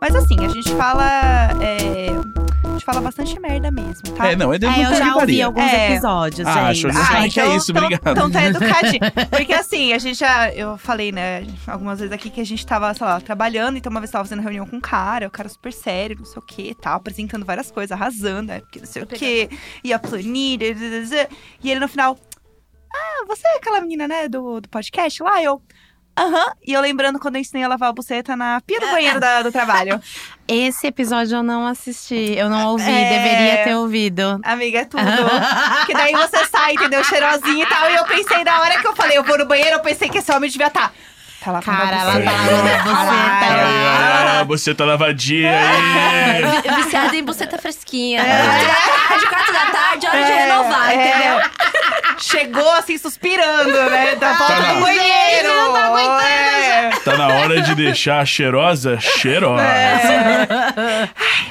Mas assim, a gente fala. é, a gente fala bastante merda mesmo, tá? É, não, é dentro É, eu do já ouvi alguns É. episódios Ah, ainda. show de bola. Ah, que é isso, obrigado. Então tá educadinho. Porque assim, a gente já. Eu falei, né, algumas vezes aqui que a gente tava, sei lá, trabalhando, então uma vez tava fazendo reunião com um cara, o cara super sério, não sei o que tal, apresentando várias coisas, arrasando, né, porque não sei o que e a planilha, e, e, e ele no final. Ah, você é aquela menina, né, do, do podcast lá? Eu. Aham. E eu lembrando quando eu ensinei a lavar a buceta na pia do banheiro da- do trabalho. Esse episódio eu não assisti, eu não ouvi, É. deveria ter ouvido. Amiga, é tudo. Que daí você sai, entendeu? Cheirosinha e tal. E eu pensei, na hora que eu falei, eu vou no banheiro, eu pensei que esse homem devia estar. Tá lá Cara, ela tá lá, você Ah, você tá lavadinha aí. Vi- Viciada em buceta fresquinha. É de quatro da tarde, hora É, de renovar, entendeu? Chegou assim, suspirando, né? Da volta Tá do na- banheiro. Não tá aguentando, Tá na hora de deixar a cheirosa cheirosa. É.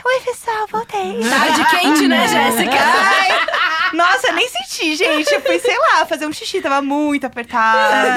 Oi, pessoal, voltei. Tarde quente, Uhum. né, Jéssica? Ai, nossa, eu nem senti, gente. Eu fui, sei lá, fazer um xixi, tava muito apertada.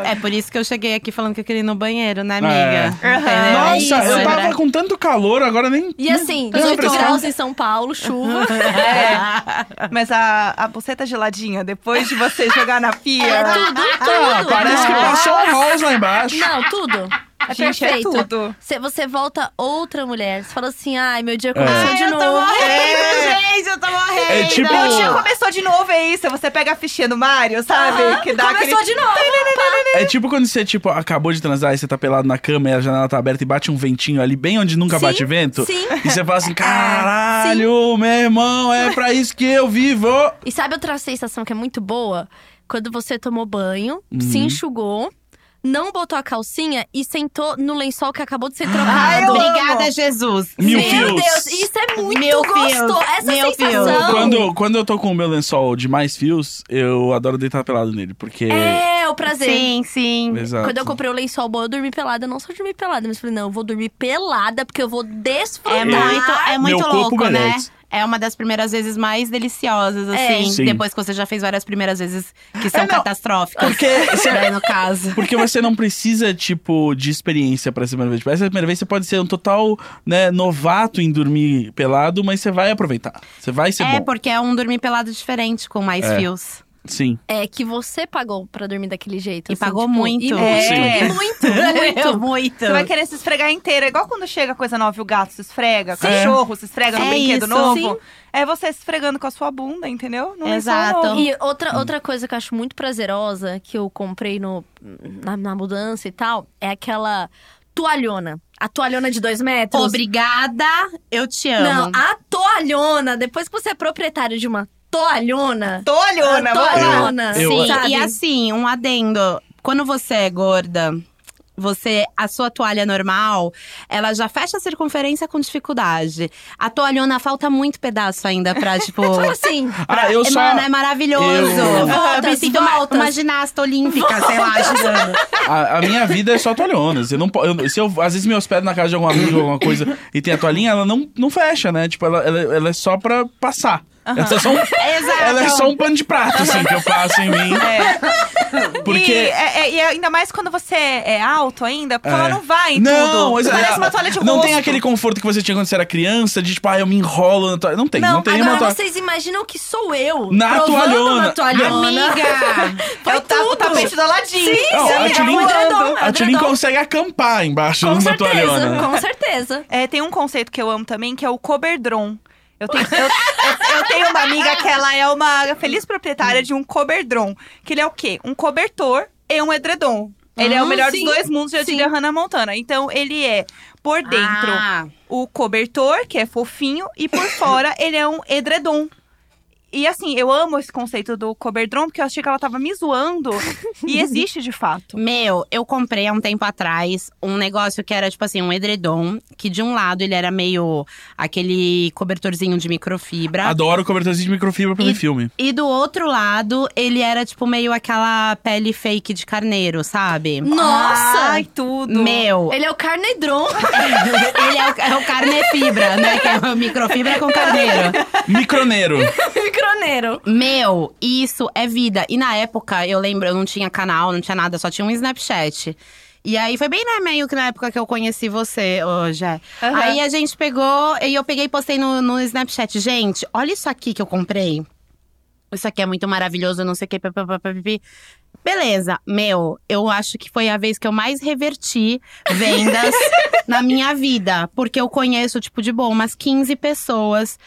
É por isso que eu cheguei aqui falando que eu queria ir no banheiro, né, amiga? É. Entendeu? É isso, Nossa, eu né? tava com tanto calor, agora nem. Uhum. E assim, Não, 18 pressão. graus em São Paulo, chuva. É. Mas a, a buceta geladinha, depois de você jogar na pia. É tudo, Ah, tudo. parece que passou um rosa lá embaixo. Não, tudo. É Gente, é perfeito. tudo. Cê- Você volta outra mulher. Você fala assim, ai, meu dia começou Ai, de eu novo. tô morrendo, É. gente, eu tô morrendo. É tipo- Meu dia começou de novo, é isso. Você pega a fichinha do Mario, sabe? que dá Começou aquele... de novo. É tipo quando você, tipo, acabou de transar e você tá pelado na cama e a janela tá aberta e bate um ventinho ali, bem onde nunca Sim, bate vento. sim. É, E você fala assim, caralho, meu irmão, é pra isso que eu vivo. E sabe outra sensação que é muito boa? Quando você tomou banho, Uhum. se enxugou, não botou a calcinha e sentou no lençol que acabou de ser trocado. Ai, eu Obrigada, amo. Jesus. Mil Meu fios. Deus, isso é muito Mil fios. gostoso. Essa Mil sensação. fios. Quando, quando eu tô com o meu lençol de mais fios, eu adoro deitar pelado nele, porque... É, o prazer. Sim, sim. Exato. Quando eu comprei o lençol bom, eu dormi pelada. Não só dormi pelada, mas falei, não, eu vou dormir pelada, porque eu vou desfrutar. É muito, é muito Meu corpo louco, né? merece. É uma das primeiras vezes mais deliciosas, É. assim. Sim. Depois que você já fez várias primeiras vezes que são catastróficas. Porque é Né, no caso. Porque você não precisa, tipo, de experiência pra essa primeira vez. Tipo, essa primeira vez você pode ser um total, né, novato em dormir pelado, mas você vai aproveitar. Você vai ser é, bom. porque é um dormir pelado diferente, com mais É. fios. Sim. É que você pagou pra dormir daquele E jeito. assim, pagou tipo, muito. E É. muito, muito, muito. muito. é Você vai querer se esfregar inteira. É igual quando chega coisa nova e o gato se esfrega, o Sim. cachorro se esfrega no É brinquedo isso, novo. sim. É você se esfregando com a sua bunda, entendeu? Não Exato. É só novo. E outra, outra coisa que eu acho muito prazerosa, que eu comprei no, na, na mudança e tal, é aquela toalhona. A toalhona de dois metros. é? Obrigada, eu te amo. Não, a toalhona. Depois que você é proprietário de uma toalhona. Tô olhona, vamos lá. É Toalhona. Eu- Sim, sabe? e assim, um adendo. Quando você é gorda, você a sua toalha normal, ela já fecha a circunferência com dificuldade. A toalhona falta muito pedaço ainda pra, tipo… Como assim? Ah, eu É, só. Mano, é maravilhoso. Eu- Eu me Voltas, sinto uma, voltas. uma ginasta olímpica, sei lá, ajudando. A, a minha vida é só toalhonas. Eu não, po- eu, se eu, às vezes me hospedo na casa de algum amigo, alguma coisa, e tem a toalhinha, ela não, não fecha, né? Tipo, ela, ela, ela é só pra passar. Ela, é só um, Exato. ela é só um pano de prato, assim, que eu passo em mim. E, Porque. é- é- e ainda mais quando você é alto ainda, porque É. ela não vai em não, tudo. exa- Parece uma toalha de Não rosto. tem aquele conforto que você tinha quando você era criança, de tipo, ah, eu me enrolo na toalha. Não tem, não, tem tá- Agora nenhuma toalha. vocês imaginam que sou eu Na provando toalhona. uma toalhona. Amiga! É o ta- o tapete do Aladim. Sim, Não, a Tulin um é edredom, a Tulin edredom. consegue acampar embaixo Com de uma certeza, toalhona. com certeza. É, tem um conceito que eu amo também, que é o coberdron. Eu tenho, eu, eu- eu tenho uma amiga que ela é uma feliz proprietária de um coberdron. Que ele é o quê? Um cobertor e um edredom. Ele é o Hum, melhor sim, dos dois mundos, já diria Hannah Montana. Então, ele é, por dentro, Ah. o cobertor, que é fofinho, e por fora, ele é um edredom. E assim, eu amo esse conceito do coberdron, porque eu achei que ela tava me zoando. e existe de fato. Meu, eu comprei há um tempo atrás um negócio que era tipo assim, um edredom, que de um lado ele era meio aquele cobertorzinho de microfibra. Adoro cobertorzinho de microfibra pra ver filme. E do outro lado, ele era tipo meio aquela pele fake de carneiro, sabe? Nossa! Ai, tudo! Meu, Ele é o Carnedron. ele é o, é o carnefibra, né? Que é o microfibra com carneiro. Microneiro. Microneiro. Meu, isso é vida. E na época, eu lembro, eu não tinha canal, não tinha nada, só tinha um Snapchat. E aí foi bem na meio que na época que eu conheci você, hoje. Aham. Aí a gente pegou, e eu peguei e postei no, no Snapchat. Gente, olha isso aqui que eu comprei. Isso aqui é muito maravilhoso, não sei o que. Pipipi. Beleza, meu, eu acho que foi a vez que eu mais reverti vendas na minha vida. Porque eu conheço, tipo, de bom, umas 15 pessoas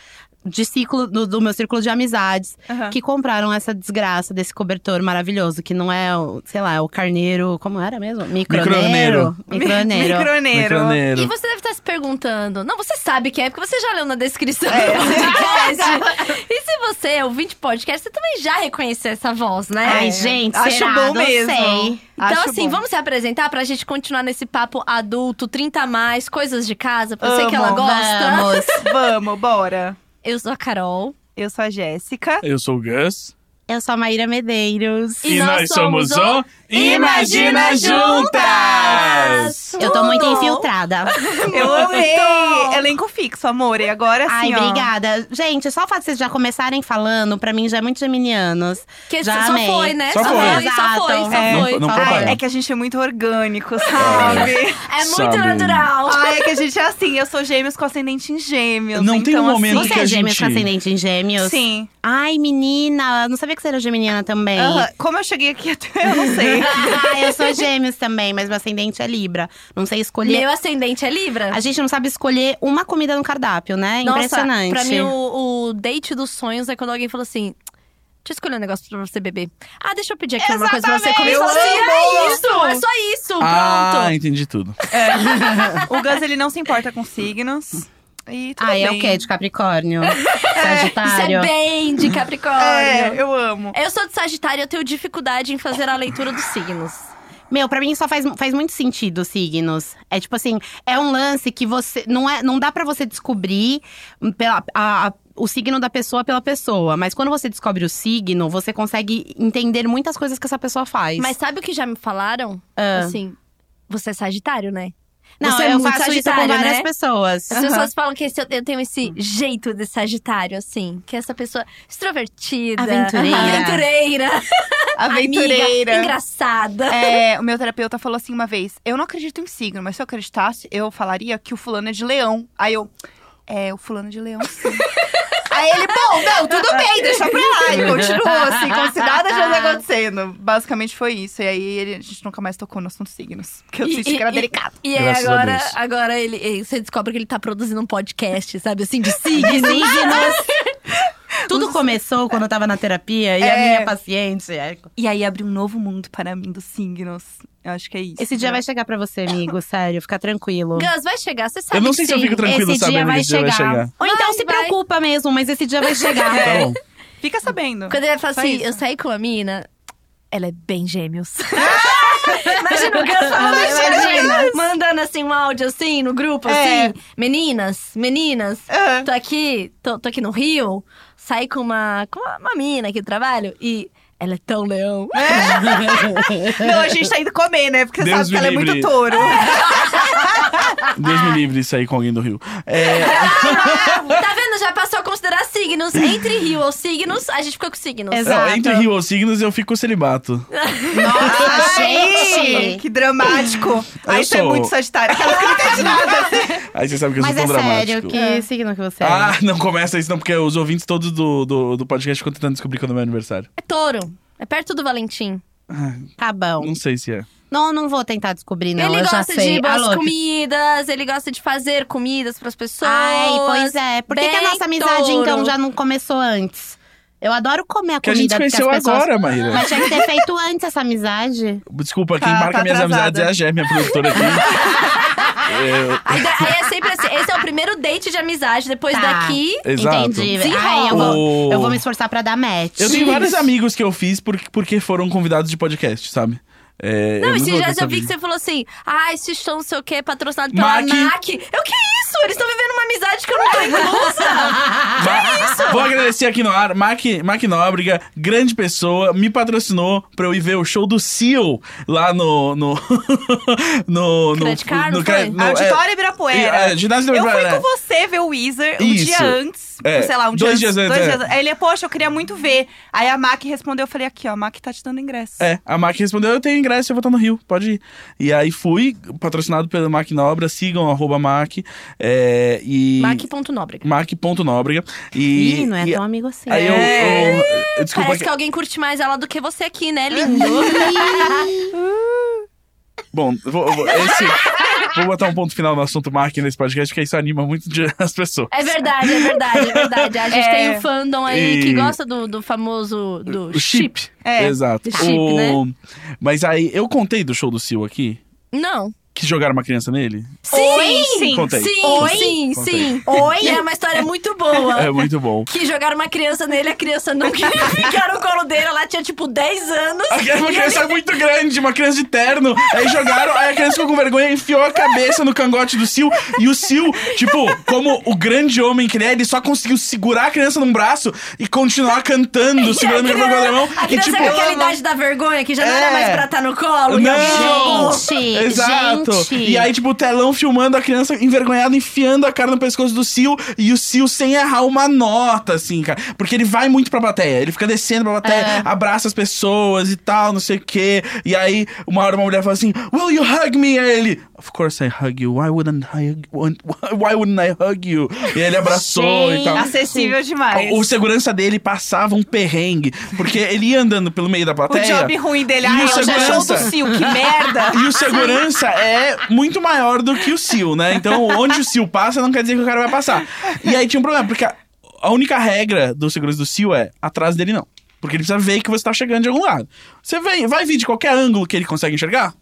de ciclo, do, do meu círculo de amizades Aham. que compraram essa desgraça desse cobertor maravilhoso, que não é, o, sei lá, é o carneiro. Como era mesmo? Microneiro. Microneiro. Microneiro. Microneiro. E Microneiro. você deve estar se perguntando. Não, você sabe que é, porque você já leu na descrição do É. né? podcast. e se você é ouvinte de podcast, você também já reconheceu essa voz, né? Ai, É. gente, Acho será? bom Não mesmo. sei. Então, Acho assim, bom. vamos se apresentar pra gente continuar nesse papo adulto, 30 a mais, coisas de casa, porque eu sei que ela Amo. gosta. Vamos. Vamos, bora. Eu sou a Carol. Eu sou a Jéssica. Eu sou o Gus. Eu sou a Maíra Medeiros. E nós somos o Imagina Juntas! Eu tô muito Tudo. infiltrada. Eu amei! Elenco fixo, amor. E agora assim, Ai, ó. obrigada. Gente, só o fato de vocês já começarem falando, pra mim já é muito geminianos. Que Já só amei. foi, né? Só foi. só foi, só É. foi. Não- não Ai, propaganda. É que a gente é muito orgânico, sabe? É muito Sabe. natural. Ai, é que a gente é assim. Eu sou gêmeos com ascendente em gêmeos. Não então, tem um momento assim, Você que a é gêmeos gente- com ascendente em gêmeos? Sim. Ai, menina, eu não sabia que você era geminiana também. Aham, Como eu cheguei aqui até, eu não sei. Ah, eu sou gêmeos também, mas meu ascendente é Libra. Não sei escolher. Meu ascendente é Libra? A gente não sabe escolher uma comida no cardápio, é né? Impressionante. Nossa, pra mim, o, o date dos sonhos é quando alguém fala assim… Deixa eu escolher um negócio pra você beber. Ah, deixa eu pedir aqui uma coisa pra você comer. Exatamente, Você fala assim, eu é amo isso, é só isso, Ah, pronto. entendi tudo. É. o Gus, ele não se importa com signos. E tudo Ah, é bem. o quê? De Capricórnio? Sagitário? Isso é bem de Capricórnio. É, eu amo. Eu sou de Sagitário, eu tenho dificuldade em fazer a leitura dos signos. Meu, pra mim só faz, faz muito sentido signos. É tipo assim, é um lance que você. Não, é, não dá pra você descobrir pela, a- a- o signo da pessoa pela pessoa. Mas quando você descobre o signo, você consegue entender muitas coisas que essa pessoa faz. Mas sabe o que já me falaram? Ah. Assim, você é Sagitário, né? não, você é eu muito faço isso com Sagitário, várias né? pessoas. As pessoas falam que esse- eu tenho esse jeito de Sagitário, assim. Que essa pessoa extrovertida. Aventureira. Aventureira. Aventureira. amiga, engraçada. É, o meu terapeuta falou assim uma vez: Eu não acredito em signo, mas se eu acreditasse, eu falaria que o fulano é de leão. Aí eu, é, o fulano é de leão, sim. Aí ele, bom, não, tudo bem, deixa pra lá. E continuou, assim, como se nada tivesse acontecendo. Basicamente foi isso. E aí ele- a gente nunca mais tocou no assunto signos. Porque eu E- senti e- que era e- delicado. E aí Graças a agora, Deus. agora ele, ele- você descobre que ele tá produzindo um podcast, sabe? Assim, de De signos. signos. Tudo começou quando eu tava na terapia e a É. minha paciente. é- E aí abriu um novo mundo para mim dos signos. Eu acho que é isso. Esse dia vai chegar pra você, amigo, sério, fica Uhum. tranquilo. Gus, vai chegar, você sabe Eu não que sei se eu sim. fico tranquilo esse dia sabendo que vai esse dia vai chegar. chegar. Ou então Vai, se vai. preocupa mesmo, mas esse dia vai chegar. Tá bom. Fica sabendo. Quando ele fala Só assim, isso. eu saí com uma mina, ela é bem gêmeos. é Imagina o Gus falando Ah, isso, imagina. mandando assim um áudio assim no grupo, É. assim. Meninas, meninas, Ah. tô aqui, tô, tô aqui no Rio, saí com uma, com uma, uma mina aqui do trabalho e ela é tão leão. Não, a gente tá indo comer, né? Porque Deus sabe que me ela é livre. muito touro. Deus me livre de sair com alguém do Rio. É, tá vendo? Já passou a considerar signos. Entre Rio ou signos, a gente ficou com signos. Exato. não, entre Rio ou Signos, eu fico com celibato. Nossa, Ai, gente! que dramático. Eu Aí você é sou- muito sagitário. Aquela que não é, entende nada. Aí você sabe que eu Mas sou é tão sério, dramático. que signo que você é? Ah, não começa isso não, porque os ouvintes todos do, do, do podcast ficam tentando descobrir quando é meu aniversário. É touro. É perto do Valentim. Tá bom. Não sei se é. Não, não vou tentar descobrir, não. ele eu já gosta sei. de boas Alô. comidas, ele gosta de fazer comidas pras pessoas. Ai, pois é. Por que, que a Bem nossa amizade, touro. então, já não começou antes? Eu adoro comer a Porque a gente comida se porque conheceu as pessoas... agora, Maíra. Mas tinha que ter feito antes essa amizade. Desculpa, quem Tá- marca tá minhas atrasada. amizades é a Gé, minha produtora aqui. Aí, da- aí é sempre assim, esse é o primeiro date de amizade. Depois Tá. daqui, Exato. Entendi. Desenrola. Ai, eu, vou, O- eu vou me esforçar pra dar match. Eu tenho vários amigos que eu fiz por, porque foram convidados de podcast, sabe? É, Não, eu esses nunca vou dias eu saber. vi que você falou assim: ah, esse show não sei o quê, patrocinado pela Mac. MAC. Eu, que isso? Eles estão vivendo uma amizade que eu não tô inclusa. Ma- Vou agradecer aqui no ar, Mac, Mac Nóbrega, grande pessoa, me patrocinou pra eu ir ver o show do Seal lá no. No. no. no. Credit Card, não cre- foi? é, Auditório é, Ibirapuera. ginásio do Eu fui Ibirapuera. com você ver o Weezer um Isso. dia antes. É, Sei lá, um dia dois antes, dias antes, Dois é. dias antes. Aí ele, poxa, eu queria muito ver. Aí a Mac respondeu, eu falei, aqui, ó, a Mac tá te dando ingresso. É, a Mac respondeu: Eu tenho ingresso, eu vou estar no Rio, pode ir. E aí fui, patrocinado pela Mac Nobra, sigam arroba Mac. É, e. Mac.nóbrega. Mac.nóbrega. E. Ih, não é e- tão amigo assim. Aí eu. eu- eu- desculpa. Parece que- Uhum. que alguém curte mais ela do que você aqui, né, lindo? Bom, vou, vou- esse- vou botar um ponto final no assunto Mac nesse podcast, porque isso anima muito de- as pessoas. É verdade, é verdade, é verdade. A gente É. tem o fandom aí E- que gosta do, do famoso do O chip. É, Exato. o chip, né? O- Mas aí, eu contei do show do Sil aqui, Não. que jogaram uma criança nele. Oi, sim. Contei. Sim, Oi? sim, Contei. sim. Oi? E é uma história muito boa. É muito bom. Que jogaram uma criança nele, a criança não queria ficar no colo dele, ela tinha tipo 10 anos. Era uma criança é muito grande, uma criança de terno. Aí jogaram, aí a criança ficou com vergonha, enfiou a cabeça no cangote do Sil. E o Sil, tipo, como o grande homem que ele é, ele só conseguiu segurar a criança num braço e continuar cantando, E a segurando o microfone da mão. criança- a E criança tipo, com aquela idade da vergonha, que já não É. era mais pra estar no colo. e Não! alguém- Gente, Exato. gente. E aí, tipo, o telão filmando a criança envergonhada, enfiando a cara no pescoço do Sil e o Sil sem errar uma nota, assim, cara. Porque ele vai muito pra plateia. Ele fica descendo pra plateia, abraça as pessoas e tal, não sei o quê. E aí, uma hora uma mulher fala assim: Will you hug me? Aí ele. Of course I hug you. Why wouldn't I hug, why wouldn't I hug you? E ele abraçou e tal. Acessível demais. O, o segurança dele passava um perrengue, porque ele ia andando pelo meio da O plateia. job ruim dele, E ai, o hoje é show do segurança? Sil, que merda. E o segurança é muito maior do que o Sil, né? Então, onde o Sil passa, não quer dizer que o cara vai passar. E aí tinha um problema, porque a, a única regra do segurança do Sil é atrás dele não. Porque ele precisa ver que você tá chegando de algum lado. Você vem, vai vir de qualquer ângulo que ele consegue enxergar,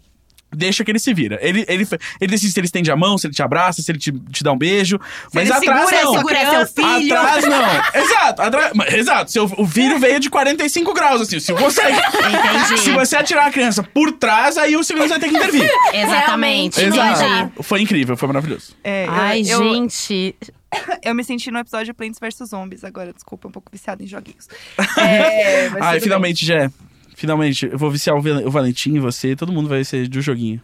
deixa que ele se vira. Ele, ele, ele decide se ele estende a mão, se ele te abraça, se ele te, te dá um beijo. mas ele atrás segura, não. segura seu filho. Atrás não. Exato. Atrás, mas- exato. Seu, o filho veio de 45 graus, assim. O Sil consegue. Entendi. Se você atirar a criança por trás, aí o segurança vai ter que intervir. Exatamente. Realmente, entendi. Exato. Foi incrível, foi maravilhoso. É, eu- Ai, eu, gente. Eu me senti no episódio de Plants vs Zombies agora, desculpa, um pouco viciada em joguinhos. É, mas tudo Ai, bem. finalmente, Jé. Finalmente, eu vou viciar o Val- o Valentim, você, todo mundo vai ser de um joguinho.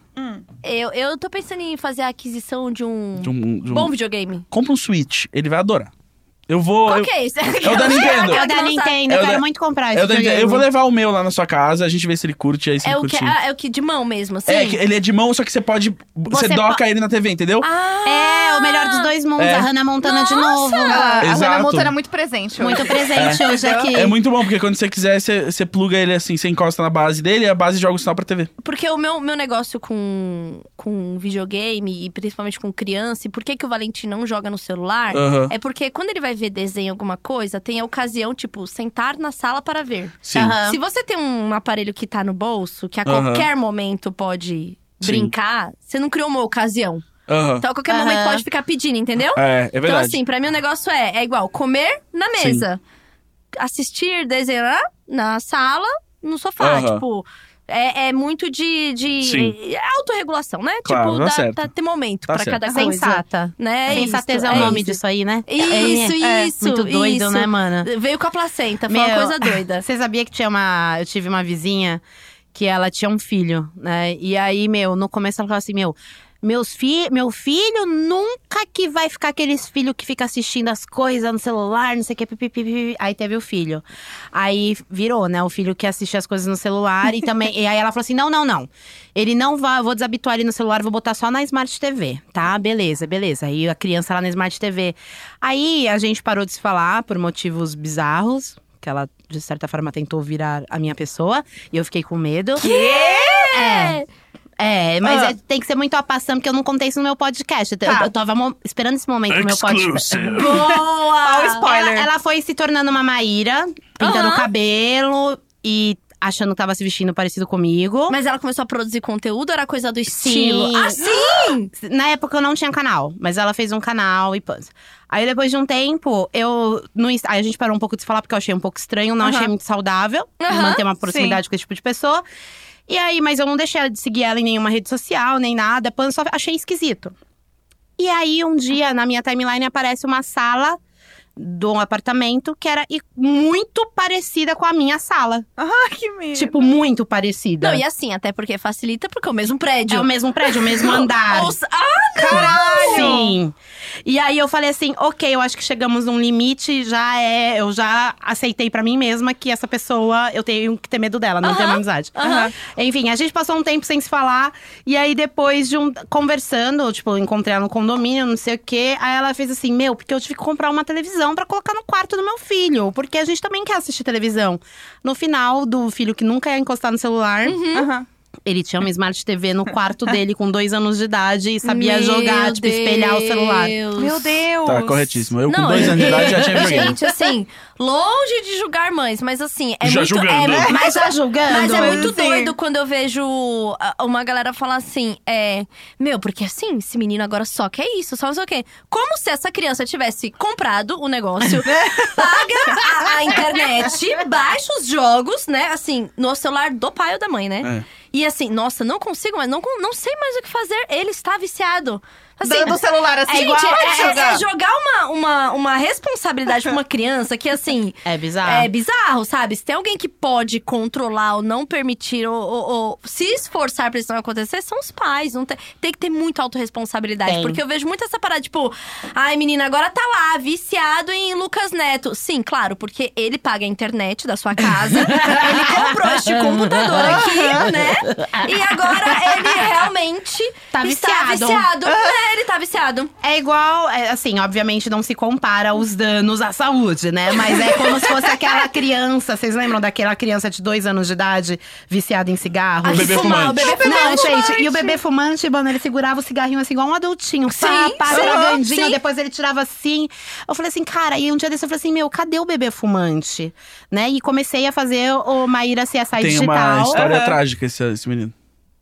Eu, eu tô pensando em fazer a aquisição de um, De um, de um- bom videogame. Compra um Switch, ele vai adorar. Eu vou. Qual eu- que é esse? É o da Nintendo. É Aquela o que da não sabe. Nintendo, É o eu quero da- muito comprar esse eu, dou- videogame. eu vou levar o meu lá na sua casa, a gente vê se ele curte, aí se É ele o, que, curtir. ah, é o que de mão mesmo, assim? É, que ele é de mão, só que você pode. Você, Você doca ele na TV, entendeu? Ah! É, o melhor dos dois mundos, É. a Hannah Montana de novo. Olha lá, Ah, a Exato. Hannah Montana é muito presente. hoje. Muito presente hoje aqui. É muito bom, porque quando você quiser, você, você pluga ele assim, você encosta na base dele e a base joga o sinal pra TV. Porque o meu, meu negócio com, com videogame, e principalmente com criança, e por que, que o Valentim não joga no celular, Aham. é porque quando ele vai ver desenho, alguma coisa, tem a ocasião, tipo, sentar na sala para ver. Sim. Aham. Se você tem um aparelho que tá no bolso, que a Ah. Aham. qualquer momento pode Sim. brincar, você não criou uma ocasião. Aham. Então, a qualquer Aham. momento pode ficar pedindo, entendeu? É, é Então, verdade. assim, pra mim o negócio é, é igual comer na mesa, assistir, desenhar na sala, no sofá. Aham. Tipo, é, é muito de, de Sim. é autorregulação, né? Claro, tipo, tá dá- certo. dá- tem momento Tá pra certo. cada coisa. Sensata. Né? É Sensatez isso, é o nome isso. disso aí, né? Isso, É. isso, Muito doido, isso. né, mana? Veio com a placenta, foi uma Meu, coisa doida. Você sabia que tinha uma. Eu tive uma vizinha que ela tinha um filho, né? E aí, meu, no começo ela falava assim, meu. Meus fi meu filho nunca que vai ficar aqueles filhos que fica assistindo as coisas no celular, não sei o que. Pipipipi. Aí teve o filho. Aí virou, né? O filho que assiste as coisas no celular e também. e aí ela falou assim: não, não, não. Ele não vai, eu vou desabituar ele no celular, vou botar só na Smart TV, tá? Beleza, beleza. Aí a criança lá na Smart TV. Aí a gente parou de se falar por motivos bizarros. Que ela, de certa forma, tentou virar a minha pessoa. E eu fiquei com medo. É. É, mas Ah. é- tem que ser muito a passão, porque eu não contei isso no meu podcast. Eu, Tá. eu tava mo- esperando esse momento no meu podcast. Exclusive. Boa! Olha o spoiler. Ela, ela foi se tornando uma Maíra, pintando o Aham. cabelo e achando que tava se vestindo parecido comigo. Mas ela começou a produzir conteúdo, era coisa do estilo. Sim. Ah, sim! Na época eu não tinha canal, mas ela fez um canal e pans. Aí depois de um tempo, eu. No, Insta- aí a gente parou um pouco de se falar, porque eu achei um pouco estranho, não Aham. achei muito saudável né, Aham, manter uma proximidade com esse tipo de pessoa. E aí, mas eu não deixei ela de seguir ela em nenhuma rede social, nem nada, pans, só achei esquisito. E aí, um dia, na minha timeline, aparece uma sala de um apartamento que era i- muito parecida com a minha sala. Ah, que medo. Tipo, muito parecida. Não, e assim, até porque facilita, porque é o mesmo é prédio. o mesmo prédio, o mesmo andar. Ou se- ah, Sim. E aí eu falei assim, ok, eu acho que chegamos num limite, já é. Eu já aceitei pra mim mesma que essa pessoa eu tenho que ter medo dela, não Aham, ter uma amizade. aham. Enfim, a gente passou um tempo sem se falar. E aí, depois de um. conversando, tipo, encontrei ela no condomínio, não sei o quê. Aí ela fez assim, meu, porque eu tive que comprar uma televisão pra colocar no quarto do meu filho. Porque a gente também quer assistir televisão. No final do filho que nunca ia encostar no celular. Aham. Uhum. Ele tinha uma Smart TV no quarto dele com dois anos de idade e sabia Meu jogar, tipo, espelhar o celular. Deus. Meu Deus. Tá, corretíssimo. Eu com Não, dois anos de idade já tinha videogame. Gente, assim, longe de julgar mães, mas assim, é Já muito. julgando. É, Mas já julgando. Mas é Mas muito assim- doido quando eu vejo ah, uma galera falar assim, é. Meu, porque assim, esse menino agora só quer isso, só não sei o quê. Como se essa criança tivesse comprado o negócio, paga a, a internet, baixa os jogos, né? Assim, no celular do pai ou da mãe, É. né? E assim, nossa, não consigo mais, não, con- não sei mais o que fazer. Ele está viciado. Assim, Dando o celular assim, Gente, igual é, é- jogar. é jogar uma, uma, uma responsabilidade pra uma criança que, assim, É bizarro. é bizarro, sabe? Se tem alguém que pode controlar ou não permitir ou, ou- ou se esforçar pra isso não acontecer, são os pais. Não tem, tem que ter muita autorresponsabilidade. Tem. Porque eu vejo muito essa parada, tipo, ai, menina, agora tá lá, viciado em Lucas Neto. Sim, claro, porque ele paga a internet da sua casa, ele comprou este computador aqui, né? E agora ele realmente Tá está viciado. viciado. É, ele tá viciado. É igual, é, assim, obviamente não se compara os danos à saúde, né? Mas é como se fosse aquela criança. Vocês lembram daquela criança de dois anos de idade viciada em cigarro? Ah, que bebê fumar, fumante. o bebê fumante. Não, gente, e o bebê fumante, mano, ele segurava o cigarrinho assim, igual um adultinho. Sim, pá, Sim, pá, sim, tragandinho, sim. depois ele tirava assim. Eu falei assim, cara, e um dia desse eu falei assim, meu, cadê o bebê fumante? Né? E comecei a fazer o Maíra CSI é Tem Digital. uma história Aham. trágica esse, esse menino.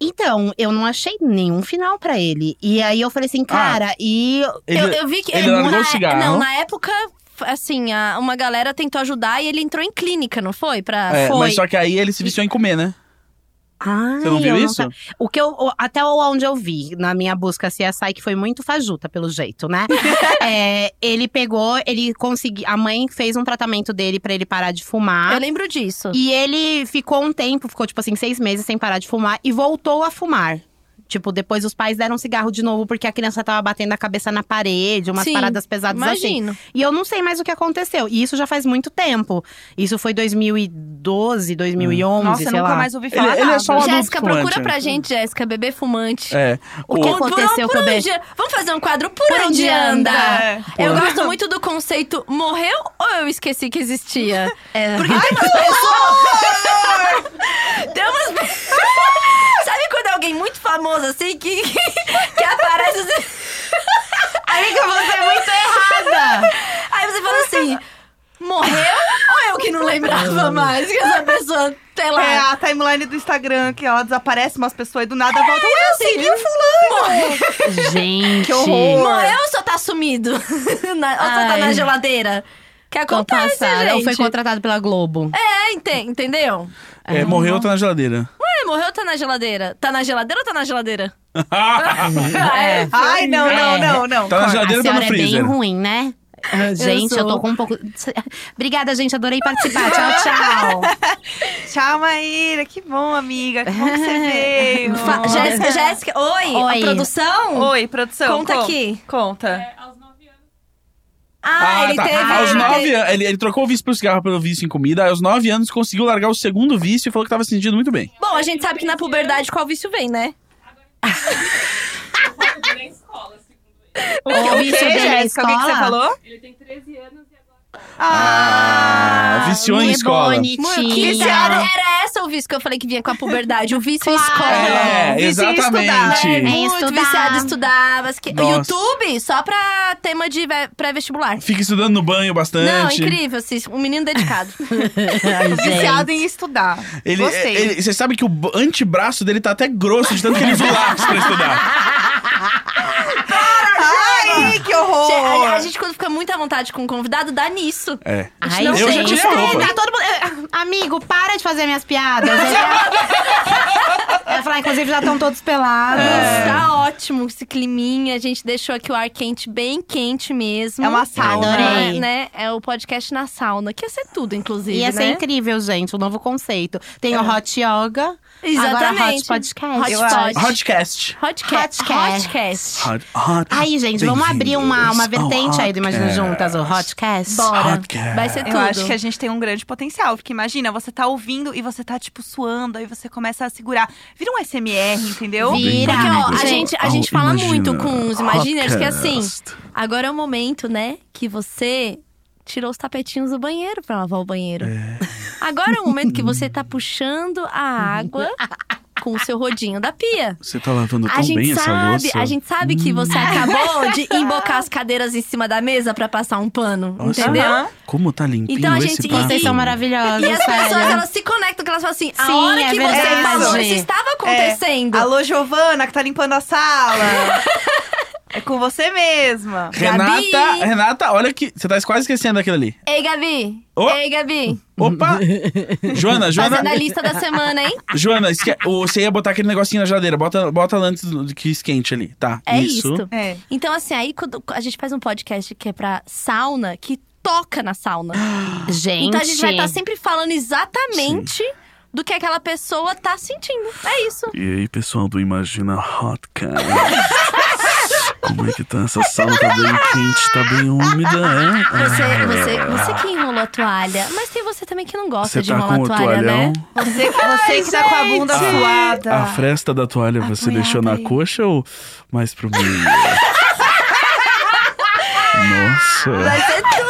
Então, eu não achei nenhum final pra ele. E aí eu falei assim, Ah. cara, e. Ele- eu, eu vi que ele é, largou na, o cigarro. Não, na época, f- assim, a- uma galera tentou ajudar e ele entrou em clínica, não Ah, foi? Pra... É, foi. mas só que aí ele se viciou em comer, né? Ai, Você não viu eu isso? sa- O que eu. o- Até o- onde eu vi na minha busca CSI, que foi muito fajuta, pelo jeito, né? É, ele pegou, ele conseguiu. A mãe fez um tratamento dele pra ele parar de fumar. Eu lembro disso. E ele ficou um tempo, ficou tipo assim, seis meses sem parar de fumar e voltou a fumar. Tipo, depois os pais deram cigarro de novo porque a criança tava batendo a cabeça na parede, umas Sim, paradas pesadas assim. Imagino. E eu não sei mais o que aconteceu. E isso já faz muito tempo. Isso foi 2012, 2011, Nossa, eu sei nunca lá. mais ouvi Ele- falar ele é nada. só um adulto Jéssica, procura fumante. pra gente, Jéssica, bebê fumante. É. O que O- aconteceu por com o bebê? onde- Vamos fazer um quadro por, Por onde onde anda? anda? Eu Por- gosto muito do conceito morreu ou eu esqueci que existia? Porque tem umas pessoas. tem umas pe- Sabe quando é alguém muito famoso assim que, que aparece assim. Amiga, você é muito errada! Aí você fala assim: morreu ou eu que não lembrava mais que essa pessoa, sei lá. É a timeline do Instagram, que ela desaparece umas pessoas e do nada volta. Ué, eu segui o fulano. Morreu, Gente! Que horror. morreu ou só tá sumido? Na- ou só tá Ai. na geladeira? Que Tô acontece, passada. Ou gente. foi contratado pela Globo. É, enten- entendeu? é, morreu, tá na geladeira. É, morreu ou tá na geladeira? Tá na geladeira ou tá na geladeira? Ah, É. Ai, não, não, não, não. Tá na corta. geladeira ou tá A no senhora é bem freezer? ruim, né? Gente, eu, sou. tô com um pouco. Obrigada, gente. Adorei participar. Tchau, tchau. Tchau, Maíra. Que bom, amiga. Que bom que você veio. Fa- Jéssica, Jéssica, oi, Oi. A produção? Oi, produção. Conta con- aqui. Conta. Ah, ele tá. teve. Aos ele nove teve- anos, ele, ele trocou o vício pelo cigarro pelo vício em comida. Aos nove anos, conseguiu largar o segundo vício e falou que tava se sentindo muito bem. Bom, a gente sabe que na puberdade qual vício vem, né? na escola, segundo ele. O vício quê, dele é Jéssica? O que, que você escola? falou? Ele tem 13 anos e agora. Ah, Ah, viciou em escola. é Bonitinha. Que Viciado. era, era essa o vício que eu falei que vinha com a puberdade, o vício em Claro. escola. É, Vizinho estudar, exatamente. Em Muito estudar. viciado, estudava. esque- É, Nossa. YouTube só pra tema de ve- pré-vestibular. Fica estudando no banho bastante. Não, incrível, assim, um menino dedicado. Viciado em estudar. Ele, Gostei. ele- você sabe que o b- antebraço dele tá até grosso, de tanto que ele viu lápis pra estudar. Ai, que horror! Che- a, a gente, quando fica muito à vontade com um convidado, dá nisso. É. Ai, Não eu já sei. tirei a Sim, roupa. tá todo mundo- Eh, Amigo, para de fazer minhas piadas. Eu já- Eu ia falar, inclusive, já estão todos pelados. Tá ótimo esse climinha. A gente deixou aqui o ar quente, bem quente mesmo. É uma sauna. Adorei. Né? É o podcast na sauna, que ia ser tudo, inclusive. Ia ser né? incrível, gente, o novo conceito. Tem o Hot Yoga, agora Exatamente. Hot Podcast. Hot Eu pod. acho. Hotcast. Hotcast. Hotcast. Hotcast. Hot, hot. Aí, gente, vamos abrir uma, uma Bem-vindos ao vertente aí do Imagina Hotcast. Juntas, o Hotcast. Bora. Hotcast. Vai ser Eu é tudo. É acho que a gente tem um grande potencial, porque imagina, você tá ouvindo e você tá, tipo, suando, aí você começa a segurar. Vira um SMR, entendeu? Vira. Porque, ó, a Amigos, gente, a ao gente fala Imagina muito com os Imaginers que é assim. Hotcast. Agora é o momento, né? Que você tirou os tapetinhos do banheiro pra lavar o banheiro. Agora é o momento que você tá puxando a água com o seu rodinho da pia. Você tá lavando tão A gente, bem essa sabe, louça. a gente sabe que você acabou de embocar as cadeiras em cima da mesa pra passar um pano, Nossa, entendeu? Aham. Como tá limpinho Então a esse gente- prato. Vocês são maravilhosos, E as pessoas, sério. elas se conectam, que elas falam assim, a Sim, hora é que você verdade. falou, isso estava acontecendo. Alô, Giovana, que tá limpando a sala. é com você mesma. Renata, Gabi! Renata, olha que. Você tá quase esquecendo daquilo ali. É. Ei, Gabi! Ô! Ei, Gabi! Opa! Joana, Joana. Fazendo a lista da semana, hein? Joana, esque... o- você ia botar aquele negocinho na geladeira. Bota, bota antes do- que esquente ali. Tá. É isso. isto. É. Então, assim, aí quando a gente faz um podcast que é pra sauna, que toca na sauna. Gente, Então a gente vai estar sempre falando exatamente do que aquela pessoa tá sentindo. É isso. E aí, pessoal do Imagina Hotcast. Como é que tá essa sala? Tá bem quente, tá bem úmida, é? Você, você, você que enrolou a toalha, mas tem você também que não gosta Você de tá enrolar com a o toalha, né? toalhão? Você, você que tá com a bunda suada. A fresta da toalha você Apoiada deixou na aí. coxa ou mais pro meio? Nossa. Vai ser tudo!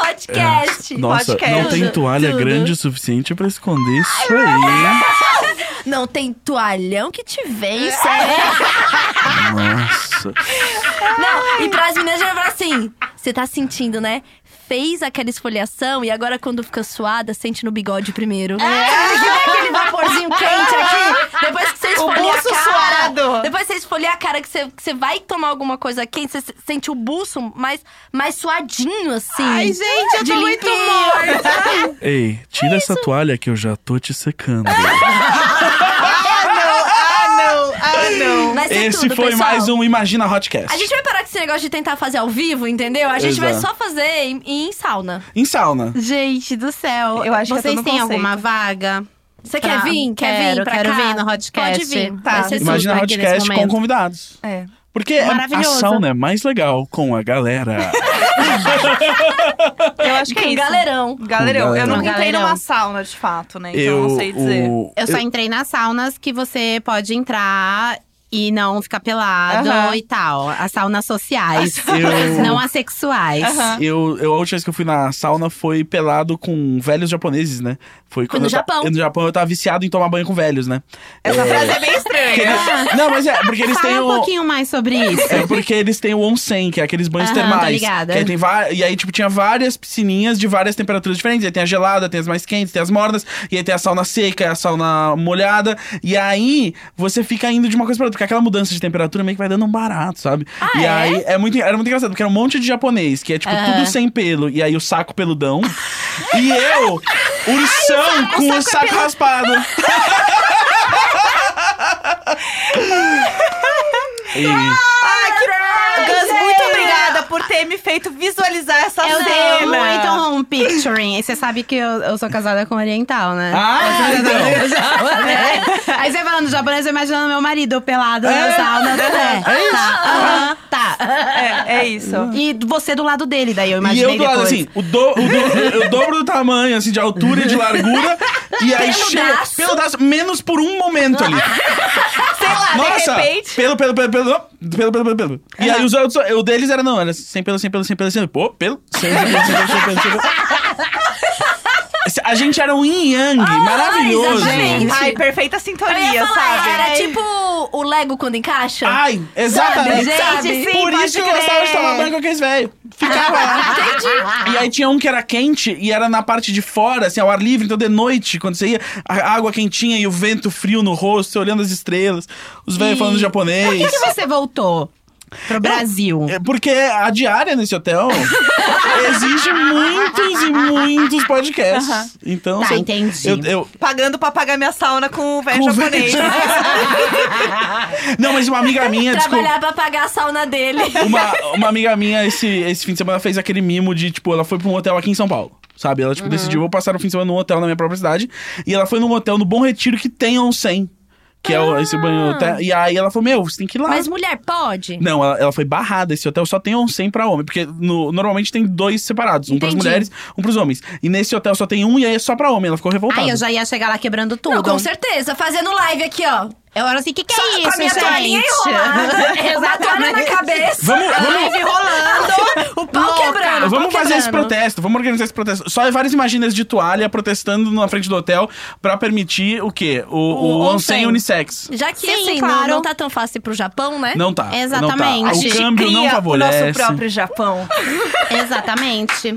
Podcast! Nossa, podcast. não tem toalha Tudo. grande o suficiente pra esconder isso aí. Não tem toalhão que te vence. é? Nossa. É. Não, e pras meninas já falar assim: você tá sentindo, né? Fez aquela esfoliação e agora quando fica suada, sente no bigode primeiro. É. Sabe que vem aquele vaporzinho quente aqui? Depois que você esfolia a buço cara. suado. Depois que você esfolia a cara, que você, que você vai tomar alguma coisa quente, você se- sente o buço mais, mais suadinho, assim. Ai, gente, eu de tô muito limpeza. morta. Ei, tira essa toalha que eu já tô te secando. Ah, não! Ah, não! Ah, não! Vai ser Esse tudo, foi pessoal. mais um Imagina Hotcast. A gente vai parar com esse negócio de tentar fazer ao vivo, entendeu? A gente vai Exato. só fazer em, em sauna. Em sauna. Gente do céu. Eu acho que eu tô Vocês no têm conceito. alguma vaga? Você Tá. quer vir? Quer vir Quero, pra quero cá? vir no Hotcast. Pode vir. Tá. Vai ser tudo. Imagina aqui nesse Hotcast com momento. convidados. É. Porque a Maravilhoso. sauna é mais legal com a galera. Eu acho que é Um isso. galerão. Galerão. Eu Galerão. nunca entrei Galerão. numa sauna, de fato, né? Então eu, eu, não sei dizer. o- Eu só entrei nas saunas que você pode entrar e não ficar pelado Aham. e tal. As saunas sociais, Eu- não as sexuais. Aham. Eu, eu, a última vez que eu fui na sauna foi pelado com velhos japoneses, né? Foi quando no eu ta- Japão. eu no Japão eu tava viciado em tomar banho com velhos, né? Essa frase é bem Porque estranha. eles- Não, mas é, porque eles Fala têm um o. pouquinho mais sobre isso. É porque eles têm o onsen, que é aqueles banhos Aham, tô termais. ligada. Que aí tem va- e aí, tipo, tinha várias piscininhas de várias temperaturas diferentes. Aí tem a gelada, tem as mais quentes, tem as mornas. E aí tem a sauna seca, a sauna molhada. E aí, você fica indo de uma coisa pra outra. Porque aquela mudança de temperatura meio que vai dando um barato, sabe? e é? aí, é muito, era muito engraçado. Porque era um monte de japonês, que é, tipo, tudo sem pelo. E aí, o saco peludão. e eu, ursão com o saco raspado. e... Gus, muito obrigada por ter me feito visualizar essa Eu cena. tenho né? um muito home picturing. E você sabe que eu, eu sou casada com oriental, né? Ah, então. É. Aí você falando japonês, eu imaginando meu marido pelado na sauna. É, tá. aham, tá. É, é isso. Hum. E você do lado dele, daí eu E imaginei eu do lado, depois. assim, o, do, o, do- o dobro do tamanho, assim, de altura e de largura. e aí chega. Peludaço. Peludaço, menos por um momento ali. Sei lá, Nossa, Ah, de repente. pelo, pelo, pelo, pelo, pelo, pelo, pelo, pelo. E aí os outros, o deles era, não, era sem pelo, sem pelo, sem pelo, sem pelo. Pô, pelo, sem pelo, sem pelo, sem pelo, sem pelo. A gente realmente era um yin yang maravilhoso. exatamente. Ai, perfeita Eu sintonia, ia falar, sabe? era Ai. É. tipo o Lego quando encaixa. Ai, exatamente. Sabe, gente, sim, Por pode isso que eu gostava de crer. tomar banho com aqueles velhos. Ficava lá. E aí tinha um que era quente e era na parte de fora, assim, ao ar livre. Então de noite, quando você ia, a água quentinha e o vento frio no rosto, você olhando as estrelas, os velhos falando Por que, japonês. que você voltou pro Brasil? É Porque a diária nesse hotel exige muitos e muitos podcasts. Então, Tá, se eu- entendi. eu- eu, Pagando pra pagar minha sauna com o velho Com o japonês. velho Não, mas uma amiga minha, desculpa. Trabalhar pra pagar a sauna dele. Uma, uma amiga minha, esse, esse fim de semana, fez aquele mimo de, tipo, ela foi pra um hotel aqui em São Paulo. Sabe? Ela, tipo, decidiu, vou passar o fim de semana num hotel na minha própria cidade. E ela foi num hotel no Bom Retiro que tem onsen. Que é o- esse banho hotel. E aí ela falou, meu, você tem que ir lá. Mas mulher pode? Não, ela, ela foi barrada. Esse hotel só tem onsen pra homem. Porque no- normalmente tem dois separados. Um pras Entendi. mulheres, um pros homens. E nesse hotel só tem um e aí é só pra homem. Ela ficou revoltada. Ai, eu já ia chegar lá quebrando tudo. Não, com certeza. Fazendo live aqui, ó. Eu era assim, o que, que é isso, com a minha toalhinha enrolada. gente? a toalha na cabeça. Vamos- vamos- Live rolando. O pau Louca. quebrando. o Vamos pau fazer esse Ah, quebrando. protesto, vamos organizar esse protesto. Só várias imaginas de toalha protestando na frente do hotel pra permitir o quê? O, o, onsen onsen. unissex. Já que Sim, assim, claro. não, não tá tão fácil ir pro Japão, né? Não tá. Exatamente. Não A tá. O gente câmbio não Cria o nosso favorece. próprio Japão. Exatamente.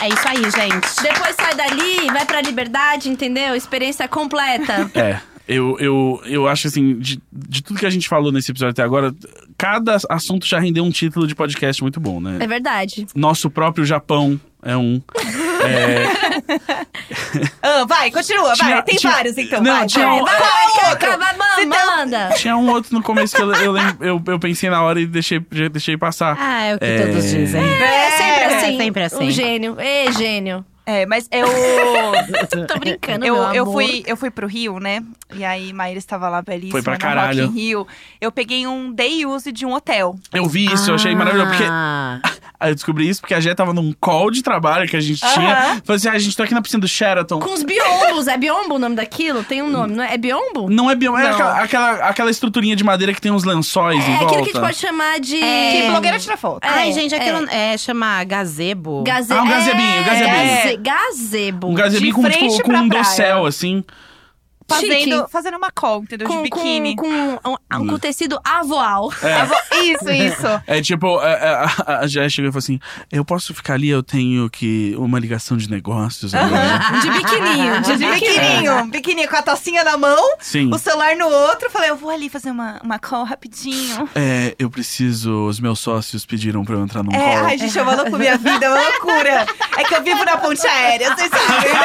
É isso aí, gente. Depois sai dali, vai pra liberdade, entendeu? Experiência completa. É. Eu, eu, eu acho assim, de, de tudo que a gente falou nesse episódio até agora, cada assunto já rendeu um título de podcast muito bom, né? É verdade. Nosso próprio Japão é um. Ah, vai, continua, Tinha- vai. Tem tinha- vários, então. Não, vai, tinha vai, um- vai, Vai, outro. Cacá, vai, man- manda. Tinha um outro no começo que eu, eu, lem- eu, eu pensei na hora e deixei, deixei passar. Ah, é o que É. todos dizem. É sempre assim. É sempre assim. Um gênio. Ê, gênio. É, mas eu. Tô brincando, Eu, meu amor. eu, fui, eu fui pro Rio, né? E aí, Maíra estava lá belíssima. Foi pra na caralho. Rock in Rio. Eu peguei um day use de um hotel. Eu vi isso, eu achei maravilhoso. Porque Ah. Aí eu descobri isso porque a Jé tava num call de trabalho que a gente tinha. Aham. Falei assim: ah, a gente tá aqui na piscina do Sheraton. Com os biombos. É biombo o nome daquilo? Tem um nome, não é? É biombo? Não é bioma, é Não. aquela, aquela, aquela estruturinha de madeira que tem uns lençóis É em volta. aquilo que a gente pode chamar de... Que blogueira tira foto. É, Ai, gente, aquilo é, chama gazebo. Gaze... Ah, um gazebinho, É, gazebinho. gaze- Gazebo. Um gazelinho de com, frente tipo, com pra um praia. dossel, assim. Fazendo, Chique. fazendo uma call, entendeu? Com, de biquíni. com, com, um- um- com tecido avoal. Eu vou- Isso, isso. É tipo, é, é, a, a, Jé chegou e falou assim: eu posso ficar ali, eu tenho que. uma ligação de negócios. agora." De biquininho. De De biquininho. biquininho, É. biquininho com a tocinha na mão, Sim. o celular no outro. Falei, eu vou ali fazer uma, uma call rapidinho. É, eu preciso. Os meus sócios pediram pra eu entrar num É, call. ai, gente, é uma loucura, minha vida, é uma loucura. É que eu vivo na ponte aérea, vocês sabem, né?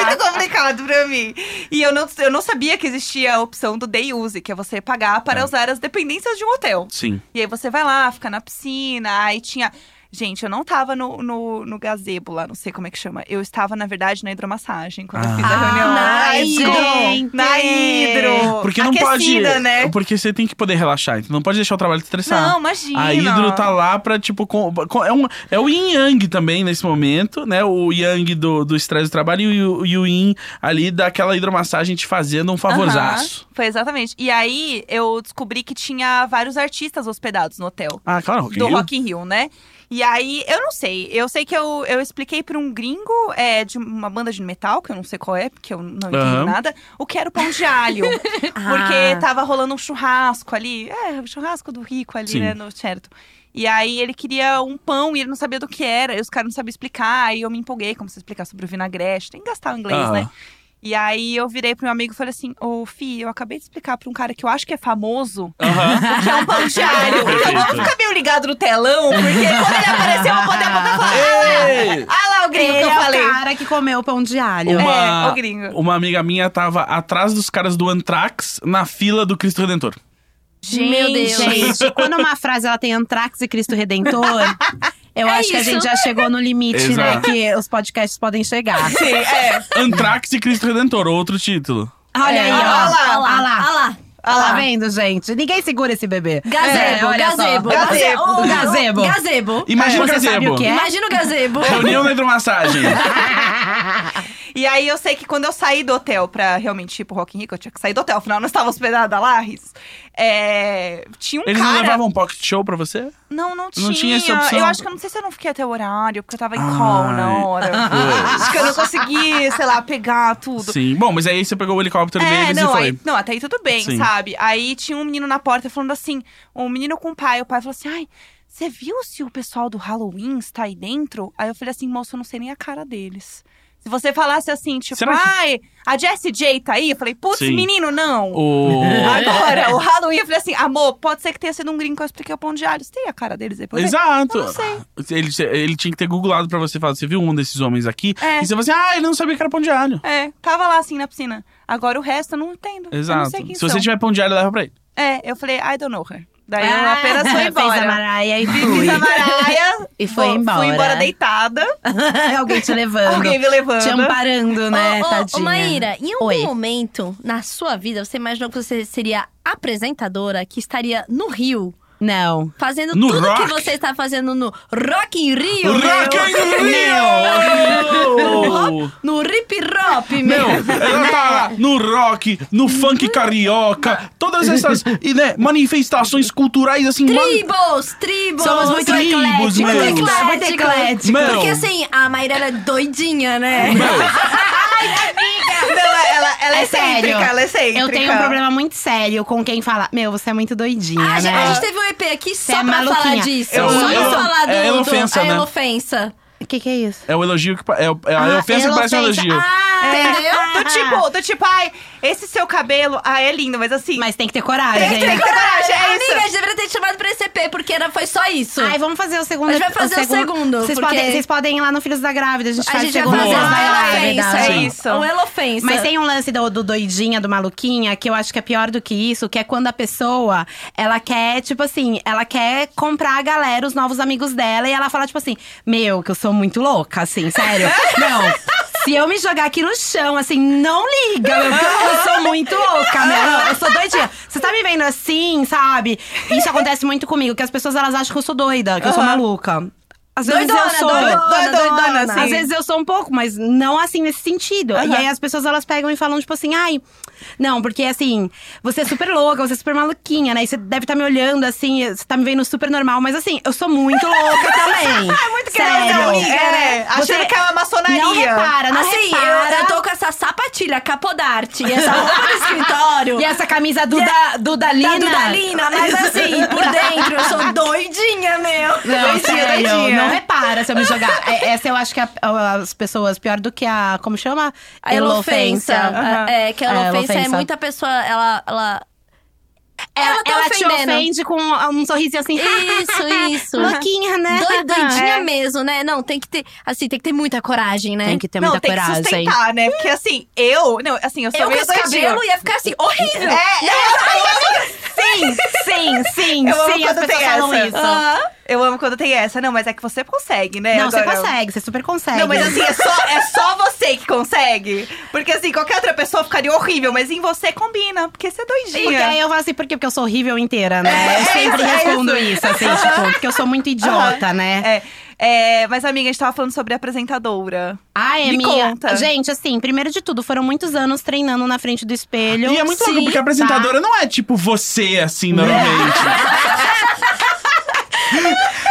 É muito complicado pra mim. E eu não, eu não sabia que existia a opção do day use, que é você pagar para usar as dependências de um hotel. Sim. E aí você vai lá, fica na piscina, aí tinha... Gente, eu não tava no, no, no gazebo lá, não sei como é que chama. Eu estava, na verdade, na hidromassagem, quando eu fiz a Ah, reunião. na hidro! hidro. Na hidro! Porque não Aquecida, pode. né? Porque você tem que poder relaxar, então não pode deixar o trabalho te estressar. Não, imagina. A Hidro tá lá pra, tipo, com- com- é, um, é o yin yang também nesse momento, né? O yang do do estresse do trabalho e o, e o yin ali daquela hidromassagem te fazendo um favorzaço. Aham, Foi exatamente. E aí eu descobri que tinha vários artistas hospedados no hotel. Ah, claro, Rock in do Rio. Rock in Rio, né? E aí, eu não sei. Eu sei que eu, eu expliquei pra um gringo é, de uma banda de metal, que eu não sei qual é, porque eu não entendo Aham. nada, o que era o pão de alho. Ah. porque tá tava rolando um churrasco ali. É, o churrasco do rico ali, Sim. né? No certo. E aí ele queria um pão e ele não sabia do que era. E os caras não sabiam explicar. Aí eu me empolguei, comecei a explicar sobre o vinagrete. Tem que gastar o inglês, Aham. né? E aí eu virei pro meu amigo e falei assim: Ô, Fi, eu acabei de explicar pra um cara que eu acho que é famoso Aham. que é um pão de alho. Então Ah, Perfeito. vamos ficar meio ligado no telão, porque quando ele aparecer, eu vou poder apontar e falar. Ei! Ah lá o gringo Ele que eu é falei. o cara que comeu pão de alho. É, Uma- o gringo. Uma amiga minha tava atrás dos caras do Anthrax na fila do Cristo Redentor. Meu Deus. Gente, quando uma frase ela tem Antrax e Cristo Redentor, eu É acho que a isso. gente já chegou no limite, né? Exato. Que os podcasts podem chegar. Sim, é. Anthrax e Cristo Redentor, outro título. Olha É, aí, ó. olha lá, Olha lá, olha lá. Ah lá, Ah. vendo, gente? Ninguém segura esse bebê. É, É, Gazebo, olha só. gazebo, Gazebo. O Gazebo. Gazebo. Imagina o Você sabe gazebo. o que é? Imagina o gazebo. Reunião na hidromassagem. E aí eu sei que quando eu saí do hotel pra realmente ir pro Rock in Rio, que eu tinha que sair do hotel, afinal eu não estava hospedada lá, Riz. É, tinha um Eles cara... não levavam pocket show pra você? Não, não tinha. tinha essa opção. Eu acho que eu não sei se eu não fiquei até o horário, porque eu tava em Ai. call na hora. Putz. acho que eu não consegui, sei lá, pegar tudo. Sim. Bom, mas aí você pegou o helicóptero deles É, não, e foi. aí- não, até aí tudo bem, Sim. sabe? Aí tinha um menino na porta falando assim, um menino com o pai. O pai falou assim, ai, você viu se o pessoal do Halloween está aí dentro? Aí eu falei assim, moço, eu não sei nem a cara deles. Se você falasse assim, tipo, Será que- ai, a Jessie J tá aí? Eu falei, putz, Sim. menino, não. O... Agora, o Halloween, eu falei assim, amor, pode ser que tenha sido um gringo que eu expliquei o pão de alho. Você tem a cara deles aí? pra eu ver?" Exato. Eu não sei. Ele, ele tinha que ter googlado pra você falar. Você viu um desses homens aqui? É. E você falou assim: ah, ele não sabia que era pão de alho. É, tava lá assim na piscina. Agora o resto eu não entendo. Eu não Exato. sei quem Se são. você tiver pão de alho, leva pra ele. É, eu falei, I don't know her. Daí eu Ah, apenas fui Fez a embora. Mariah e Fiz fui. a Mariah. E foi vou- embora. Fui embora deitada. Alguém te levando. Alguém me levando. Te amparando, né, Ô, ô, ô, tadinha. Maíra, em algum Oi. momento na sua vida, você imaginou que você seria apresentadora que estaria no Rio, Não. fazendo No tudo rock. que você está fazendo no Rock in Rio? Rock in Rio! No Rip Rop, Meu, meu! ela tá lá no rock, no Uhum. funk carioca, todas essas e, né, manifestações culturais assim. man- Tribos, tribos! Somos muito tribos, ecléticos, meu. muito Muito ecléticos. ecléticos. Meu. Porque assim, a Maíra era doidinha, né? Não, ela, ela, ela é, É sério. excêntrica, ela é excêntrica. Eu tenho um problema muito sério com quem fala, meu, você é muito doidinha, Ah, a, gente, né? a gente teve um EP aqui é só pra falar maluquinha. disso. Eu- só eu- pra falar do, é do- elofensa, a né? elofensa. O que, que é isso? É o elogio que pa- é, o- é a Ah, ofensa que parece um elofensa. elogio. Ah, Entendeu? Do É, tipo, do tipo, ai, esse seu cabelo, ah, é lindo, mas assim. Mas tem que ter coragem. né? tem que ter coragem, é isso. Amiga, a gente deveria ter te chamado pra esse EP, porque era, foi só isso. Ai, vamos fazer o segundo. A gente vai fazer o segundo, Vocês, porque- podem, vocês podem ir lá no Filhos da Grávida, a gente a faz o gente vai segundo é fazer Filhos da uma elofensa. Grávida. É isso. Uma elofensa. Mas tem um lance do, do doidinha, do maluquinha, que eu acho que é pior do que isso, que é quando a pessoa, ela quer, tipo assim, ela quer comprar a galera, os novos amigos dela, e ela fala, tipo assim, meu, que eu sou muito louca, assim, sério. Não. Se eu me jogar aqui no chão, assim, não liga, meu, que eu sou muito louca, meu. Não, eu sou doidinha. Você tá me vendo assim, sabe? Isso acontece muito comigo, que as pessoas elas acham que eu sou doida, que eu sou maluca. Às vezes eu Doidona, sou. doidona, doidona, assim. Às vezes eu sou um pouco, mas não assim nesse sentido. E aí as pessoas elas pegam e falam, tipo assim, ai. Não, porque assim, você é super louca, você é super maluquinha, né? E você deve estar me olhando assim, você tá me vendo super normal, mas assim, eu sou muito louca também. É muito querendo ser amiga, né? Achando que é uma maçonaria. Não repara, não assim, repara. eu, eu tô com essa sapatilha Capodarte e essa roupa do escritório. E essa camisa Duda, Duda é da Lina. Dudalina, mas assim, por dentro, eu sou doidinha, meu. Não, Doidinha, sério, doidinha. não repara se eu me jogar. É, essa eu acho que é a- as pessoas, pior do que a. Como chama? A elofensa. Aham. É, que a É, elofensa é, elofensa. muita pessoa, ela... ela... Ela, tá ela te ofendendo. ofende com um sorriso assim. Isso, isso. Louquinha, né? Doi- Doidinha É. mesmo, né? Não, tem que ter. Assim, tem que ter muita coragem, né? Tem que ter não, muita tem coragem. que sustentar, né? Porque assim, eu. Não, assim, eu sou Eu com meio esse doidinha. é cabelo ia ficar assim, horrível. É, Sim, sim, sim, eu amo sim. As quando pessoas tem falam essa. isso. Aham. Eu amo quando tem essa. Não, mas é que você consegue, né? não, você Agora- consegue, você super consegue. Não, mas assim, é só, é só você que consegue. Porque assim, qualquer outra pessoa ficaria horrível, mas em você combina, porque você é doidinha. Porque aí eu falo assim, por quê? Porque eu sou horrível inteira, né? É, eu é sempre isso, é respondo isso, assim, tipo, porque eu sou muito idiota, né? É. É, mas, amiga, a gente tava falando sobre apresentadora. Ah, é Me minha. conta. Gente, assim, primeiro de tudo, foram muitos anos treinando na frente do espelho. E é muito louco, Sim, porque a tá? apresentadora não é tipo você, assim, normalmente.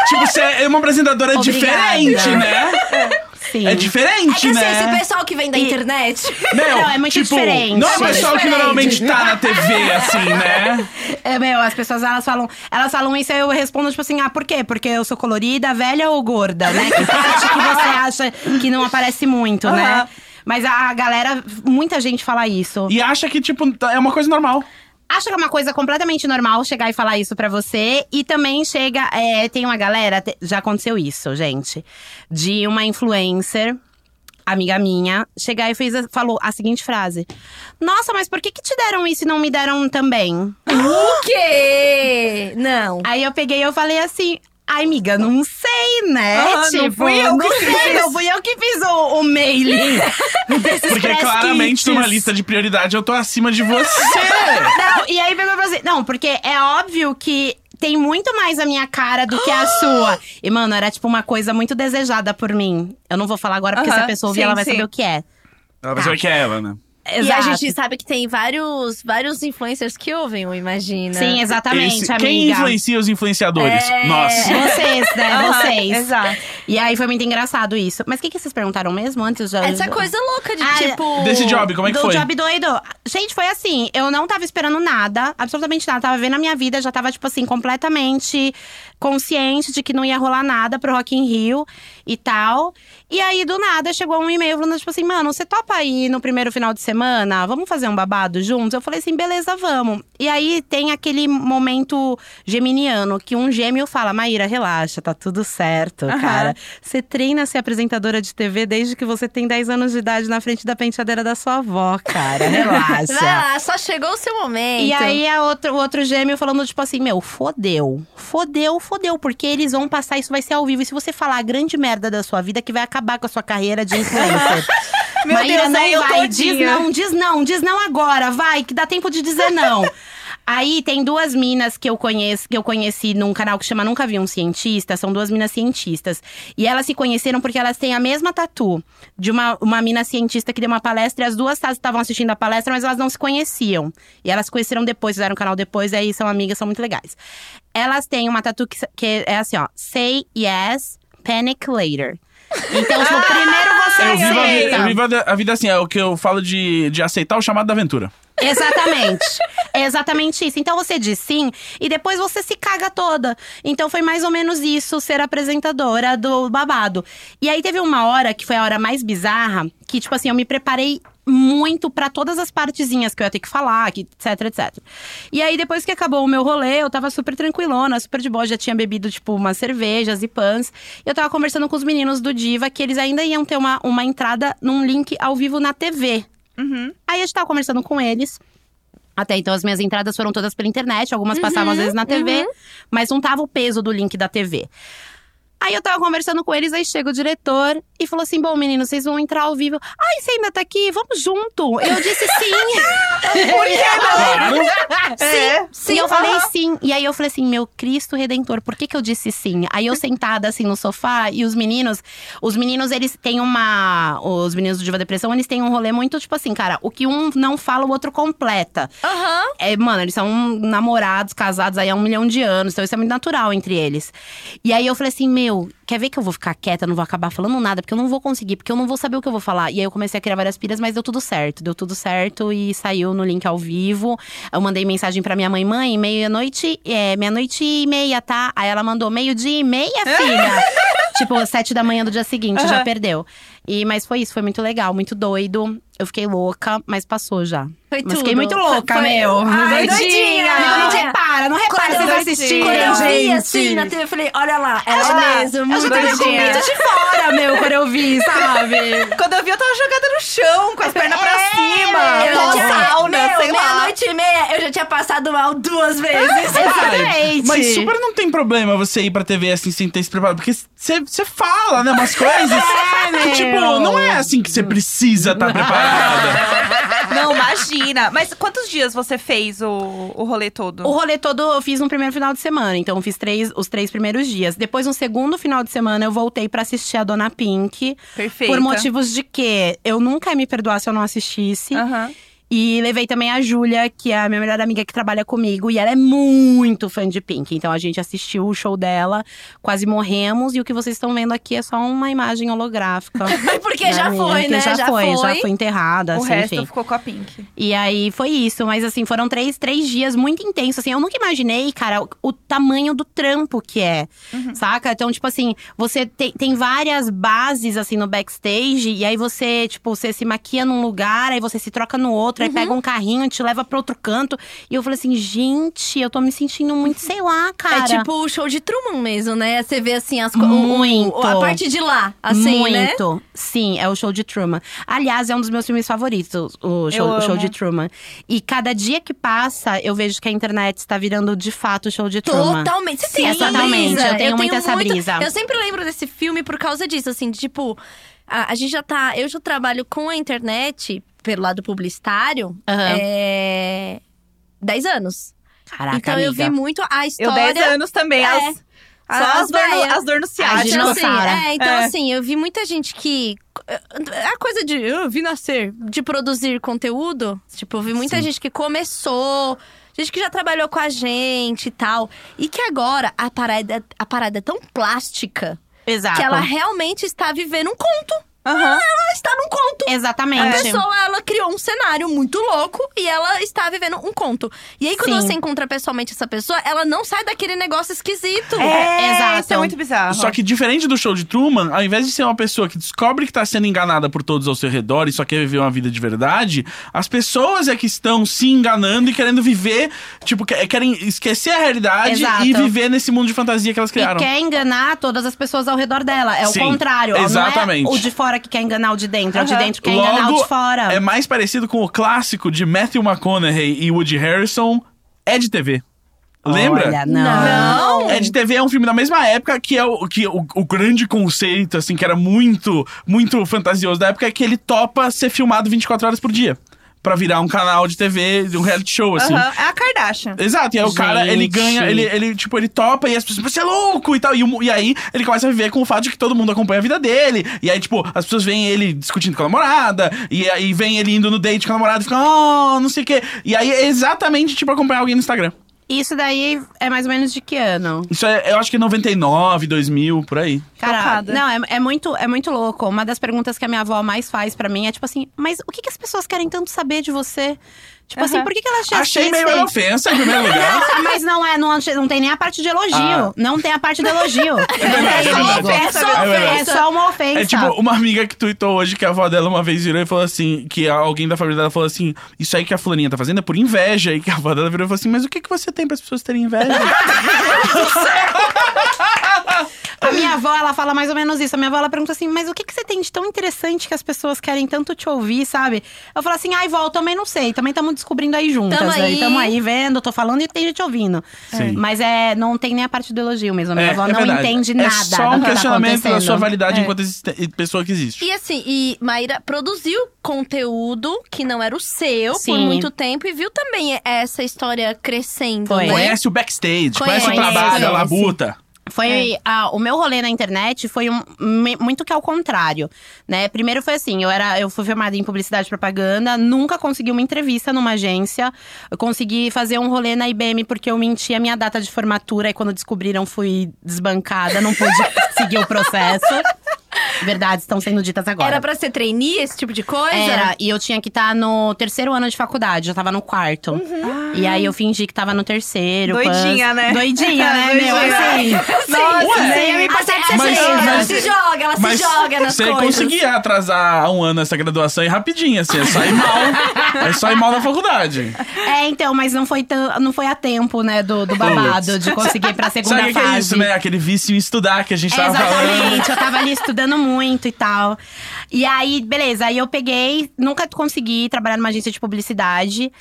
tipo, você é uma apresentadora Obrigada. diferente, né? Ah, Sim. É É diferente, que assim, né? esse pessoal que vem da internet. Meu, Não, é muito tipo, diferente. Não é o Muito pessoal que diferente. normalmente tá na TV, assim, né? É, meu, as pessoas elas falam, elas falam isso, aí eu respondo, tipo assim, ah, por quê? Porque eu sou colorida, velha ou gorda, né? Que parte que você acha que não aparece muito, Aham. né? Mas a galera, muita gente fala isso. E acha que, tipo, tá- é uma coisa normal. Acho que é uma coisa completamente normal chegar e falar isso pra você. E também chega. é, tem uma galera. te- Já aconteceu isso, gente. De uma influencer, amiga minha, chegar e fez, a- falou a seguinte frase: Nossa, mas por que, que te deram isso e não me deram também? o quê? Não. Aí eu peguei e eu falei assim. Ai, amiga, não sei, né? Ah, não tipo, fui eu não que sei, fiz. não fui eu que fiz o, o mailing. desses Porque press claramente kits. numa lista de prioridade eu tô acima de você. Não, e aí pegou pra você. Não, porque é óbvio que tem muito mais a minha cara do que a sua. E, mano, era tipo uma coisa muito desejada por mim. Eu não vou falar agora, porque se a Aham, pessoa ouvir, sim, ela vai sim. saber o que é. Ela vai saber que é ela, né? E a Exato. gente sabe que tem vários, vários influencers que ouvem o Imagina. Sim, exatamente, Esse- Tá amiga. quem influencia os influenciadores? É. Nossa. Vocês, né? Aham, Vocês. Exato. E aí foi muito engraçado isso. Mas o que, que vocês perguntaram mesmo antes? Já... Essa coisa louca de é Ah, tipo. Desse job, como é que do foi? job doido. Gente, foi assim, eu não tava esperando nada, absolutamente nada. Tava vendo a minha vida, já tava, tipo assim, completamente consciente de que não ia rolar nada pro Rock in Rio e tal. E aí, do nada, chegou um e-mail falando, tipo assim, mano, você topa aí no primeiro final de semana? Vamos fazer um babado juntos? Eu falei assim, beleza, vamos. E aí, tem aquele momento geminiano, que um gêmeo fala, Maíra, relaxa, tá tudo certo, Aham. cara. Você treina a ser apresentadora de TV desde que você tem 10 anos de idade na frente da penteadeira da sua avó, cara. Vai Relaxa. lá, só chegou o seu momento. E aí a outra- o outro gêmeo falando, tipo assim, meu, fodeu. Fodeu, fodeu, porque eles vão passar, isso vai ser ao vivo. E se você falar a grande merda da sua vida, que vai acabar com a sua carreira de influencer. Meu Maíra, Deus, não aí eu vai, diz todinha. não, diz não, diz não agora, vai, que dá tempo de dizer não. Aí tem duas minas que eu conheço, que eu conheci num canal que chama Nunca Vi um Cientista, são duas minas cientistas. E elas se conheceram porque elas têm a mesma tatu de uma, uma mina cientista que deu uma palestra e as duas tatas estavam assistindo a palestra, mas elas não se conheciam. E elas se conheceram depois, fizeram o canal depois, e aí são amigas, são muito legais. Elas têm uma tatu que, que é assim, ó, say yes, panic later. Então, tipo, primeiro você Eu vivo, a, vi- aceita. eu vivo a- a vida assim, é o que eu falo de, de aceitar o chamado da aventura. Exatamente. É exatamente isso. Então você diz sim e depois você se caga toda. Então foi mais ou menos isso ser apresentadora do babado. E aí teve uma hora que foi a hora mais bizarra, que tipo assim, eu me preparei muito pra todas as partezinhas que eu ia ter que falar, que etc, etc. E aí depois que acabou o meu rolê, eu tava super tranquilona, super de boa, já tinha bebido tipo umas cervejas e pans. Eu tava conversando com os meninos do Diva que eles ainda iam ter uma, uma entrada num link ao vivo na TV. Uhum. Aí a gente tava conversando com eles. Até então as minhas entradas foram todas pela internet, algumas passavam às vezes na TV, mas não tava o peso do link da TV. Aí eu tava conversando com eles, aí chega o diretor e falou assim: Bom, menino, vocês vão entrar ao vivo. Ai, você ainda tá aqui? Vamos junto. Eu disse sim. Por que não? É. Sim, e eu falei sim. E aí eu falei assim, meu Cristo Redentor, por que, que eu disse sim? Aí eu sentada assim no sofá e os meninos, os meninos eles têm uma, os meninos do Diva Depressão, eles têm um rolê muito tipo assim, cara, o que um não fala o outro completa. Aham. É, mano, eles são namorados, casados aí há um milhão de anos, então isso é muito natural entre eles. E aí eu falei assim, meu, quer ver que eu vou ficar quieta, não vou acabar falando nada, porque eu não vou conseguir, porque eu não vou saber o que eu vou falar. E aí eu comecei a criar várias pilhas, mas deu tudo certo, deu tudo certo e saiu no link ao vivo. Eu mandei mensagem pra minha mãe, mãe, meia-noite, é, meia-noite e meia, tá? Aí ela mandou meio-dia e meia, filha. tipo, sete da manhã do dia seguinte, já perdeu. E, mas foi isso, foi muito legal, muito doido. Eu fiquei louca, mas passou já. Foi Mas fiquei tudo. muito louca, Foi- meu. Ai, Doidinha. doidinha. Amigo, Não repara, não repara Quando vocês eu- assistirem, Quando eu vi gente. assim na TV, eu falei, olha lá, ela tá Olha lá, mesmo. Eu já tava com o Doidinha. peito tá de fora, meu, quando eu vi, sabe? Quando eu vi, eu tava jogada no chão, com as pernas pra cima. Eu já com tinha sauna, meu, sei lá. meia-noite e meia, eu já tinha passado mal duas vezes. Exatamente. Mas super não tem problema você ir pra TV assim sem ter se preparado. Porque você fala, né, umas coisas que, meu. tipo, não é assim que você precisa tá estar preparada. Não, imagina. Mas quantos dias você fez o, o rolê todo? O rolê todo eu fiz no primeiro final de semana, então eu fiz três, os três primeiros dias. Depois, no segundo final de semana, eu voltei pra assistir a Dona Pink. Perfeito. Por motivos de que eu nunca ia me perdoar se eu não assistisse. Aham. E levei também a Júlia, que é a minha melhor amiga que trabalha comigo, e ela é muito fã de Pink. Então a gente assistiu o show dela, quase morremos, e o que vocês estão vendo aqui é só uma imagem holográfica. Porque já né, foi, que né? Já, Já foi, já foi. foi enterrada, O assim, resto enfim. ficou com a Pink. E aí foi isso, mas assim, foram três, três dias muito intensos. Assim, eu nunca imaginei, cara, o, o tamanho do trampo que é, Uhum. saca? Então, tipo assim, você tem, tem várias bases, assim, no backstage, e aí você, tipo, você se maquia num lugar, aí você se troca no outro, aí Uhum. pega um carrinho, te leva pra outro canto. E eu falei assim, gente, eu tô me sentindo muito, sei lá, cara. É tipo o show de Truman mesmo, né? Você vê assim as co- o- Muito. o- a parte de lá, assim, né? muito. Sim, é o show de Truman. Aliás, é um dos meus filmes favoritos, o show, Eu o show amo. de Truman. E cada dia que passa, eu vejo que a internet está virando de fato o show de Truman. Totalmente. Você Sim, tem essa totalmente. brisa. Eu tenho muito essa brisa. Eu sempre lembro desse filme por causa disso, assim, de, tipo, a, a gente já tá. Eu já trabalho com a internet pelo lado publicitário Aham. é, 10 anos. Caraca, então eu amiga. vi muito a Eu, história. 10 anos também. É. As, só Só as as, dor no- baianas. as dor no A ciático. Então, assim, dinossauro. é, então, É. assim, eu vi muita gente que. é, A coisa de. Eu vi nascer. De produzir conteúdo. Tipo, eu vi muita gente que começou. Gente que já trabalhou com a gente e tal. E que agora a parada, a parada é tão plástica Exato. que ela realmente está vivendo um conto. Aham. Ela está num conto. A Exatamente. pessoa, ela criou um cenário muito louco e ela está vivendo um conto. E aí, quando Sim. você encontra pessoalmente essa pessoa, ela não sai daquele negócio esquisito. É, Exato. Isso é muito bizarro. Só que diferente do show de Truman, ao invés de ser uma pessoa que descobre que tá sendo enganada por todos ao seu redor e só quer viver uma vida de verdade, as pessoas é que estão se enganando e querendo viver, tipo, que- querem esquecer a realidade Exato. e viver nesse mundo de fantasia que elas E criaram. quer enganar todas as pessoas ao redor dela. É Sim, o contrário. exatamente. Não é o de fora que quer enganar o de dentro. É o de Aham. dentro que quer enganar o de fora. é mais parecido com o clássico de Matthew McConaughey e Woody Harrison, é de TV. Lembra? Olha, não. Não. É de TV é um filme da mesma época que é o, que o, o grande conceito, assim, que era muito, muito fantasioso da época, é que ele topa ser filmado 24 horas por dia. Pra virar um canal de TV, um reality show, assim. Aham, É a Kardashian. Exato, e aí o cara, ele Gente. ganha, ele, ele, tipo, ele topa e as pessoas, você é louco e tal. E, o mu- e aí ele começa a viver com o fato de que todo mundo acompanha a vida dele. E aí, tipo, as pessoas veem ele discutindo com a namorada, e aí vem ele indo no date com a namorada e fica, oh, não sei o quê. E aí é exatamente, tipo, acompanhar alguém no Instagram. Isso daí é mais ou menos de que ano? Isso é, eu acho que é 99, 2000, por aí. Cara, Chocada. não, é, é muito, é muito louco. Uma das perguntas que a minha avó mais faz pra mim é tipo assim: mas o que, que as pessoas querem tanto saber de você? Tipo assim, Aham. por que, que elas te Achei meio assistem? uma ofensa, em primeiro lugar. Ah, mas não é, não, achei- não tem nem a parte de elogio. Ah. Não tem a parte do elogio. verdade, é, é uma amigo. ofensa, É só é verdade. ofensa. É só uma ofensa. É tipo uma amiga que tweetou hoje que a avó dela uma vez virou e falou assim: que alguém da família dela falou assim: Isso aí que a fulaninha tá fazendo é por inveja. E que a avó dela virou e falou assim: Mas o que, que você tem para as pessoas terem inveja? A minha avó, ela fala mais ou menos isso. A minha avó, ela pergunta assim, mas o que, que você tem de tão interessante que as pessoas querem tanto te ouvir, sabe? Eu falo assim, ai, vó, eu também não sei. Também estamos descobrindo aí juntas. Tamo aí. Estamos aí vendo, tô falando e tem gente ouvindo. Sim. Mas é, não tem nem a parte do elogio mesmo. A minha avó não verdade. entende É nada só do um que questionamento tá da sua acontecendo. validade É. enquanto existe- pessoa que existe. E assim, e Maíra produziu conteúdo que não era o seu por Sim. muito tempo e viu também essa história crescendo, Foi. né? Conhece o backstage, conhece, Conhece, o trabalho, a conhece. labuta. Foi ah, o meu rolê na internet foi um- me- muito que ao contrário, né? Primeiro foi assim, eu era eu fui formada em publicidade e propaganda, nunca consegui uma entrevista numa agência. Eu consegui fazer um rolê na IBM porque eu menti a minha data de formatura e quando descobriram fui desbancada, não pude seguir o processo. Verdades estão sendo ditas agora. Era pra ser trainee, esse tipo de coisa? Era, e eu tinha que estar no terceiro ano de faculdade, eu tava no quarto. E aí eu fingi que tava no terceiro. Doidinha, pans- né? Doidinha, né, meu? Doidinha. Assim. Nossa, Ué. ia me Até passar que você Mas- chega, ela mas- se joga, ela Mas se joga nas você coisas. conseguia atrasar um ano essa graduação e rapidinho, assim, é só ir mal. é só ir mal na faculdade. É, então, mas não foi, tão- não foi a tempo, né, do, do babado, de conseguir pra segunda Sabe o que fase. é isso, né? Aquele vício em estudar que a gente É, tava falando. Exatamente, eu tava ali estudando muito e tal. E aí, beleza, aí eu peguei, nunca consegui trabalhar numa agência de publicidade.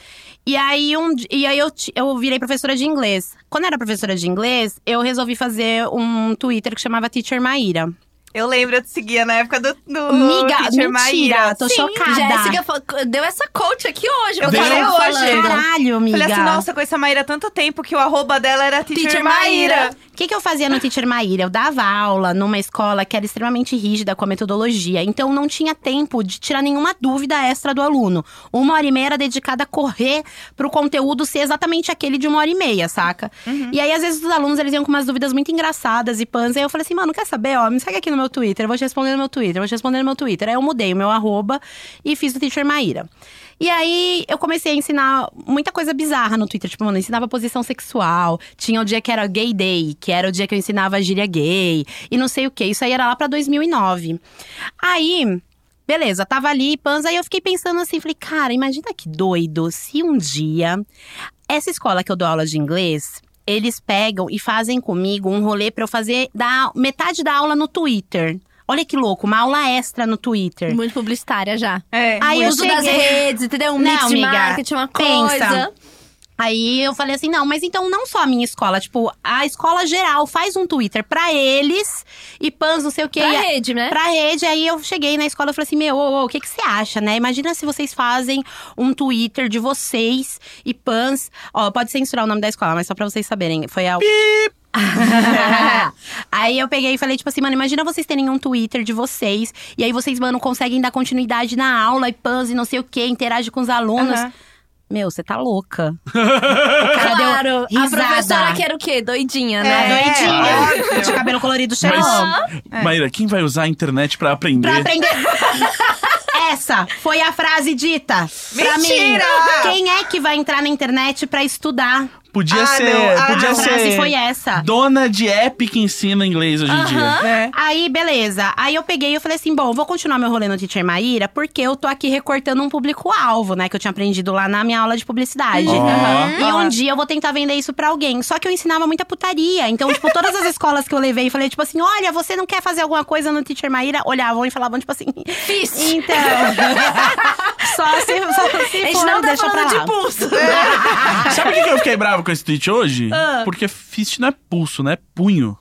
E aí, um, di- e aí eu, ti- eu virei professora de inglês. Quando eu era professora de inglês, eu resolvi fazer um Twitter que chamava Teacher Maíra. Eu lembro, eu te seguia na época do, do Amiga, Teacher mentira, Maíra. tô Sim. chocada. Jéssica fa- deu essa coach aqui hoje. Eu tava falei hoje. falando. Caralho, amiga. Falei assim, nossa, eu conheço a Maíra há tanto tempo que o arroba dela era Teacher, Teacher Maíra. Maíra. O que, que eu fazia no Teacher Maíra? Eu dava aula numa escola que era extremamente rígida com a metodologia. Então, não tinha tempo de tirar nenhuma dúvida extra do aluno. Uma hora e meia era dedicada a correr pro conteúdo ser exatamente aquele de uma hora e meia, saca? Uhum. E aí, às vezes, os alunos, eles iam com umas dúvidas muito engraçadas e pans. Aí eu falei assim, mano, quer saber? Ó, me segue aqui no meu Twitter, eu vou te responder no meu Twitter, eu vou te responder no meu Twitter. Aí eu mudei o meu arroba e fiz o Teacher Maíra. E aí eu comecei a ensinar muita coisa bizarra no Twitter. Tipo, mano, eu ensinava posição sexual. Tinha o dia que era Gay Day, que era o dia que eu ensinava gíria gay e não sei o quê. Isso aí era lá pra 2009. Aí. Beleza, tava ali, panza. Aí eu fiquei pensando assim, falei, cara, imagina que doido se um dia essa escola que eu dou aula de inglês, eles pegam e fazem comigo um rolê pra eu fazer da, metade da aula no Twitter. Olha que louco, uma aula extra no Twitter. Muito publicitária já. É. Aí o eu uso das cheguei- redes, entendeu? Um Não, mix de amiga, marketing, uma pensa. coisa. Aí eu falei assim, não, mas então não só a minha escola, tipo, a escola geral faz um Twitter pra eles e pans não sei o quê. Que pra e a- rede, né? pra rede. Aí eu cheguei na escola e falei assim: Meu, ô, ô, o que, que você acha, né? Imagina se vocês fazem um Twitter de vocês e pans. Ó, pode censurar o nome da escola, mas só pra vocês saberem. Foi a. aí eu peguei e falei, tipo assim, mano, imagina vocês terem um Twitter de vocês. E aí vocês, mano, conseguem dar continuidade na aula e pans e não sei o quê, interage com os alunos. Aham. Meu, você tá louca. O cara deu Claro, a risada. professora que era o quê? Doidinha, né? É. Tá Doidinha. Óbvio. De cabelo colorido cheirou. Mas, Maíra, quem vai usar a internet pra aprender? Pra aprender. Essa foi a frase dita. Pra mim, Mentira! quem é que vai entrar na internet pra estudar? Podia Ah, ser, não. Ah, podia a não. frase ser foi essa. dona de app que ensina inglês hoje em dia. É. Aí, beleza. Aí eu peguei e eu falei assim: bom, vou continuar meu rolê no Teacher Maíra, porque eu tô aqui recortando um público-alvo, né? Que eu tinha aprendido lá na minha aula de publicidade. Uhum. Ó. E um dia eu vou tentar vender isso pra alguém. Só que eu ensinava muita putaria. Então, tipo, todas as escolas que eu levei, falei, tipo assim: olha, você não quer fazer alguma coisa no Teacher Maíra? Olhavam e falavam, tipo assim. Fiz. Então. só se, só se A gente for, não tá deixa pra lá. falando de É. pulso. É, Sabe por que que eu fiquei bravo com esse tweet hoje? Porque fist não é pulso, né? É punho.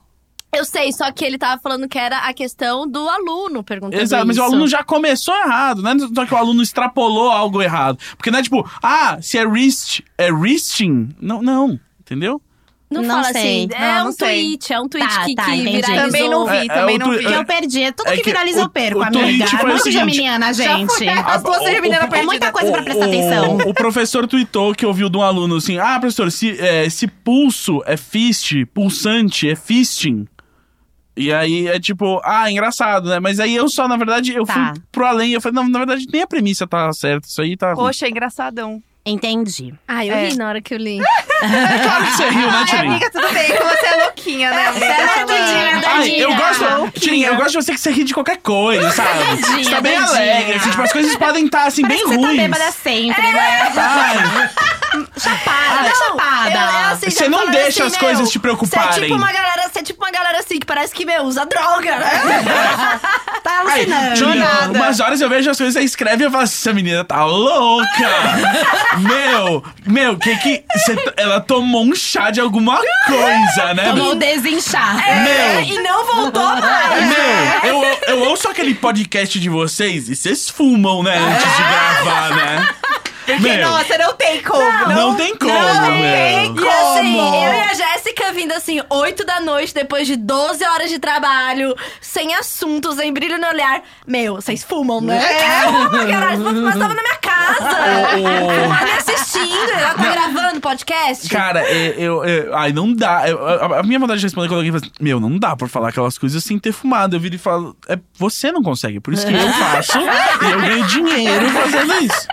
Eu sei, só que ele tava falando que era a questão do aluno perguntando Exato, mas o isso. aluno já começou errado, né? Só que o aluno extrapolou algo errado. Porque não é tipo, ah, se é wrist, é wristing? Não, não. Entendeu? Não, Não fala sei. assim. Não, É não um sei. tweet, é um tweet Tá, que, tá, que entendi. viralizou. Também não vi, É, é, também o não tu- vi. Que eu perdi. Tudo É que, que viraliza o- eu perco, o amiga. tweet foi o Muito seguinte, geminiana, gente. As duas terminaram É perdidas. muita coisa pra prestar o- atenção. O professor tweetou que ouviu de um aluno assim: Ah, professor, se, é, se pulso é fist, pulsante é fisting. E aí é tipo, ah, engraçado, né? Mas aí eu só, na verdade, eu Tá. fui pro além. Eu falei, não, na verdade, nem a premissa tá certa. Isso aí tá. ruim." Poxa, é engraçadão. Entendi. Ah, eu É. ri na hora que eu li. Claro que você riu, né, Ai, Tilly? amiga, tudo bem. que Você é louquinha, né? amiga? é doidinha, Ela- Ai, eu gosto. Tilly, eu gosto de você que você ri de qualquer coisa, sabe? Tadinha, Você tá bem tadinha. alegre. assim, tipo, as coisas podem estar assim, Parece que bem você tá ruins. bêbada sempre, É. né? Ai, Chapada, é chapada. assim, tá Você não deixa as coisas te preocuparem. Você é tipo uma galera, você é tipo uma galera assim que parece que meu, usa droga, né? Tá Ai, Júlia, alucinando. umas horas eu vejo as coisas, você escreve e eu falo, essa menina tá louca! meu, meu, que que. cê t- ela tomou um chá de alguma coisa, né? Tomou o desinchar. É. Meu, E não voltou mais. meu, eu, eu ouço aquele podcast de vocês e vocês fumam, né? Antes de gravar, né? Meu, Nossa, não tem como. não, tem como, tem meu. E assim, Como? eu e a Jéssica vindo assim, 8 da noite, depois de 12 horas de trabalho, sem assunto, sem brilho no olhar. Meu, vocês fumam, né? É. Caralho, vocês estavam na minha casa. O- o- Tava me assistindo, ela tá gravando podcast. Cara, é, eu, eu- Ai, não dá. Eu- a, a minha vontade de responder quando alguém fala assim, meu, não dá pra falar aquelas coisas sem ter fumado. Eu viro e falo, é, você não consegue, por isso que eu faço e eu ganho dinheiro fazendo isso.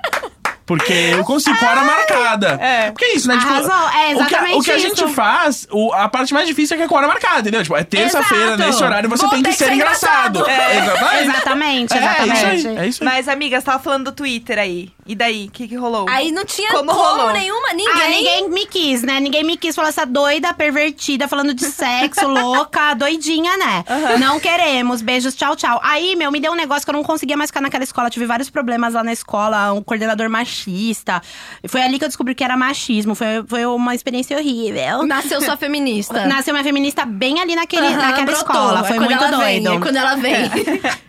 Porque eu consigo com hora marcada. É. Porque é isso, né? Arrasou, é o que a- o que, exatamente a isso. gente faz, o- a parte mais difícil é que é com hora marcada, entendeu? Tipo, é terça-feira, Exato. nesse horário, você Vou tem que ser engraçado. Exatamente. Exatamente, É, exatamente. isso aí. É isso aí. Mas, amiga, você tava falando do Twitter aí. E daí? O que, que rolou? Aí não tinha Como como, rolou? nenhuma, ninguém. Ninguém... Ah, ninguém me quis, né? Ninguém me quis falar essa doida, pervertida, falando de sexo, louca, doidinha, né? Não queremos. Beijos, tchau, tchau. Aí, meu, me deu um negócio que eu não conseguia mais ficar naquela escola. Tive vários problemas lá na escola, um coordenador machista. Foi ali que eu descobri que era machismo. Foi, foi uma experiência horrível. Nasceu só feminista. Nasceu uma feminista bem ali naquele, Aham, naquela brotou. escola. É Foi quando muito ela doido. Vem, é quando ela vem.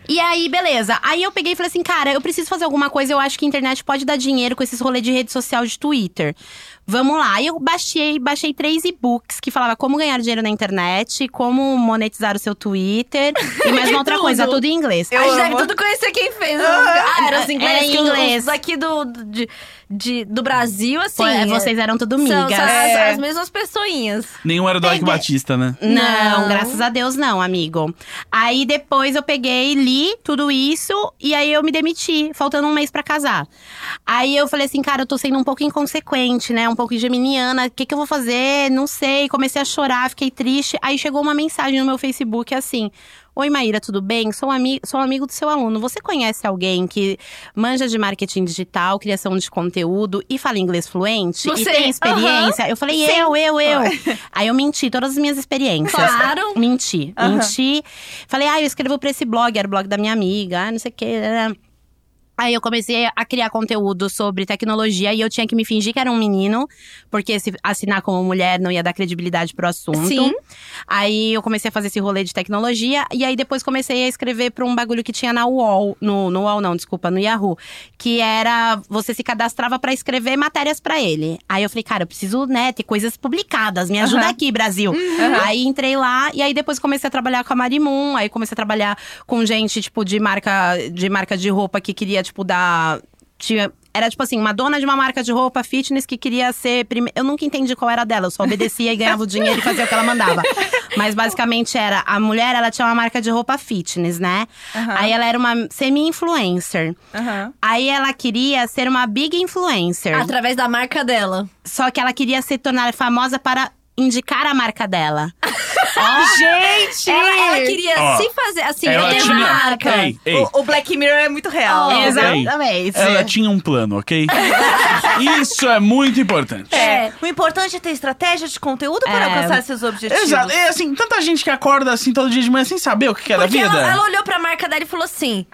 E aí, beleza. Aí eu peguei e falei assim, cara, eu preciso fazer alguma coisa. Eu acho que a internet pode dar dinheiro com esses rolês de rede social de Twitter. Vamos lá. Aí eu baixei, baixei três e-books que falava como ganhar dinheiro na internet, como monetizar o seu Twitter e mais uma outra Tudo. coisa, tudo em inglês. Eu a gente amo. deve é tudo conhecer quem fez. né? Ah, era os É, ingleses. que inglês. Os daqui do, de, de- do Brasil, assim. Pô, é, vocês eram tudo são, migas. são as, É. as mesmas pessoinhas. Nenhum era do Eric Batista, né? Não, Não. graças a Deus não, amigo. Aí depois eu peguei, li tudo isso e aí eu me demiti, faltando um mês pra casar. Aí eu falei assim, cara, eu tô sendo um pouco inconsequente, né? Um pouco geminiana. O que, que eu vou fazer? Não sei. Comecei a chorar, fiquei triste. Aí chegou uma mensagem no meu Facebook assim: Oi, Maíra, tudo bem? Sou, um ami sou amigo do seu aluno. Você conhece alguém que manja de marketing digital, criação de conteúdo e fala inglês fluente? E Você, tem experiência? é, Eu falei, Sim. eu, eu, eu. Aí eu menti todas as minhas experiências. Claro. Menti, Aham. menti. Falei, ah, eu escrevo pra esse blog, era o blog da minha amiga, ah, não sei o quê. né? Aí eu comecei a criar conteúdo sobre tecnologia e eu tinha que me fingir que era um menino, porque se assinar como mulher não ia dar credibilidade pro assunto. Sim. Aí eu comecei a fazer esse rolê de tecnologia e aí depois comecei a escrever pra um bagulho que tinha na UOL, no, no UOL não, desculpa, no Yahoo, que era você se cadastrava pra escrever matérias pra ele. Aí eu falei, cara, eu preciso, né, ter coisas publicadas, me ajuda Aham. aqui, Brasil. Aí entrei lá e aí depois comecei a trabalhar com a Marimun, aí comecei a trabalhar com gente tipo de marca de marca de roupa que queria tipo dar tinha- era tipo assim, uma dona de uma marca de roupa fitness que queria ser. prime- Eu nunca entendi qual era a dela, eu só obedecia e ganhava o dinheiro e fazia o que ela mandava. Mas basicamente era: a mulher, ela tinha uma marca de roupa fitness, né? Aham. Aí ela era uma semi-influencer. Aham. Aí ela queria ser uma big É. influencer. Através da marca dela. Só que ela queria se tornar famosa para indicar a marca dela. Gente! Ela, ela queria Ó, se fazer assim, eu ela tenho tinha- uma marca. Ei, ei. O, o Black Mirror é muito real. Oh. Exato. Exatamente. Ela tinha um plano, ok? Isso é muito importante. É. O importante é ter estratégia de conteúdo para É. alcançar seus objetivos. Exato. É assim, tanta gente que acorda assim todo dia de manhã sem saber o que que é da Porque vida. ela, ela olhou pra marca dela e falou assim: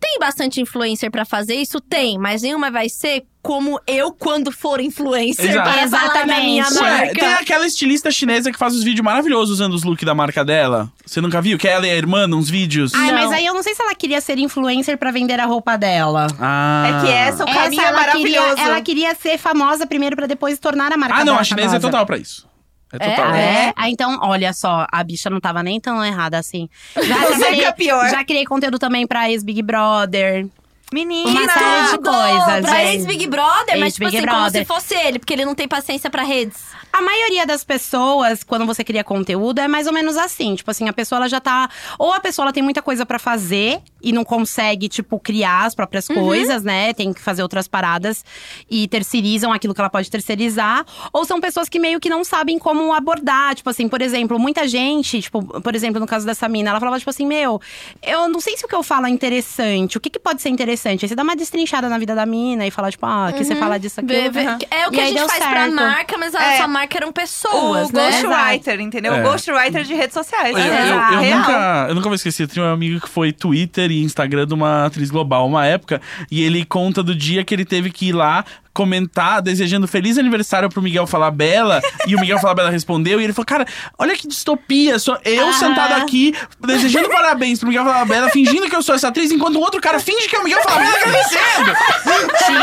tem bastante influencer pra fazer isso? Tem, mas nenhuma vai ser como eu quando for influencer Exato. para falar da minha Exatamente. Ué, tem marca. aquela estilista chinesa que faz uns vídeos maravilhosos usando os looks da marca dela. Você nunca viu? Que é ela e a irmã, uns vídeos. Ai, Não. mas aí eu não sei se ela queria ser influencer para vender a roupa dela. Ah. É que essa, o caminho é ela queria- maravilhoso. ela queria ser famosa primeiro pra depois tornar a marca Ah, não, dela a chinesa é famosa. total pra isso. É total. Ah, É? é? Ah, então, olha só, a bicha não tava nem tão errada assim. Já, Você que é pior. já criei conteúdo também pra ex-Big Brother. Menina! Uma série de coisas, pra gente. ex-Big Brother, mas Ex-Big tipo assim, Brother. como se fosse ele, porque ele não tem paciência pra redes. A maioria das pessoas, quando você cria conteúdo, é mais ou menos assim. Tipo assim, a pessoa ela já tá. Ou a pessoa ela tem muita coisa pra fazer e não consegue, tipo, criar as próprias Uhum. coisas, né? Tem que fazer outras paradas e terceirizam aquilo que ela pode terceirizar. Ou são pessoas que meio que não sabem como abordar. Tipo assim, por exemplo, muita gente, tipo, por exemplo, no caso dessa mina, ela falava, tipo assim, meu, eu não sei se o que eu falo é interessante. O que, que pode ser interessante? Aí você dá uma destrinchada na vida da mina e fala, tipo, ah, o que você fala disso aqui. Uhum. Vê- vê- É o que E a aí gente deu faz pra certo. marca, mas a É. sua marca eram pessoas, O né? ghostwriter, entendeu? É. O ghostwriter de redes sociais. Eu, eu- É, Exato. eu Real. nunca, eu nunca vou esquecer. Eu tinha um amigo que foi Twitter e Instagram de uma atriz global uma época. E ele conta do dia que ele teve que ir lá comentar, desejando feliz aniversário pro Miguel Falabella. e o Miguel Falabella respondeu. E ele falou: Cara, olha que distopia. Só eu Aham. sentado aqui, desejando parabéns pro Miguel Falabella, fingindo que eu sou essa atriz, enquanto o outro cara finge que é o Miguel Falabella agradecendo.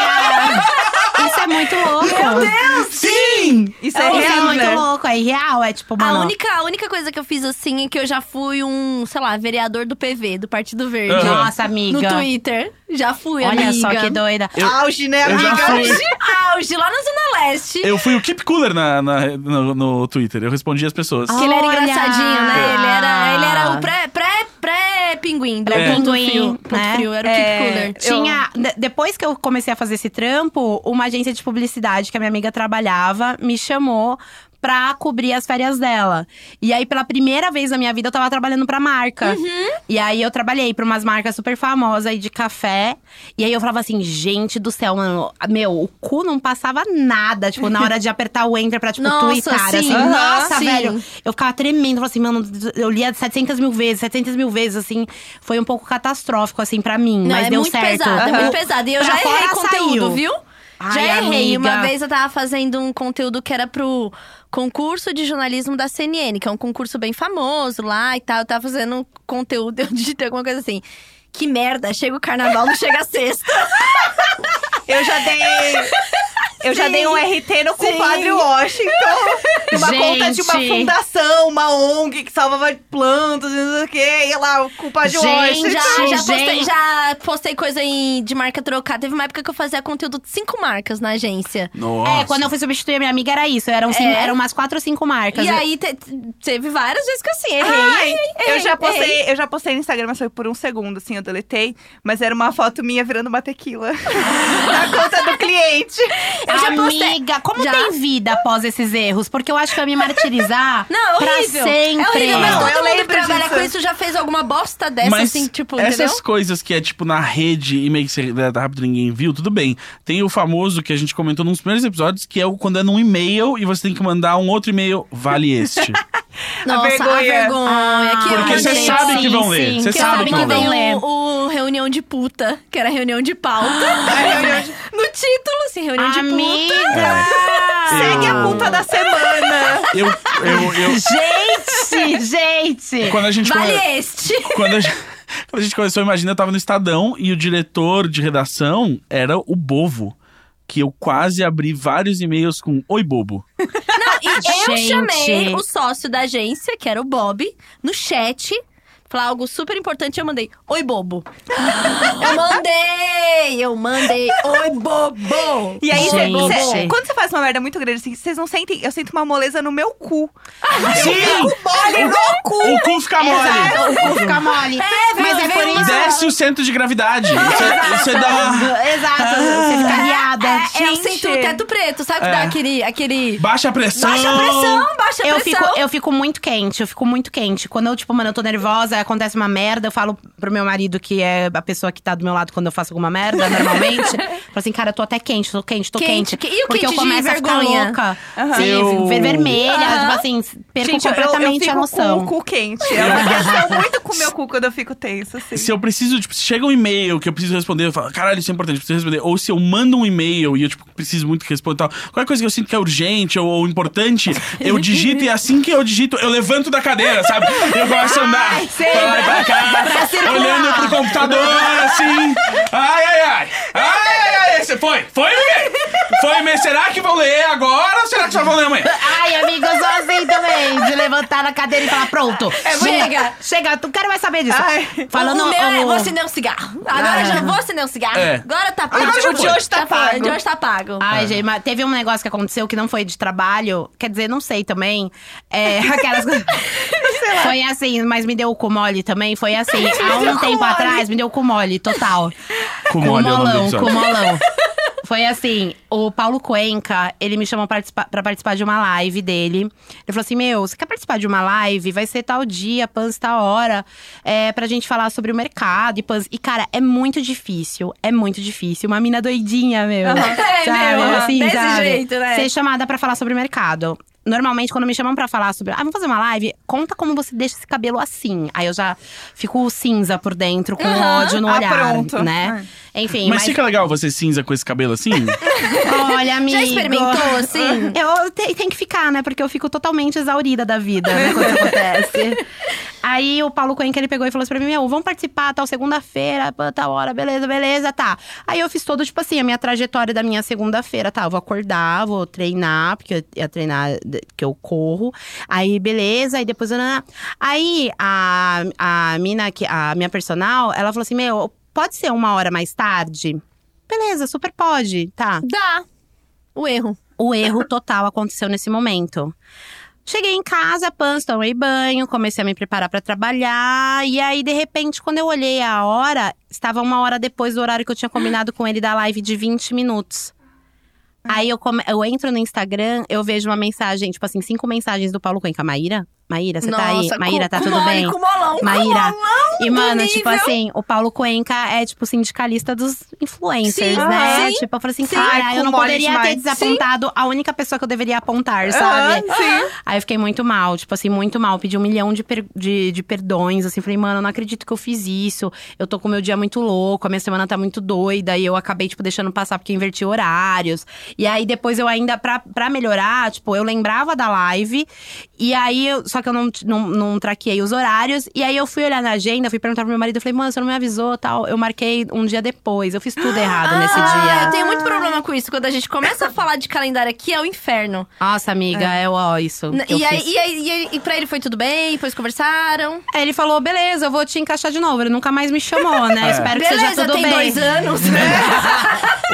Tinha- Isso é muito louco. Sim! Isso Isso é real, muito né? louco, é real, é tipo, A mano. única, a única coisa que eu fiz assim é que eu já fui um, sei lá, vereador do PV, do Partido Verde. Aham. Nossa, amiga. No Twitter. Já fui, Olha amiga. só que doida. Auge, né, eu já amiga? fui. Auge, auge, lá na Zona Leste. Eu fui o Keep Cooler na, na- no, no Twitter. Eu respondi as pessoas. Ah. Que ele era Olha! engraçadinho, né? Ele era, ele era o pré, pré, pré-pinguim. É. Ponto Pinguim, frio, ponto né? frio, Era o É. Keep Cooler. Eu- Tinha. de- Depois que eu comecei a fazer esse trampo, uma agência de publicidade que a minha amiga trabalhava me chamou pra cobrir as férias dela. E aí, pela primeira vez na minha vida, eu tava trabalhando pra marca. Uhum. E aí eu trabalhei pra umas marcas super famosas aí de café. E aí eu falava assim, gente do céu, mano, meu, o cu não passava nada, tipo, na hora de apertar o enter pra, tipo, Nossa, tweetar. sim. Assim, Aham, nossa, sim. velho. Eu ficava tremendo, falava assim, mano, eu lia 700 mil vezes, 700 mil vezes, assim. Foi um pouco catastrófico, assim, pra mim, Não, mas é deu muito certo. pesado, é muito Eu- pesado. E eu pra já errei fora conteúdo, saiu. viu? já Ai, errei. amiga. Uma vez eu tava fazendo um conteúdo que era pro concurso de jornalismo da CNN, que é um concurso bem famoso lá e tal. Eu tava fazendo um conteúdo, eu digitei alguma coisa assim. Que merda, chega o carnaval, não chega a sexta. Eu já dei. Eu já Sim. dei um RT no compadre Washington. Uma Gente. conta de uma fundação, uma ONG que salvava plantas, não sei o quê. E lá, o compadre Gente. Washington. Já, Gente, já, postei, gente. já postei coisa em- de marca trocar. Teve uma época que eu fazia conteúdo de cinco marcas na agência. Nossa. É, quando eu fui substituir a minha amiga, era isso. Eram, cinco- É. eram umas quatro ou cinco marcas. Ah, E aí te- teve várias vezes que eu, assim, errei. Ai, eu errei, já errei. postei, eu já postei no Instagram, mas foi por um segundo, assim, eu deletei. Mas era uma foto minha virando uma tequila. na conta do cliente. Eu já postei. Amiga, como Já. tem vida após esses erros? Porque eu eu acho que vai me martirizar Não, é pra horrível. sempre. É horrível, mas Não, eu todo mundo que lembro trabalha disso. com isso já fez alguma bosta dessa, Mas assim, tipo, essas entendeu? coisas que é tipo na rede e meio que secreta rápido ninguém viu, tudo bem. Tem o famoso que a gente comentou num dos primeiros episódios, que é o quando é num e-mail e você tem que mandar um outro e-mail, vale este. Nossa, a vergonha. vergonha. é que eu Porque Ah, você mandei, sabe assim, que vão ler, sim, você que que eu sabe sabe que vão tem vão ler. o, o reunião de puta, que era reunião de pauta. no título, assim, reunião de puta. Amiga! É. Segue a puta da semana. Eu, eu, eu, Gente, gente! quando a gente come- Vale este. quando a gente, quando a gente começou, imagina, eu tava no Estadão e o diretor de redação era o Bovo. Que eu quase abri vários e-mails com Oi, Bobo. Não, e eu Gente. chamei o sócio da agência, que era o Bob, no chat. Falar algo super importante, eu mandei, oi bobo. eu mandei, eu mandei, oi bobo. E aí, cê- Gente. cê- quando você faz uma merda muito grande assim, vocês não sentem. Eu sinto uma moleza no meu cu. Sim! Mole no cu! O cu fica mole! Exato, o cu fica mole. mas é por isso. Desce o centro de gravidade. é, Você, você dá uma. Exato, você fica riada. É, eu Gente. sinto o teto preto, sabe? Que É. dá aquele, aquele... Baixa a pressão! Baixa a pressão, baixa a Eu pressão. fico, eu fico muito quente, eu fico muito quente. Quando eu, tipo, mano, eu tô nervosa, acontece uma merda, eu falo pro meu marido, que é a pessoa que tá do meu lado quando eu faço alguma merda, normalmente. falo assim, cara, eu tô até quente, tô quente, tô quente. Quente, que- e o porque quente eu de começo a ficar vergonha? louca. Aham. Sim, Eu- ver- vermelha, Aham. tipo assim, perco Gente, eu- eu- completamente eu, fico a noção. Com o cu quente. É uma questão muito com o meu cu quando eu fico tensa, assim. Se eu preciso, tipo, se chega um e-mail que eu preciso responder, eu falo, caralho, isso é importante, eu preciso responder. Ou se eu mando um e-mail e eu, tipo, preciso muito que responda e tal. Qualquer coisa que eu sinto que é urgente ou, ou importante, eu digito e assim que eu digito, eu levanto da cadeira, sabe? Eu começo a andar. pra lá e pra cá, olhando pro computador, assim. Ai, ai, ai. Ai, ai, ai. Esse foi. Foi o quê? Foi o e-mail. Será que vão ler agora ou será que só vão ler amanhã? Ai, amigo, eu sou assim também. De levantar na cadeira e falar, pronto. É, chega. chega, chega, tu quero mais saber disso. Ai. Falando. o meu é, o- vou acender um cigarro. Agora Ah. já vou acender um cigarro. É. Agora tá pago. Agora já foi. tá Tá pago. O de hoje tá pago. Ai, gente, mas teve um negócio que aconteceu que não foi de trabalho. Quer dizer, não sei também. É, aquelas coisas. Foi assim, mas me deu o cu mole também. Foi assim, há um tempo atrás, me deu o cu mole, total. Com Com mole é o nome do molão, episódio. com molão. Foi assim, o Paulo Cuenca, ele me chamou pra participa- pra participar de uma live dele. Ele falou assim, meu, você quer participar de uma live? Vai ser tal dia, pans, tal hora. É, pra gente falar sobre o mercado e pans. E, cara, é muito difícil, é muito difícil. Uma mina doidinha, meu. Aham. É, meu, aham. Desse jeito, né? Assim, Ser chamada pra falar sobre o mercado. Normalmente, quando me chamam pra falar sobre. Ah, vamos fazer uma live? Conta como você deixa esse cabelo assim. Aí eu já fico cinza por dentro, com Aham. É. ódio no Ah, olhar. pronto. Né? Enfim, Mas, fica legal você cinza com esse cabelo assim? Olha, amigo. Já experimentou, assim? Eu te- tem que ficar, né? Porque eu fico totalmente exaurida da vida né, quando isso acontece. Aí o Paulo Cuenca, ele pegou e falou assim pra mim: Meu, vamos participar, tal segunda-feira, pá, tal hora, beleza, beleza, tá. Aí eu fiz todo, tipo assim, a minha trajetória da minha segunda-feira, tá? Eu vou acordar, vou treinar, porque eu ia treinar de- que eu corro. Aí, beleza, aí depois. nananã. Aí a, a mina, que, a minha personal, ela falou assim: Meu, pode ser uma hora mais tarde? Beleza, super pode, tá. Dá. O erro. O erro total aconteceu nesse momento. Cheguei em casa, pans, tomei banho, comecei a me preparar pra trabalhar. E aí, de repente, quando eu olhei a hora, estava uma hora depois do horário que eu tinha combinado com ele da live de 20 minutos. Aí eu, come- eu entro no Instagram, eu vejo uma mensagem, tipo assim, cinco mensagens do Paulo Cuenca. Maíra? Maíra, você tá aí? Nossa, Maíra, com- tá com tudo mole, bem? Com molão, com Maíra. molão. E, mano, nível. tipo assim, o Paulo Cuenca é, tipo, sindicalista dos influencers, Sim, né? sim, tipo, eu falei assim, sim. cara, Ai, eu não com mole poderia demais. ter desapontado a única pessoa que eu deveria apontar, sabe? Aham, sim. Aí eu fiquei muito mal, tipo assim, muito mal. Pedi um milhão de, per- de, de perdões, assim. Falei, mano, eu não acredito que eu fiz isso. Eu tô com o meu dia muito louco, a minha semana tá muito doida. E eu acabei, tipo, deixando passar porque eu inverti horários. E aí, depois eu ainda, pra, pra melhorar, tipo, eu lembrava da live. E aí, eu- só que eu não, não, não traqueei os horários. E aí, eu fui olhar na agenda, fui perguntar pro meu marido. Eu falei, mano, você não me avisou, tal. Eu marquei um dia depois. Eu fiz tudo errado nesse Ah, dia. Eu tenho muito problema com isso. Quando a gente começa a falar de calendário aqui, é o inferno. Nossa, amiga, é, ó, isso. que eu E aí, fiz. e, aí, e, aí- e pra ele foi tudo bem, depois conversaram. Aí ele falou, beleza, eu vou te encaixar de novo. Ele nunca mais me chamou, né? Espero que Beleza, seja tudo tem bem. dois anos.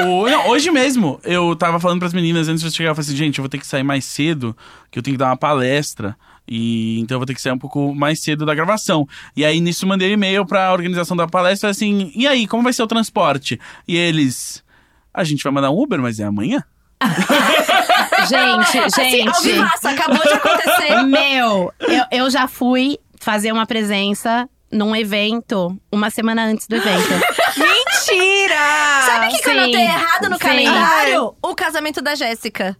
O- não, hoje mesmo, eu tava falando pras meninas antes de eu chegar, eu falei assim, gente, eu vou ter que sair mais cedo, que eu tenho que dar uma palestra. E então eu vou ter que sair um pouco mais cedo da gravação. E aí, nisso, mandei um e-mail pra organização da palestra assim: E aí, como vai ser o transporte? E eles. A gente vai mandar um Uber, mas é amanhã? Gente, Assim, ao gente. vivaço, acabou de acontecer. Meu, eu, eu já fui fazer uma presença num evento uma semana antes do evento. Mentira! Sabe o que, que eu sim, anotei errado no sim. calendário? O casamento da Jéssica.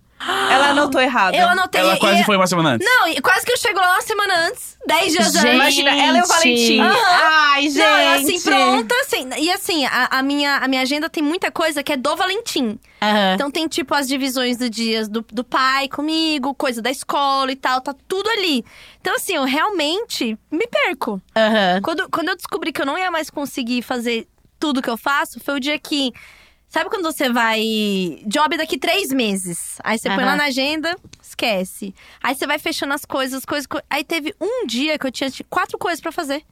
Ela anotou errado. Eu anotei. Ela quase e- é foi uma semana antes. Não, e quase que eu chego lá uma semana antes. Dez dias antes. Imagina, ela e o Valentim. Ai, gente. Não, eu assim, pronta, assim. E assim, a, a minha, a minha agenda tem muita coisa que é do Valentim. Aham. Então tem, tipo, as divisões dos dias do, do pai comigo, coisa da escola e tal, tá tudo ali. Então, assim, eu realmente me perco. Então, Aham. Quando, quando eu descobri que eu não ia mais conseguir fazer tudo que eu faço, foi o dia que. Sabe quando você vai. Job daqui três meses. Aí você põe Aham. lá na agenda, esquece. Aí você vai fechando as coisas, as coisas. co- Aí teve um dia que eu tinha tipo, quatro coisas pra fazer.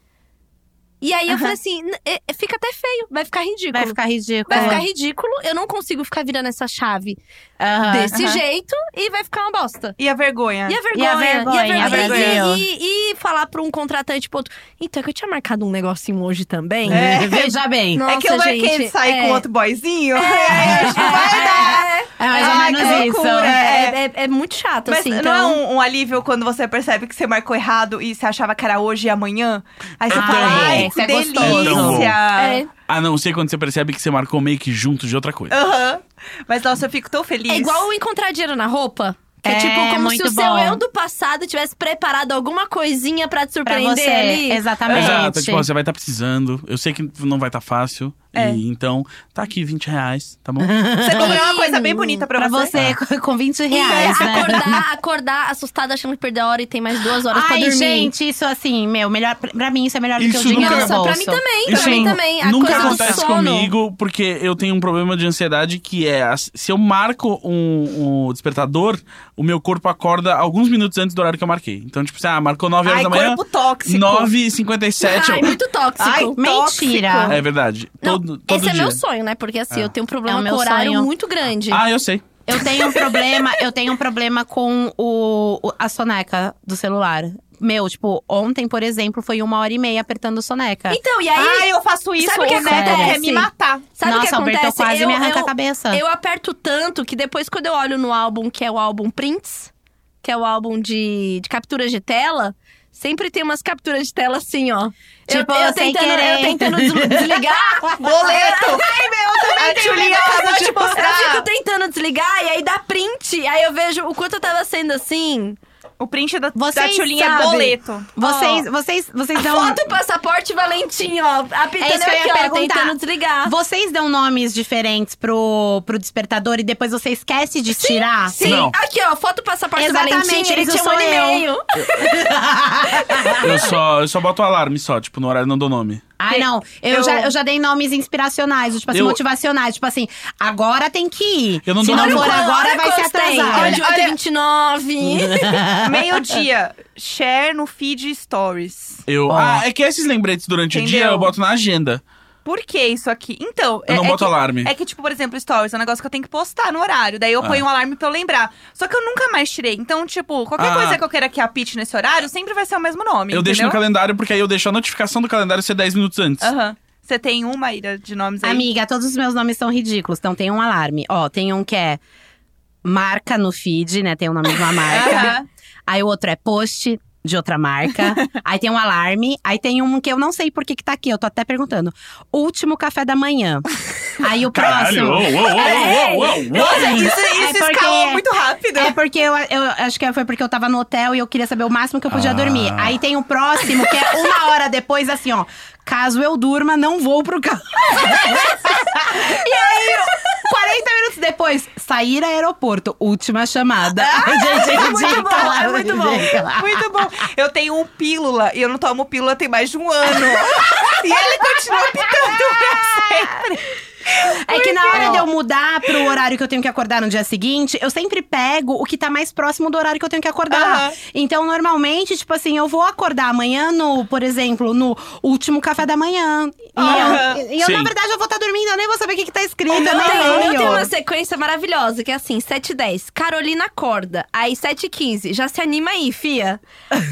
E aí eu Aham. falei assim: "N- é- é- fica até feio, vai ficar ridículo. Vai ficar É. ridículo. Vai ficar ridículo, eu não consigo ficar virando essa chave Ah, Aham. desse aham. jeito e vai ficar uma bosta. E a vergonha? E a vergonha, vergonha, e a vergonha. Brasil. E, e- e falar pra um contratante, pro outro, então é que eu tinha marcado um negocinho hoje também. É. Veja bem. Nossa, é que eu gente, é. marquei de sair com outro boyzinho. É, acho que vai dar. É mais ou Ai, menos que isso. loucura. É, é, é muito chato, Mas assim. não então... é um, um alívio quando você percebe que você marcou errado e você achava que era hoje e amanhã? Aí você Ah, fala, é, ai, isso que é delícia! gostoso. É tão bom. Aham. É. A não ser quando você percebe que você marcou meio que junto de outra coisa. Mas nossa, eu fico tão feliz. É igual o encontrar dinheiro na roupa. Que é, É, tipo como se muito o seu bom. eu do passado tivesse preparado alguma coisinha pra te Pra surpreender você. ali. Exatamente. Exato, tipo, ó, você vai estar precisando. Eu sei que não vai estar fácil. É. E, então, tá aqui 20 reais, tá bom? Você comprou uma coisa bem bonita pra, Pra você, com 20 E reais, né? acordar, acordar assustada achando que perdeu a hora e tem mais duas horas pra Ai, dormir. gente, isso assim, meu, melhor, pra mim isso é melhor do que o Isso dinheiro nunca- no Nossa, bolso. pra mim também, pra Isso mim nu- também. A nunca coisa do acontece sono. comigo, porque eu tenho um problema de ansiedade que é as- se eu marco um, um despertador, o meu corpo acorda alguns minutos antes do horário que eu marquei. Então, tipo, assim, ah, marcou 9 horas Ai, da manhã. corpo tóxico. 9h57. Ai, muito tóxico. Ai, Mentira. tóxico. É verdade. Não, todo todo esse é dia. meu sonho, né? Porque assim, eu tenho um É problema o meu com horário sonho. muito grande. Ah, eu sei. Eu tenho um problema, eu tenho um problema com o, o- a soneca do celular. Meu, tipo, ontem, por exemplo, foi uma hora e meia apertando soneca. Então, e aí, Ai, eu faço isso, Sabe o que o Neto acontece? quer me matar. sabe o que Nossa, o Bertão acontece? quase eu, me arranca eu, a cabeça. eu aperto tanto que depois, quando eu olho no álbum, que é o álbum Prints, que é o álbum de, de capturas de tela, sempre tem umas capturas de tela assim, ó. Tipo, eu, eu sem tentando, querer. eu tentando deslu- desligar. Boleto! Ai, meu, também A Julinha acaba de Eu fico mostrar. tentando desligar e aí dá print. Aí eu vejo o quanto eu tava sendo assim. O print da, da Vocês Tchulinha é sabem. boleto. Vocês, vocês, vocês dão. Foto, passaporte, Valentim, ó. Apitando um É isso que eu aqui, ia ó, perguntar. tentando desligar. Vocês dão nomes diferentes pro, pro despertador e depois você esquece de tirar? Sim, Não. aqui ó, foto passaporte Exatamente, do Valentim, ele isso tinha um sou ano e eu. meio. Eu só, eu só boto o alarme só, tipo, no horário não dou nome. Ai, não. Eu, Eu- Já, eu já dei nomes inspiracionais, tipo assim, Eu- motivacionais. Tipo assim, agora tem que ir. Eu não Se dou não nome. for Olha agora, vai se atrasar. Olha, Olha- 29. Meio-dia, share no feed stories. Eu, ah, é que esses lembretes durante o dia Entendeu? eu boto na agenda. Por que isso aqui? Então, Eu é, não é boto que, alarme. É que, tipo, por exemplo, stories é um negócio que eu tenho que postar no horário. Daí eu Ah. ponho um alarme pra eu lembrar. Só que eu nunca mais tirei. Então, tipo, qualquer Ah. coisa que eu queira que apite nesse horário, sempre vai ser o mesmo nome. Eu entendeu? deixo no calendário, porque aí eu deixo a notificação do calendário ser 10 minutos antes. Aham. Você tem uma ira de nomes aí? Amiga, todos os meus nomes são ridículos. Então tem um alarme. Ó, tem um que é marca no feed, né? Tem o nome de uma marca. Aham. Aí o outro é post de outra marca. aí tem um alarme. Aí tem um que eu não sei por que que tá aqui. Eu tô até perguntando. Último café da manhã. aí o Caralho! próximo… uou, uou, uou, uou, uou, uou. Nossa, isso, isso É porque- escalou muito rápido. É porque eu, eu acho que foi porque eu tava no hotel e eu queria saber o máximo que eu podia Ah. dormir. Aí tem o próximo, que é uma hora depois, assim, ó. Caso eu durma, não vou pro carro. e aí, 40 minutos depois, sair a aeroporto, última chamada. gente, é Ah, muito bom, é muito bom. ridícula. Muito bom. Eu tenho um pílula e eu não tomo pílula tem mais de um ano. e ele continua pitando pra sempre. É que na hora de eu mudar pro horário que eu tenho que acordar no dia seguinte, eu sempre pego o que tá mais próximo do horário que eu tenho que acordar. Aham. Então, normalmente, tipo assim, eu vou acordar amanhã no, por exemplo, no último café da manhã. E Aham. eu, e eu, na Sim. verdade, eu vou estar dormindo, eu nem vou saber o que, que tá escrito, Eu eu nem tenho, eu leio. tenho uma sequência maravilhosa, que é assim, 7 10 Carolina acorda. Aí 7 15 já se anima aí, fia.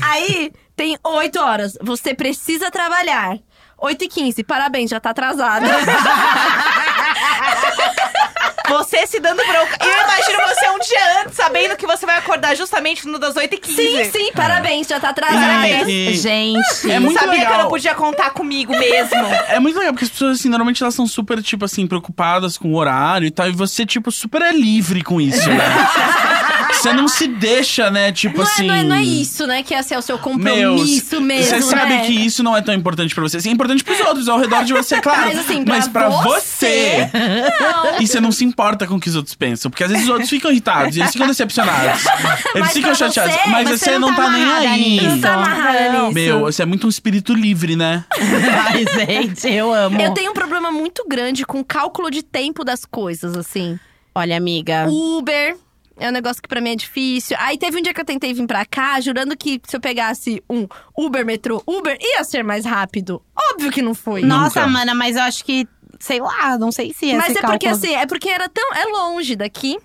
Aí tem 8 horas, você precisa trabalhar. 8 e 15, parabéns, já tá atrasada. Você você se dando bronca. E eu imagino você um dia antes, sabendo que você vai acordar justamente no das 8h15. Sim, sim, parabéns, já tá Ai, atrasada. e- Gente. É muito Sabia legal. que eu não podia contar comigo mesmo. É muito legal, porque as pessoas, assim, normalmente elas são super, tipo assim, preocupadas com o horário e tal. E você, tipo, super é livre com isso, né? você não se deixa, né, tipo Não, assim... é, não, é, não é isso, né? Que é assim, é o seu Meu, compromisso mesmo. Você sabe né? que isso não é tão importante pra você. Assim, é importante pros outros, ao redor de você, claro. Mas, assim, pra Mas pra você, você. E você não se importa com o que os outros pensam. Porque às vezes os outros ficam irritados, eles ficam decepcionados. Eles Mas ficam pra chateados. você, mas você você não não tá tá, nem amarrada aí. nisso. Não tá amarrada nisso. Meu, você é muito um espírito livre, né? Ai, gente, eu amo. Eu tenho um problema muito grande com o cálculo de tempo das coisas, assim. Olha, Ah. amiga. Uber. É um negócio que pra mim é difícil. Aí teve um dia que eu tentei vir pra cá, jurando que se eu pegasse um Uber, metrô, Uber, ia ser mais rápido. Óbvio que não foi. Nossa, Nunca. mana, mas eu acho que. Sei lá, não sei se esse Mas é porque cálculo- assim, é porque era tão. É longe daqui.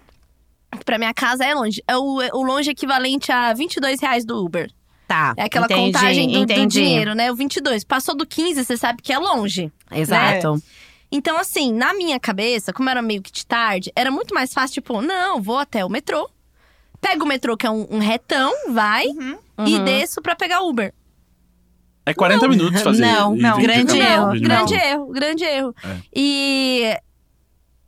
Pra minha casa é longe. É o, é o longe equivalente a 22 reais do Uber. Tá. É aquela entendi, contagem do, do entendi. dinheiro, né? O 22. Passou do 15, você sabe que é longe. Exato. Então, assim, na minha cabeça, como era meio que de tarde, era muito mais fácil, tipo, não, vou até o metrô. Pego o metrô, que é um, um retão, vai, Uhum. e desço pra pegar Uber. É 40 minutos fazer não, e não. tem que Grande acabar erro, o vídeo. Grande erro, grande erro. E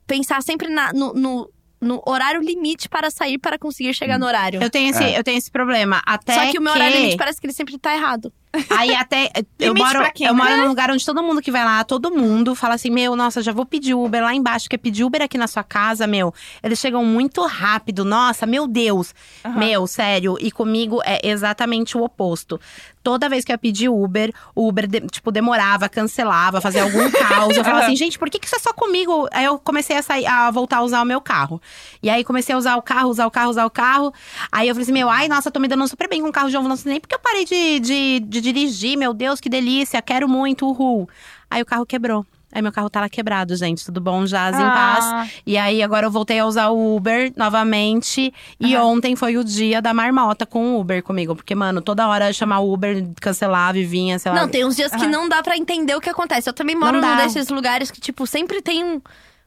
pensar sempre na- no, no- no horário limite para sair para conseguir chegar no horário. Hum. Eu, tenho esse, eu tenho esse problema. Até Só que o meu horário é limite parece que ele sempre tá errado. Aí até. eh, Eu Limite moro, pra quem, eu moro né? num lugar onde todo mundo que vai lá, todo mundo fala assim: Meu, nossa, já vou pedir Uber lá embaixo, quer pedir Uber aqui na sua casa, meu. Eles chegam muito rápido, nossa, meu Deus. Aham. Meu, sério. E comigo é exatamente o oposto. Toda vez que eu ia pedir Uber, o Uber, de- tipo, demorava, cancelava, fazia algum caos. Eu falava assim, gente, por que, que isso é só comigo? Aí eu comecei a sair, a voltar a usar o meu carro. E aí comecei a usar o carro, usar o carro, usar o carro. Aí eu falei assim, meu, ai, nossa, tô me dando super bem com o carro de ambulância, nem porque eu parei de, de, de dirigir, meu Deus, que delícia, quero muito, uhul. Aí o carro quebrou. Aí meu carro tá lá quebrado, gente. Tudo bom, jaz um em paz. Ah. E aí, agora eu voltei a usar o Uber novamente. E ontem foi o dia da marmota com o Uber comigo. Porque, mano, toda hora eu chamava o Uber, cancelava e vinha, sei lá. Não, tem uns dias que não dá pra entender o que acontece. Eu também moro Não num dá. desses lugares que, tipo, sempre tem um,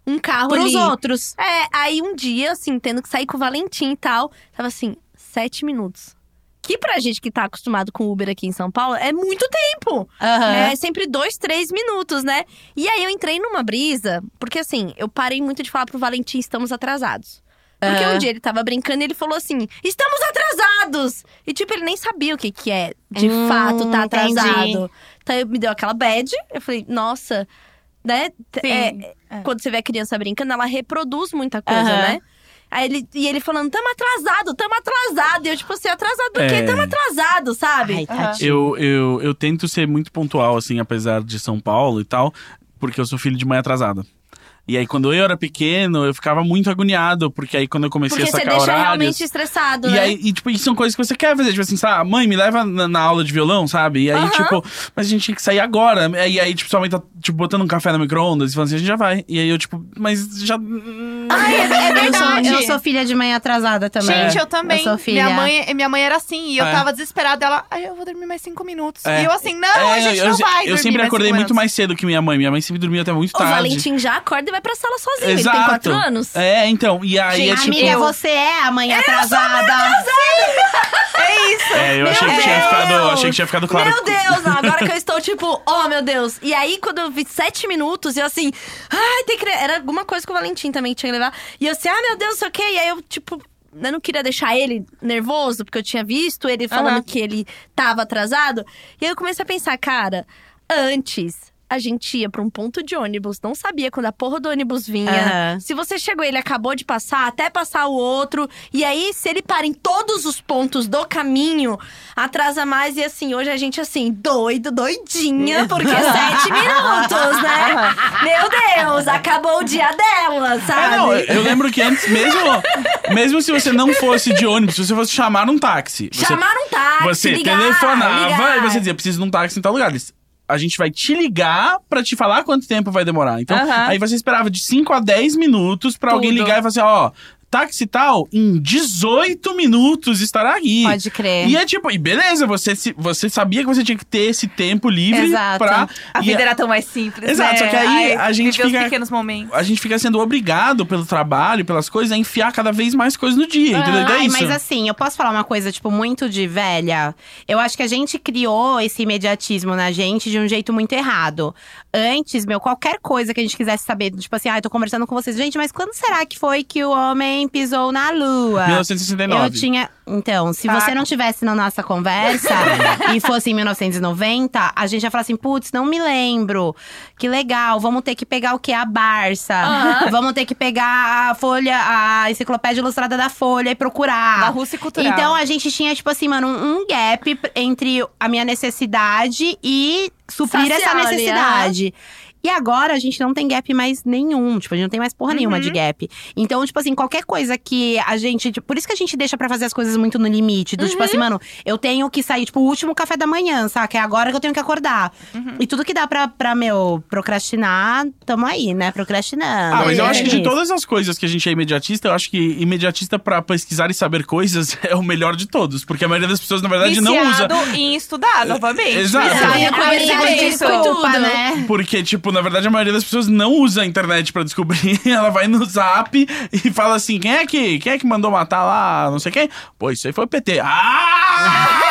um carro pros ali. outros. É, aí um dia, assim, tendo que sair com o Valentim e tal, tava assim, sete minutos. Que pra gente que tá acostumado com Uber aqui em São Paulo, é muito tempo. Aham. né? É sempre dois, três minutos, né? E aí eu entrei numa brisa, porque assim, eu parei muito de falar pro Valentim, estamos atrasados. Porque um dia ele tava brincando e ele falou assim, estamos atrasados! E tipo, ele nem sabia o que que é, de Hum, fato, tá entendi. atrasado. Então eu- me deu aquela bad, eu falei, nossa, né? T- Sim. é, quando você vê a criança brincando, ela reproduz muita coisa, Aham. né? Aí ele, e ele falando, tamo atrasado, tamo atrasado. E eu, tipo assim, atrasado do quê? É. Tamo atrasado, sabe? Ai, tadinho. Eu, eu, eu tento ser muito pontual, assim, apesar de São Paulo e tal, porque eu sou filho de mãe atrasada. E aí, quando eu era pequeno, eu ficava muito agoniado, porque aí quando eu comecei Porque a você sacar deixa horários, realmente estressado, E né? aí, e, tipo, e são coisas que você quer fazer. Tipo assim, sabe? Mãe, me leva na, na aula de violão, sabe? E aí, Aham. tipo, mas a gente tinha que sair agora. E aí, tipo, sua mãe tá, tipo, botando um café no micro-ondas e falando assim, a gente já vai. E aí, eu, tipo, mas já... Ai, é, é Eu sou, verdade. eu sou filha de mãe atrasada também. Gente, eu também. Eu sou filha. Minha, mãe, minha mãe era assim, e eu É. tava desesperada. Ela, ai, eu vou dormir mais cinco minutos. É. E eu assim, não, É, a gente eu, não eu- vai Eu dormir sempre mais acordei cinco muito minutos. mais cedo que minha mãe. Minha mãe sempre dormia até muito O tarde. Valentim já acorda e vai pra sala sozinho. Ele tem Exato. quatro anos. É, então. E aí, é, tipo... Amiga, você é a mãe atrasada. É isso. É, eu Meu achei que, tinha Deus! ficado, achei que tinha ficado claro. Meu Deus, não, agora que eu estou tipo, oh meu Deus. E aí, quando eu vi sete minutos, eu assim, ai, tem que. le- Era alguma coisa com o Valentim também que tinha que levar. E eu assim, ah, meu Deus, sei o quê. E aí eu, tipo, eu não queria deixar ele nervoso, porque eu tinha visto ele falando Aham. que ele tava atrasado. E aí eu comecei a pensar, cara, antes. A gente ia pra um ponto de ônibus, não sabia quando a porra do ônibus vinha. Aham. Se você chegou, ele acabou de passar, até passar o outro. E aí, se ele para em todos os pontos do caminho, atrasa mais. E assim, hoje a gente, assim, doido, doidinha, porque é sete minutos, né? Meu Deus, acabou o dia dela, É, não, sabe? eu lembro que antes, mesmo, mesmo se você não fosse de ônibus, se você fosse chamar um táxi. Você, Chamar um táxi, Você ligar, telefonava ligar. e você dizia, preciso de um táxi em tal lugar. Eles, A gente vai te ligar pra te falar quanto tempo vai demorar. Então, Aham. aí você esperava de 5 a 10 minutos pra alguém Tudo. ligar e falar assim, ó… táxi tal, em 18 minutos estará aqui. Pode crer. E é tipo, e beleza, você, se- você sabia que você tinha que ter esse tempo livre Exato. pra. A e vida era tão mais simples. Exato, né? só que aí Ai, a gente viver os fica- pequenos momentos. a gente fica sendo obrigado pelo trabalho, pelas coisas, a enfiar cada vez mais coisas no dia, entendeu? Então é Ai, isso. Ah, mas assim, eu posso falar uma coisa, tipo, muito de velha? Eu acho que a gente criou esse imediatismo na gente de um jeito muito errado. Antes, meu, qualquer coisa que a gente quisesse saber, tipo assim, ah, eu tô conversando com vocês. Gente, mas quando será que foi que o homem pisou na lua? 1969. Eu tinha. Então, se Saco. você não tivesse na nossa conversa e fosse em 1990, a gente ia falar assim: putz, não me lembro. Que legal, vamos ter que pegar o quê? A Barça. Aham. Vamos ter que pegar a Folha, a Enciclopédia Ilustrada da Folha e procurar. Ah. Da Rússia cultural. Então a gente tinha, tipo assim, mano, um, um gap p- entre a minha necessidade e suprir Saciar essa ali, necessidade. E agora a gente não tem gap mais nenhum. Tipo, a gente não tem mais porra nenhuma de gap. Então, tipo assim, qualquer coisa que a gente. tipo, por isso que a gente deixa pra fazer as coisas muito no limite. Do tipo assim, mano, eu tenho que sair, tipo, o último café da manhã, saca? É agora que eu tenho que acordar. E tudo que dá pra, pra, meu, procrastinar, tamo aí, né? Procrastinando. Ah, mas eu É acho que de isso. todas as coisas que a gente é imediatista, eu acho que imediatista pra pesquisar e saber coisas é o melhor de todos. Porque a maioria das pessoas, na verdade, não usa. É, Viciado em estudar, novamente. Exato. Ah, Viciado eu em Aí comecei aprender com é isso. desculpa, tudo. né? Porque, tipo, na verdade, a maioria das pessoas não usa a internet pra descobrir. Ela vai no zap e fala assim: quem é que, quem é que mandou matar lá? Não sei quem. Pô, isso aí foi o PT. Ah!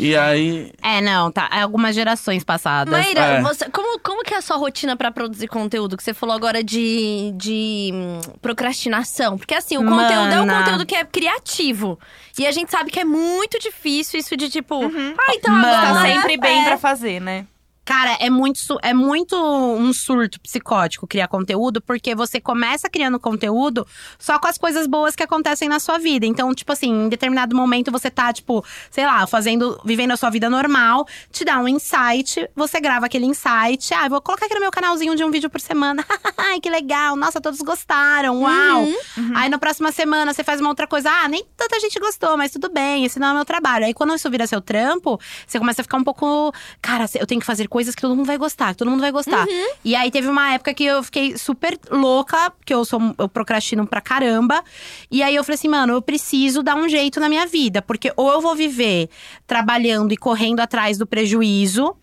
e aí. É, não, tá. É algumas gerações passadas. Maíra, É. você- como, como que é a sua rotina pra produzir conteúdo? Que você falou agora de, de hum, procrastinação. Porque assim, o conteúdo é um Mana. conteúdo que é criativo. E a gente sabe que é muito difícil isso de tipo… Ah, então Mana. agora… Tá sempre bem é. pra fazer, né? Cara, é muito, su- é muito um surto psicótico criar conteúdo, porque você começa criando conteúdo só com as coisas boas que acontecem na sua vida. Então, tipo assim, em determinado momento você tá, tipo, sei lá, fazendo, vivendo a sua vida normal, te dá um insight, você grava aquele insight. Ah, eu vou colocar aqui no meu canalzinho de um vídeo por semana. Ai, que legal! Nossa, todos gostaram! Uau! Uhum. Aí na próxima semana você faz uma outra coisa. Ah, nem tanta gente gostou, mas tudo bem, esse não é meu trabalho. Aí quando isso vira seu trampo, você começa a ficar um pouco. Cara, eu tenho que fazer coisas que todo mundo vai gostar, que todo mundo vai gostar. E aí teve uma época que eu fiquei super louca, porque eu sou eu procrastino pra caramba. E aí eu falei assim, mano, eu preciso dar um jeito na minha vida, porque ou eu vou viver trabalhando e correndo atrás do prejuízo,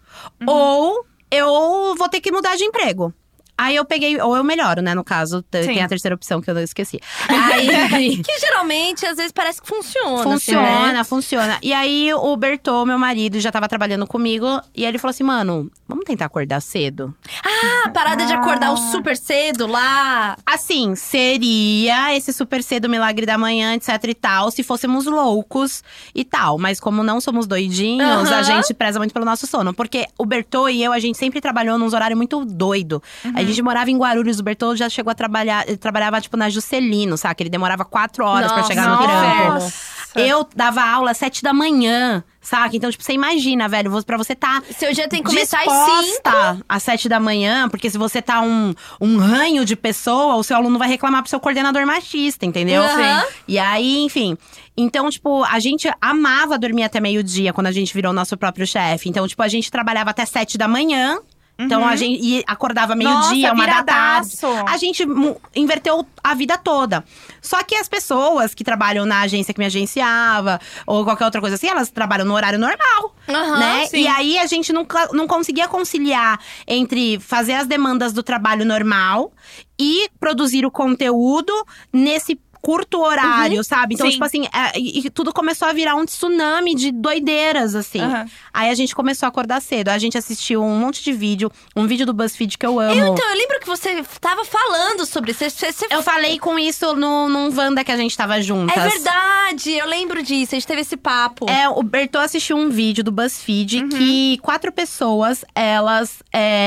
ou eu vou ter que mudar de emprego. Aí eu peguei, ou eu melhoro, né? No caso, t- Sim. tem a terceira opção que eu não esqueci. Aí, Que geralmente, às vezes, parece que funciona. assim, né? Funciona, funciona. E aí o Bertô, meu marido, já tava trabalhando comigo. E aí ele falou assim, mano, vamos tentar acordar cedo? Ah, a parada de acordar o Ah. super cedo lá. Assim, seria esse super cedo milagre da manhã, etc e tal, se fôssemos loucos e tal. Mas como não somos doidinhos, a Aham. gente preza muito pelo nosso sono. Porque o Bertô e eu, a gente sempre trabalhou num horário muito doido. Uhum. A gente morava em Guarulhos, o Bertô já chegou a trabalhar… Ele trabalhava, tipo, na Juscelino, saca? Ele demorava quatro horas pra Nossa, chegar no que trampo. inferno. Nossa. Eu dava aula às sete da manhã, saca? Então, tipo, você imagina, velho, vo- pra você tá. Seu dia tem que começar às 5. disposta às sete da manhã, porque se você tá um, um ranho de pessoa, o seu aluno vai reclamar pro seu coordenador machista, entendeu? Aham. E aí, enfim. Então, tipo, a gente amava dormir até meio-dia quando a gente virou nosso próprio chefe. Então, tipo, a gente trabalhava até sete da manhã. Então a gente e acordava meio-dia, Nossa, uma da tarde. viradaço. A gente mu- inverteu a vida toda. Só que as pessoas que trabalham na agência que me agenciava, ou qualquer outra coisa assim, elas trabalham no horário normal, Aham, né? sim. E aí a gente nunca, não conseguia conciliar entre fazer as demandas do trabalho normal e produzir o conteúdo nesse curto horário, Uhum, sabe? Então, Sim. tipo assim, é, e, e tudo começou a virar um tsunami de doideiras, assim. Aham. Aí a gente começou a acordar cedo. A gente assistiu um monte de vídeo, um vídeo do BuzzFeed que eu amo. Eu, então, eu lembro que você tava falando sobre isso. Você, você- Eu falei com isso no, num Wanda que a gente tava juntas. É verdade, eu lembro disso. A gente teve esse papo. É, o Bertô assistiu um vídeo do Uhum. BuzzFeed que quatro pessoas, elas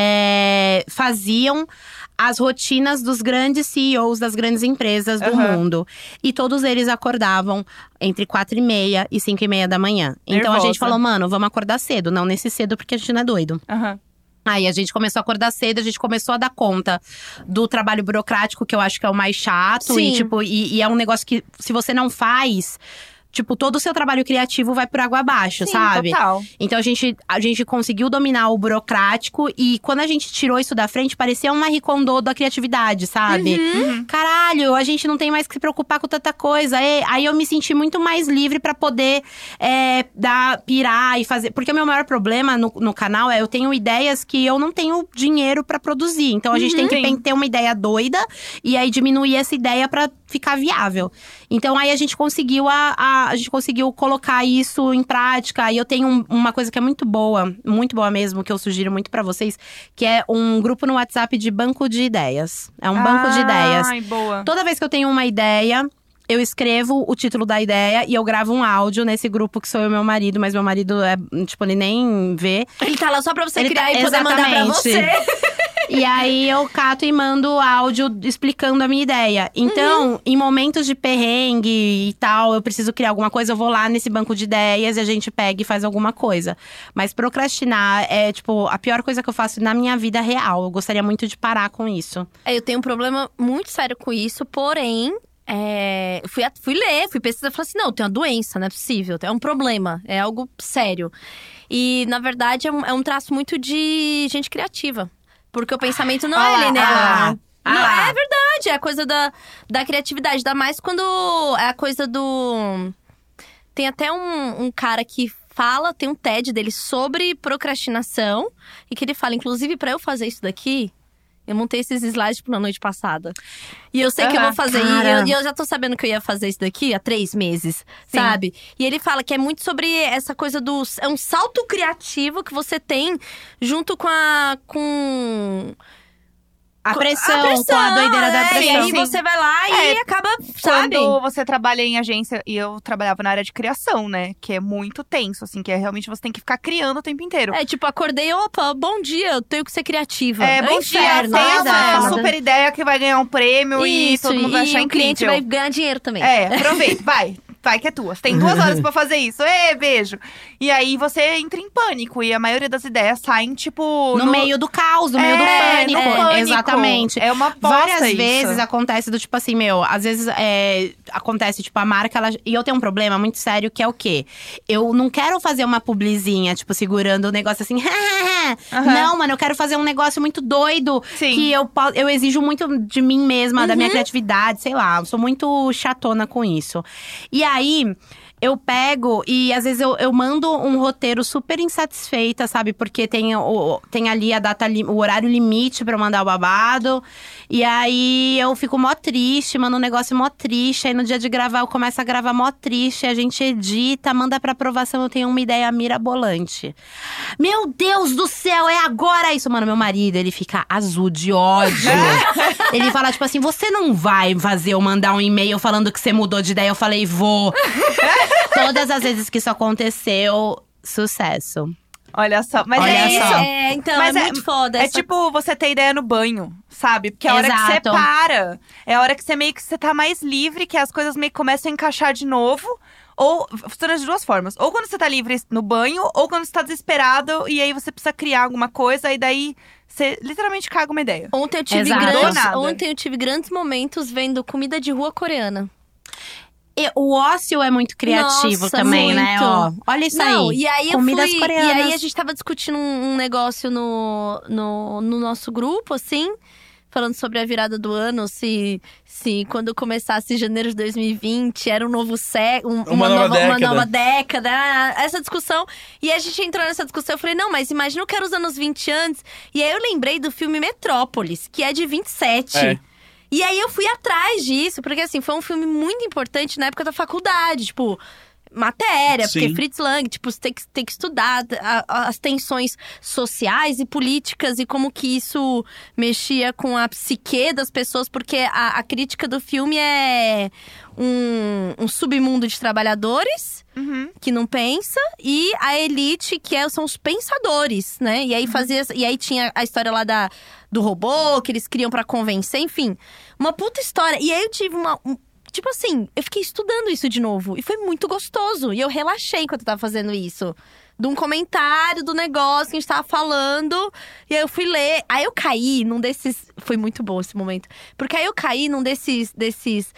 é, faziam as rotinas dos grandes CEOs das grandes empresas do Aham. mundo. E todos eles acordavam entre quatro e meia e cinco e meia da manhã. Então a Nervosa. gente falou, mano, vamos acordar cedo. Não nesse cedo, porque a gente não é doido. Aham. Aí a gente começou a acordar cedo, a gente começou a dar conta do trabalho burocrático, que eu acho que é o mais chato. E, Sim. tipo, e, e é um negócio que, se você não faz, tipo, todo o seu trabalho criativo vai por água abaixo, Sim, sabe? Total. Então a gente, a gente conseguiu dominar o burocrático e quando a gente tirou isso da frente, parecia um maricondô da criatividade, sabe? Caralho, a gente não tem mais que se preocupar com tanta coisa. E- aí eu me senti muito mais livre pra poder é, dar, pirar e fazer. Porque o meu maior problema no, no canal é eu tenho ideias que eu não tenho dinheiro pra produzir. Então a gente tem que Sim. pen- ter uma ideia doida e aí diminuir essa ideia pra ficar viável. Então aí a gente conseguiu a, a, a gente conseguiu colocar isso em prática. E eu tenho um- uma coisa que é muito boa, muito boa mesmo, que eu sugiro muito pra vocês, que é um grupo no WhatsApp de banco de ideias. É um banco Ah. de ideias. Ai, boa. Toda vez que eu tenho uma ideia, eu escrevo o título da ideia e eu gravo um áudio nesse grupo que sou eu e meu marido, mas meu marido é, tipo, ele nem vê. Ele tá lá só pra você Ele criar tá- e poder mandar pra Exatamente. você. E aí eu cato e mando o áudio explicando a minha ideia. Então, em momentos de perrengue e tal, eu preciso criar alguma coisa, eu vou lá nesse banco de ideias e a gente pega e faz alguma coisa. Mas procrastinar é, tipo, a pior coisa que eu faço na minha vida real. Eu gostaria muito de parar com isso. É, eu tenho um problema muito sério com isso, porém. é, eu fui, at- fui ler, fui pesquisar e falei assim: não, tem uma doença, não é possível, é um problema, é algo sério. E na verdade é um, é um traço muito de gente criativa. Porque o pensamento não é Ah lá, linear. ah lá, Não, ah lá. é verdade, é a coisa da, da criatividade. Ainda mais quando é a coisa do. Tem até um, um cara que fala, tem um TED dele sobre procrastinação. E que ele fala, inclusive, pra eu fazer isso daqui, eu montei esses slides tipo, na noite passada. E eu sei que eu vou Aham. fazer. E Cara. eu, e eu já tô sabendo que eu ia fazer isso daqui há três meses, sabe? E ele fala que é muito sobre essa coisa do. É um salto criativo que você tem junto com a. com. A com- pressão, com a doideira da é, pressão. É, E aí você vai lá e acaba, sabe? Quando você trabalha em agência, e eu trabalhava na área de criação, né? Que é muito tenso, assim, que é realmente você tem que ficar criando o tempo inteiro. É tipo, acordei, opa, bom dia, eu tenho que ser criativa. É, bom um inferno, dia, tem é um uma inferno. super ideia que vai ganhar um prêmio Isso, e todo mundo vai e achar o cliente incrível. vai ganhar dinheiro também. É, aproveita, vai. Vai que é tua. Você tem duas horas pra fazer isso. Ê, beijo. E aí você entra em pânico. E a maioria das ideias saem, tipo… No, meio do caos, no É, meio do pânico. no pânico. Exatamente. É uma aposta Várias isso. vezes acontece do tipo assim, meu, às vezes é, acontece, tipo, a marca, ela. E eu tenho um problema muito sério que é o quê? Eu não quero fazer uma publizinha, tipo, segurando o negócio assim. Aham. Não, mano, eu quero fazer um negócio muito doido. Sim. Que eu, po- eu exijo muito de mim mesma, da minha criatividade, sei lá. Eu sou muito chatona com isso. E aí. Eu pego e às vezes eu, eu mando um roteiro super insatisfeita, sabe? Porque tem, o, tem ali a data, li- o horário limite pra eu mandar o babado. E aí eu fico mó triste, mando um negócio mó triste. Aí no dia de gravar eu começo a gravar mó triste. A gente edita, manda pra aprovação. Eu tenho uma ideia mirabolante. Meu Deus do céu, é agora isso. Mano, meu marido, ele fica azul de ódio. ele fala tipo assim: você não vai fazer eu mandar um e-mail falando que você mudou de ideia. Eu falei: vou. Todas as vezes que isso aconteceu, sucesso. Olha só. Mas Olha é isso. isso. só. É, então, Mas é, é- muito foda. É essa- tipo você ter ideia no banho, sabe? Porque é a hora que você Exato. para. É a hora que você meio que você tá mais livre, que as coisas meio que começam a encaixar de novo. Ou funciona de duas formas. Ou quando você tá livre no banho, ou quando você tá desesperado e aí você precisa criar alguma coisa, e daí você literalmente caga uma ideia. Ontem eu tive Exato. Do grandes, nada. ontem eu tive grandes momentos vendo comida de rua coreana. E o ócio é muito criativo Nossa, também, né? muito. Ó, olha isso Não, aí. e aí eu Comidas fui, coreanas. E aí a gente tava discutindo um, um negócio no, no, no nosso grupo, assim. Falando sobre a virada do ano, se, se quando começasse janeiro de 2020 era um novo século, Uma nova uma década. nova década, ah, essa discussão. E a gente entrou nessa discussão, eu falei, não, mas imagina o que era os anos 20 antes. E aí eu lembrei do filme Metrópolis, que é de 27. É. E aí eu fui atrás disso, porque assim, foi um filme muito importante na época da faculdade, tipo, matéria, Sim. porque Fritz Lang, tipo, você tem que, tem que estudar a- a- as tensões sociais e políticas e como que isso mexia com a psique das pessoas, porque a, a crítica do filme é um, um submundo de trabalhadores Uhum. que não pensa e a elite que é- são os pensadores, né? E aí fazia e aí tinha a história lá da do robô que eles criam pra convencer, enfim, uma puta história. E aí eu tive uma um- tipo assim, eu fiquei estudando isso de novo e foi muito gostoso e eu relaxei enquanto eu tava fazendo isso. de um comentário do negócio que a gente tava falando. E aí eu fui ler. Aí eu caí num desses. Foi muito bom esse momento. Porque aí eu caí num desses. desses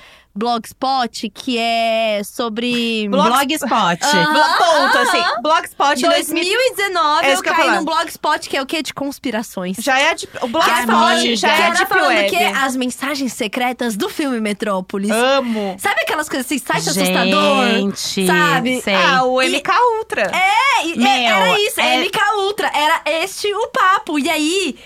blogspot que é sobre. Blog- Blogspot. Ah. Blo- Ponto, assim. Blogspot 2000. 2019, É eu isso que eu ia caí falar. num blogspot que é o quê? De conspirações. Já é de, o Que era falando- Blogspot já que é era de falando web. Ah. que as mensagens secretas do filme Metrópolis. Amo. Sabe aquelas coisas assim, site assustador? Gente, sabe? Sei. Ah, o E- MK Ultra. É, e- Meu, é, era isso, é- é... MK Ultra, era este o papo. E aí,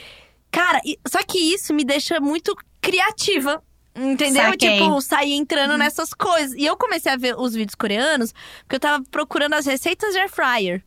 cara, e- só que isso me deixa muito criativa. Entendeu? Saquei. Tipo, sair Uhum. entrando nessas coisas. E eu comecei a ver os vídeos coreanos, porque eu tava procurando as receitas de air fryer.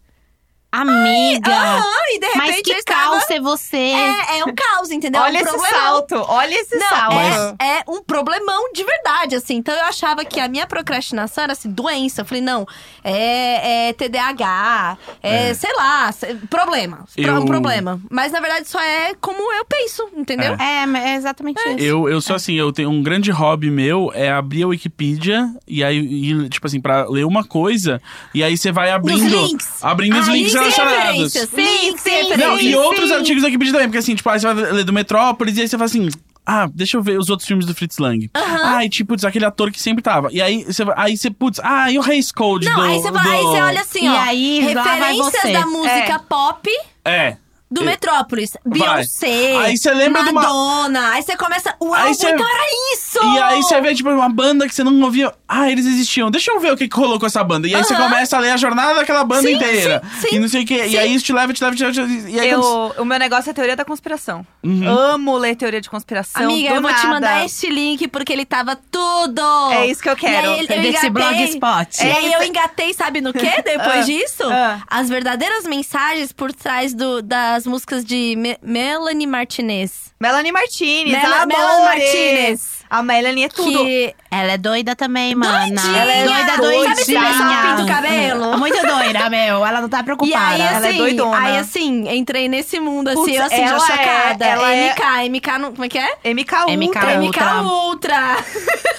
Ah. Amiga, Aham, e Ah, de repente mas eu que estava- calça é você? É, é um caos, entendeu? olha é um esse problemão. salto, olha esse salto. Não, é, é um problemão de verdade, assim. Então eu achava que a minha procrastinação era assim, doença. Eu falei, não, é, é TDAH, é, sei lá, se- problema. Pro- Eu- Um problema. Mas na verdade só é como eu penso, entendeu? É, mas é exatamente isso. Eu, eu sou assim, eu tenho um grande hobby meu é abrir a Wikipedia e aí, e, tipo assim, pra ler uma coisa, e aí você vai abrindo. links. Abrindo os Ah, links links e relacionados. referências. é Sim, sim, Não, Não, e sim. outros artigos da Wikipedia também, porque assim, tipo, aí você vai ler do Metrópolis e aí você fala assim. Ah, deixa eu ver os outros filmes do Fritz Lang. Ah, e tipo, putz, aquele ator que sempre tava. E aí você, vai- aí você putz, ah, e o Reis Code Não, do, aí, você fala, do- aí você olha assim, E ó. aí, lá vai você. referências da música É. pop É. do É. Metrópolis. Beyoncé. Aí você lembra de uma- Madonna. Aí você começa. Uau, Aí você- então era isso! E aí você vê, tipo, uma banda que você não ouvia. Ah, eles existiam. Deixa eu ver o que, que rolou com essa banda. E aí você Aham. começa a ler a jornada daquela banda Sim, inteira. sim, sim. e não sei o quê. E Sim. aí isso te leva, te leva, te leva. te leva, E aí Eu, quando- Uhum. o meu negócio é teoria da conspiração. Amo ler teoria de conspiração. Amiga, do eu vou te nada. mandar este link porque ele tava tudo. É isso que eu quero. E aí, eu Desse engatei- É, blogspot. E aí eu engatei, sabe no quê? Depois Ah, disso? ah. As verdadeiras mensagens por trás do- das músicas de Me- Melanie Martinez. Melanie Martinez, Mela- amores! Melanie Martinez. A Melanie é tudo. Que Ela é doida também, mano. Doidinha! Ela é doida, Sabe doidinha. se pessoal pinta o cabelo? Muito doida, meu. Ela não tá E preocupada. aí, assim, Ela é doidona. aí, assim, entrei nesse mundo, assim, Putz, eu assim, já ela é- chocada. ela é- MK, MK, não, como é que é? MK MK Ultra. Ultra. MK Ultra.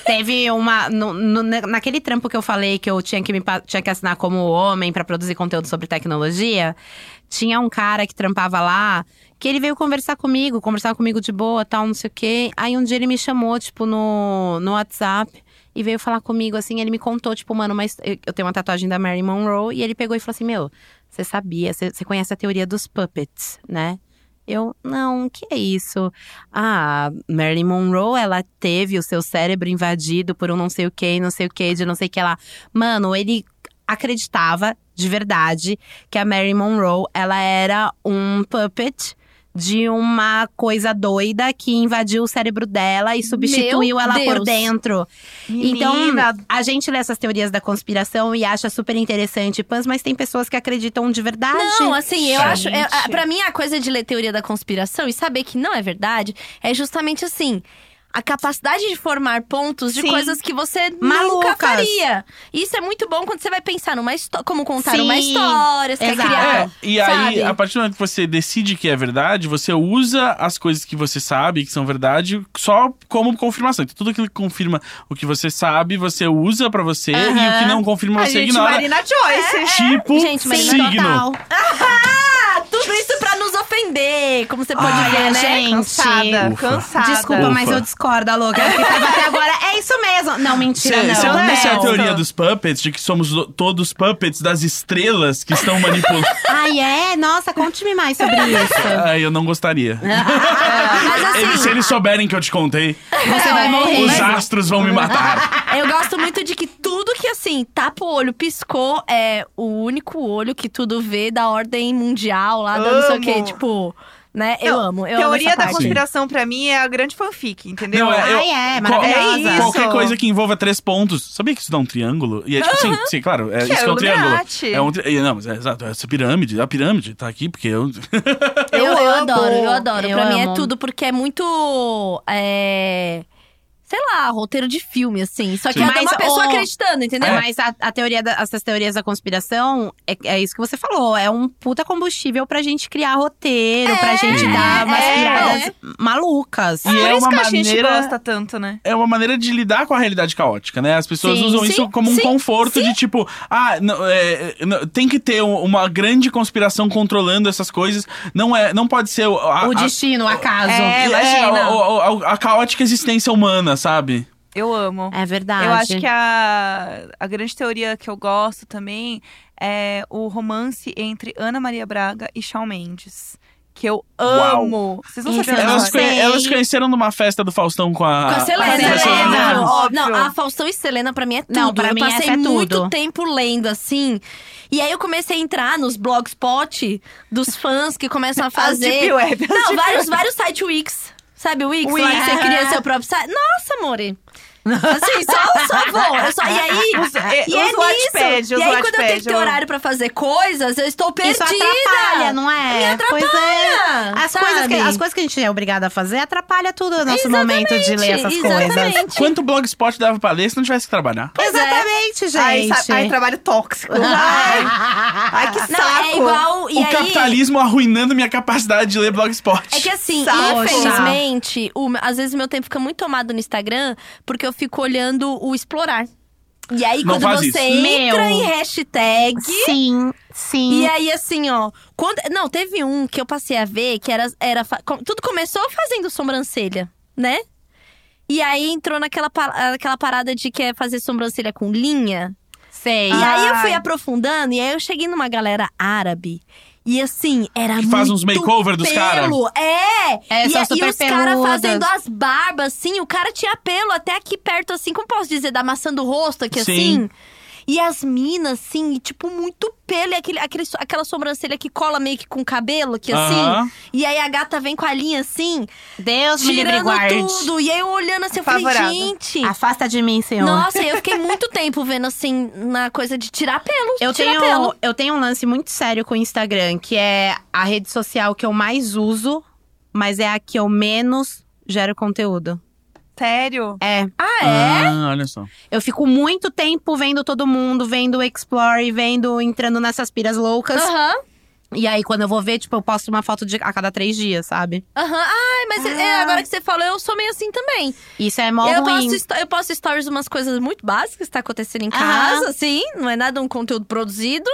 Teve uma. no- no- naquele trampo que eu falei que eu tinha que, me, pa- tinha que assinar como homem pra produzir conteúdo sobre tecnologia, tinha um cara que trampava lá que ele veio conversar comigo, conversar comigo de boa, tal, não sei o quê. Aí um dia ele me chamou, tipo, no, no WhatsApp. E veio falar comigo, assim, ele me contou, tipo, mano, mas eu eu tenho uma tatuagem da Marilyn Monroe. E ele pegou e falou assim, meu, você sabia, você você conhece a teoria dos puppets, né? Eu, não, o que é isso? Ah, Marilyn Monroe, ela teve o seu cérebro invadido por um não sei o que, não sei o que, de não sei o que lá. Mano, ele acreditava de verdade que a Marilyn Monroe, ela era um puppet de uma coisa doida que invadiu o cérebro dela e substituiu ela por Deus. dentro. Menina, Então, a gente lê essas teorias da conspiração e acha super interessante, pans, mas tem pessoas que acreditam de verdade. Não, assim, eu Gente. acho. Eu, a- pra mim, a coisa de ler teoria da conspiração e saber que não é verdade é justamente assim. A capacidade de formar pontos de Sim. coisas que você Malucas. nunca faria. Isso é muito bom quando você vai pensar numa histó- como contar Sim. uma história, você quer Exato. criar. É, e aí, sabe? a partir do momento que você decide que é verdade, você usa as coisas que você sabe que são verdade só como confirmação. Então, tudo aquilo que confirma o que você sabe, você usa pra você, e o que não confirma, a você gente ignora. Marina Joyce. Tipo, É, Gente, mas signo. é Total. Ah, tudo isso pra nos ofender, como você pode Olha, ver, né? gente. Cansada, Ufa. cansada. Desculpa, Ufa. mas eu discordo, a louca. Porque tava até agora. É isso mesmo. Não, mentira, não. Você não não. conhece a é. teoria dos puppets, de que somos do- todos puppets das estrelas que estão manipulando? Ai, é? Nossa, conte-me mais sobre isso. Ai, eu não gostaria. Mas assim, Eles- se eles souberem que eu te contei, Você vai morrer. né? os astros vão me matar. Eu gosto muito de que tudo que, assim, tapa o olho, piscou, é o único olho que tudo vê da ordem mundial lá, da não sei o quê. Amo. Tipo, né? Eu Não, amo. Eu Então, Teoria amo essa da parte. conspiração, pra mim, é a grande fanfic, entendeu? Não, Ai, é, maravilhosa. É isso. Qualquer coisa que envolva três pontos. Sabia que isso dá um triângulo? E é tipo assim, sim, claro, é, Que isso é que é um o triângulo. Illuminati. É um tri... Não, mas é exato, essa pirâmide, a pirâmide tá aqui porque eu. Eu, eu Eu amo. adoro, eu adoro. Eu pra mim amo. é tudo, porque é muito. É... sei lá, roteiro de filme, assim. Só que Sim. é de uma Mas é, pessoa o- acreditando, entendeu? Mas a, a teoria da- essas teorias da conspiração, é, é isso que você falou. É um puta combustível pra gente criar roteiro, pra gente dar umas é. piadas malucas. E Ah, Por é isso uma que a gente maneira- gosta tanto, né? é uma maneira de lidar com a realidade caótica, né? As pessoas Sim, usam sim, isso como um sim, conforto de tipo, ah, não, é, não, tem que ter um- uma grande conspiração controlando essas coisas. Não é, não pode ser o- a, o a- destino, o acaso. É, é, imagina. o- o- a caótica existência humana, sabe? Eu amo. É verdade. Eu acho que a, a grande teoria que eu gosto também é o romance entre Ana Maria Braga e Shawn Mendes. Que eu Uau. amo. Vocês não Então, sabiam Isso eu dessa Elas, não se história? conhe- sei. elas se conheceram numa festa do Faustão com a. Com a Selena. a Selena, Selena, óbvio. óbvio. Não, a Faustão e Selena pra mim é tudo. Não, pra mim eu passei essa é muito tudo. tempo lendo, assim. E aí eu comecei a entrar nos blogspot dos fãs que começam a As Deep fazer. Web, as Não, Deep vários, Web. vários sites Wix. Sabe o Wix? Lá que você Wix. cria seu próprio site. Nossa, amore. Assim, só, só vou. Eu só, e aí… Os- é, e os é nisso. Wattpad, os e aí, quando eu tenho que Wattpad, ter eu- horário pra fazer coisas, eu estou Isso perdida. atrapalha, não é? Me atrapalha, Pois é. As sabe? coisas, que, as coisas que a gente é obrigada a fazer atrapalha tudo o nosso momento de ler essas coisas. Exatamente. é. Quanto blogspot dava pra ler se não tivesse que trabalhar? Pois é. Exatamente, Ai, gente. sa- ai, trabalho tóxico. Ah, Ai, ai, que saco. Não, é igual. E o aí, capitalismo arruinando minha capacidade de ler blogspot. É que assim, Saco. infelizmente, o- às vezes meu tempo fica muito tomado no Instagram porque eu fico olhando o explorar. E aí, Não quando faz você isso. entra Meu. em hashtag. sim, sim. E aí, assim, ó. Quando, não, teve um que eu passei a ver que era. era fa- com- tudo começou fazendo sobrancelha, né? E aí entrou naquela pa- aquela parada de que é fazer sobrancelha com linha. sei. E aí eu fui Ai. aprofundando, e aí eu cheguei numa galera árabe. E assim, era Que faz uns muito makeover dos cara. pelo. É! É, e, são e super os caras peludas. fazendo as barbas, assim. O cara tinha pelo até aqui perto, assim. Como posso dizer? Da maçã do rosto aqui, Sim. assim. E as minas, assim, e, tipo, muito pelo. E aquele, aquele, so- aquela sobrancelha que cola meio que com o cabelo aqui, Aham. assim. E aí a gata vem com a linha, assim, Deus me livre e tirando guarde. tudo. E aí eu olhando assim, eu Apavorada. falei, gente… Afasta de mim, Ah, Senhor. Nossa, eu fiquei muito tempo vendo assim, na coisa de tirar pelo. Eu tirar tenho, pelo. eu tenho um lance muito sério com o Instagram, que é a rede social que eu mais uso, mas é a que eu menos gero conteúdo. Sério? É, Ah, é? Ah, olha só. eu fico muito tempo vendo todo mundo, vendo o Explore, vendo, entrando nessas piras loucas. Aham, E aí, quando eu vou ver, tipo, eu posto uma foto de, a cada três dias, sabe? aham. Ai, mas é, agora que você falou, eu sou meio assim também. Isso é Ah. mó eu, ruim. posto, histó- eu posto stories umas coisas muito básicas que tá acontecendo em Aham. casa, assim. Não é nada um conteúdo produzido.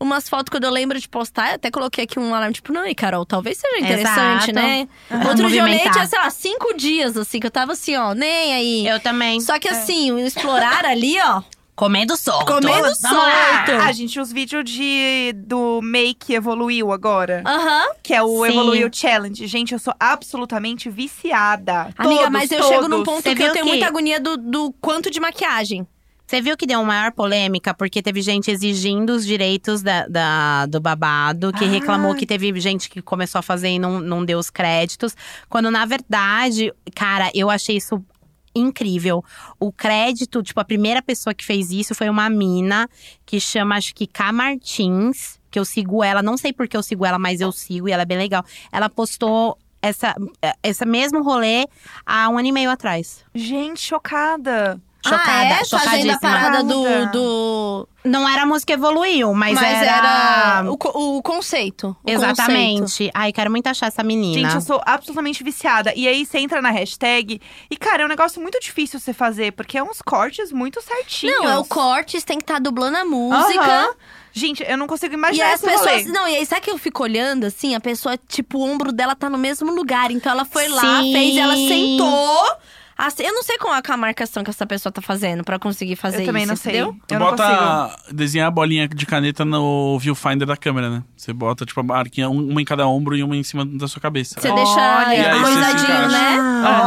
Umas fotos quando eu lembro de postar, eu até coloquei aqui um alarme, tipo, não, e Carol, talvez seja interessante, Exato. né? Vamos Outro dia eu olhei, movimentar. tinha, sei lá, cinco dias, assim, que eu tava assim, ó, nem aí. Eu É. também. Só que assim, o explorar ali, ó, Comendo solto. comendo Vamos lá. solto. Ah, gente, os vídeos de, do Make Evoluiu agora. Aham. Que é o Sim. Evoluiu Challenge. Gente, eu sou absolutamente viciada. Amiga, Todos, mas eu todos. chego num ponto Você que eu viu tenho que- muita agonia do, do quanto de maquiagem. Você viu que deu uma maior polêmica porque teve gente exigindo os direitos da, da- do babado, que reclamou que teve gente que começou a fazer e não, não deu os créditos. Quando, na verdade, cara, eu achei isso incrível. O crédito, tipo, a primeira pessoa que fez isso foi uma mina que chama, acho que K Martins, que eu sigo ela, não sei por que eu sigo ela, mas eu sigo e ela é bem legal. Ela postou essa, esse mesmo rolê há um ano e meio atrás. Gente, chocada. Chocada, ah, é? Fazendo a chocadíssima. parada do… Chocada. do... Não era a música evoluiu, mas, era. o, co- o conceito. o Exatamente. conceito. Ai, quero muito achar essa menina. Gente, eu sou absolutamente viciada. E aí você entra na hashtag. E, cara, é um negócio muito difícil você fazer, porque é uns cortes muito certinhos. Não, é o corte, você tem que estar dublando a música. Aham. Gente, eu não consigo E imaginar aí as esse rolê. pessoas. Não, e aí, sabe que eu fico olhando assim? A pessoa, tipo, o ombro dela tá no mesmo lugar. Então ela foi lá, Sim. fez, ela sentou. assim, eu não sei qual é a marcação que essa pessoa tá fazendo pra conseguir fazer Eu também isso, não sei. entendeu? Eu não consigo. bota desenhar a bolinha de caneta no viewfinder da câmera, né? Você bota, tipo, a marquinha, um- uma em cada ombro e uma em cima da sua cabeça. Você Olha. E deixa aí você se coisadinho, encaixa. né?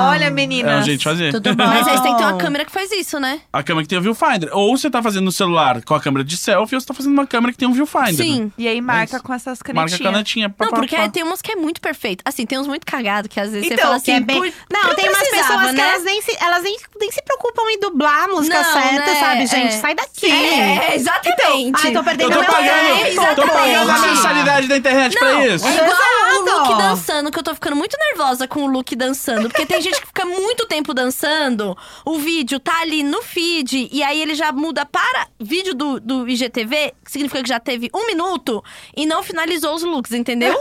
Olha, É meninas. um jeito de fazer. né? Tudo bom. Mas aí você tem que ter uma câmera que faz isso, né? A câmera que tem é o viewfinder. Ou você tá fazendo no celular com a câmera de selfie, ou você tá fazendo uma câmera que tem um viewfinder. né? Sim. E aí marca isso. com essas Marca a canetinhas. canetinha. pá, Não, pá, porque pá. tem umas que é muito perfeito. Assim, tem uns muito cagados que às vezes você Então, fala que assim. é bem... "Putz, Não, tem umas assim. precisava, pessoas que né? elas elas nem se, elas nem, nem se preocupam em dublar a música Não, certa, né? sabe, gente? É. Sai daqui. É, exatamente. Ai, tô Eu perdendo tô meu pagando, é, tempo. tô pagando a Exatamente. mensalidade da internet pra isso. É igual o Exato. Luke dançando, que eu tô ficando muito nervosa com o Luke dançando. Porque tem gente que fica muito tempo dançando, o vídeo tá ali no feed, e aí ele já muda para vídeo do, do IGTV, que significa que já teve um minuto e não finalizou os looks, entendeu?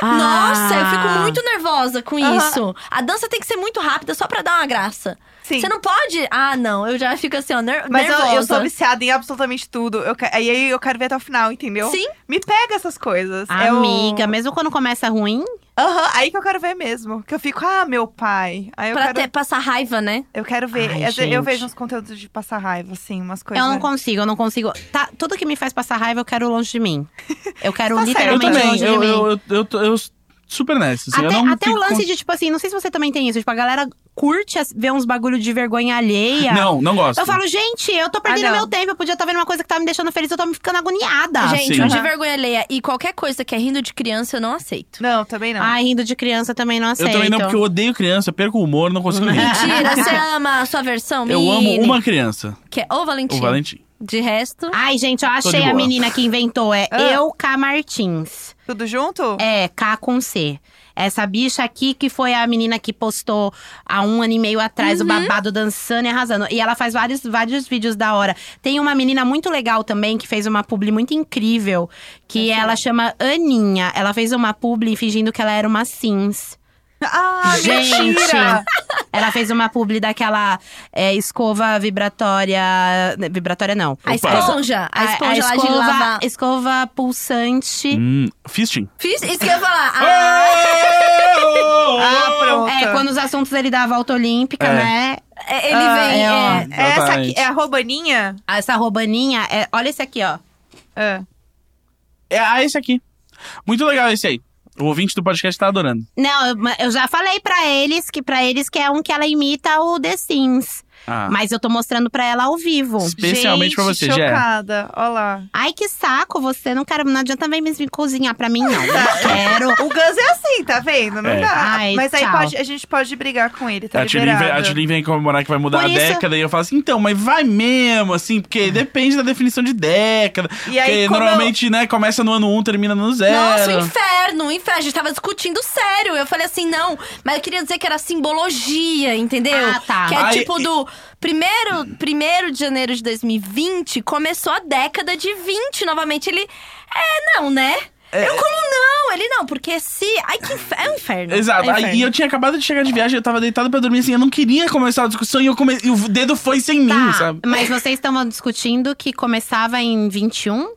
Ah. Nossa, eu fico muito nervosa com Ah. Aham. isso. A dança tem que ser muito rápida só pra dar uma graça. Sim. Você não pode. Ah, não, eu já fico assim, ó, ner Mas eu, nervosa. eu sou viciada em absolutamente tudo. Eu, que- aí aí eu quero ver até o final, entendeu? Sim. Me pega essas coisas. É o- Amiga, mesmo quando começa ruim, Aham, aí que eu quero ver mesmo. Que eu fico, ah, meu pai. Aí eu Pra quero. ter, passar raiva, né? Eu quero ver. Ai, Às vezes eu gente. vejo uns conteúdos de passar raiva, assim, É um umas coisas. eu não consigo, eu não consigo. Tá, tudo que me faz passar raiva, eu quero longe de mim. Eu quero Tá certo. Eu literalmente também, longe eu, de mim. eu, eu, eu, tô- eu super nessa. assim, eu não Até, até o fico lance com- de, tipo assim, não sei se você também tem isso. Tipo, a galera curte as- ver uns bagulho de vergonha alheia. Não, não gosto. Eu falo, gente, eu tô perdendo Ah, não. meu tempo. Eu podia estar vendo uma coisa que tá me deixando feliz, eu tô me ficando agoniada. Gente, sim. o de Aham. vergonha alheia e qualquer coisa que é rindo de criança, eu não aceito. Não, também não. Ai, rindo de criança também não eu aceito. também não, porque eu odeio criança, eu perco o humor, não consigo rir. Mentira, você ama a sua versão, Eu amo menine? uma criança, Que é o Valentim. o Valentim. De resto, Ai, gente, eu Tô de achei a boa. menina que inventou. É Ah. Euca Martins. Tudo junto? É, K com C. Essa bicha aqui que foi a menina que postou há um ano e meio atrás Uhum. o babado dançando e arrasando. E ela faz vários, vários vídeos da hora. Tem uma menina muito legal também que fez uma publi muito incrível, que é. ela chama Aninha. Ela fez uma publi fingindo que ela era uma Sims. Ah, Gente! mentira! Ela fez uma publi daquela é, escova vibratória. Vibratória não. a esponja. A esponja lá de lavar. escova pulsante. Hum, fisting. Fiz isso que eu ia falar. Ah, Ah, pronto. É, quando os assuntos ele dava a volta olímpica, É. né? é- ele Ah, vem. é, ó. é. É Essa aqui Exatamente. é a roubaninha? Essa roubaninha, é, olha esse aqui, ó. É. É, ah, esse aqui. Muito legal esse aí. O ouvinte do podcast tá adorando. Não, eu, ma- eu já falei pra eles que pra eles que é um que ela imita o The Sims. Ah, Mas eu tô mostrando pra ela ao vivo. especialmente Gente, pra você, Jé. chocada. Olha lá. Ai, que saco, você não quero, não adianta também mesmo cozinhar pra mim, não. Não quero. O Gus é assim, tá vendo? Não É. dá. Ai, Mas aí tchau. pode- a gente pode brigar com ele, tá a Tilin vem, a liberado. Tilin vem comemorar que vai mudar Por a isso- década e eu falo assim, então, mas vai mesmo, assim, porque depende da definição de década. E aí, porque como normalmente, né, começa no ano 1, termina no zero. Nossa, o inferno, o inferno. A gente tava discutindo sério. Eu falei assim, não. Mas eu queria dizer que era simbologia, entendeu? Ah, tá. Que é Aí- tipo do primeiro, primeiro de janeiro de 2020, começou a década de 20 novamente. Ele, é, não, né? Eu, como não? Ele, não, porque se... Ai, que inferno. É um inferno. Exato. É um Aí- inferno. e eu tinha acabado de chegar de viagem, eu tava deitado pra dormir assim, eu não queria começar a discussão e, eu come... e o dedo foi sem mim, Tá, sabe? mas vocês estavam discutindo que começava em 21?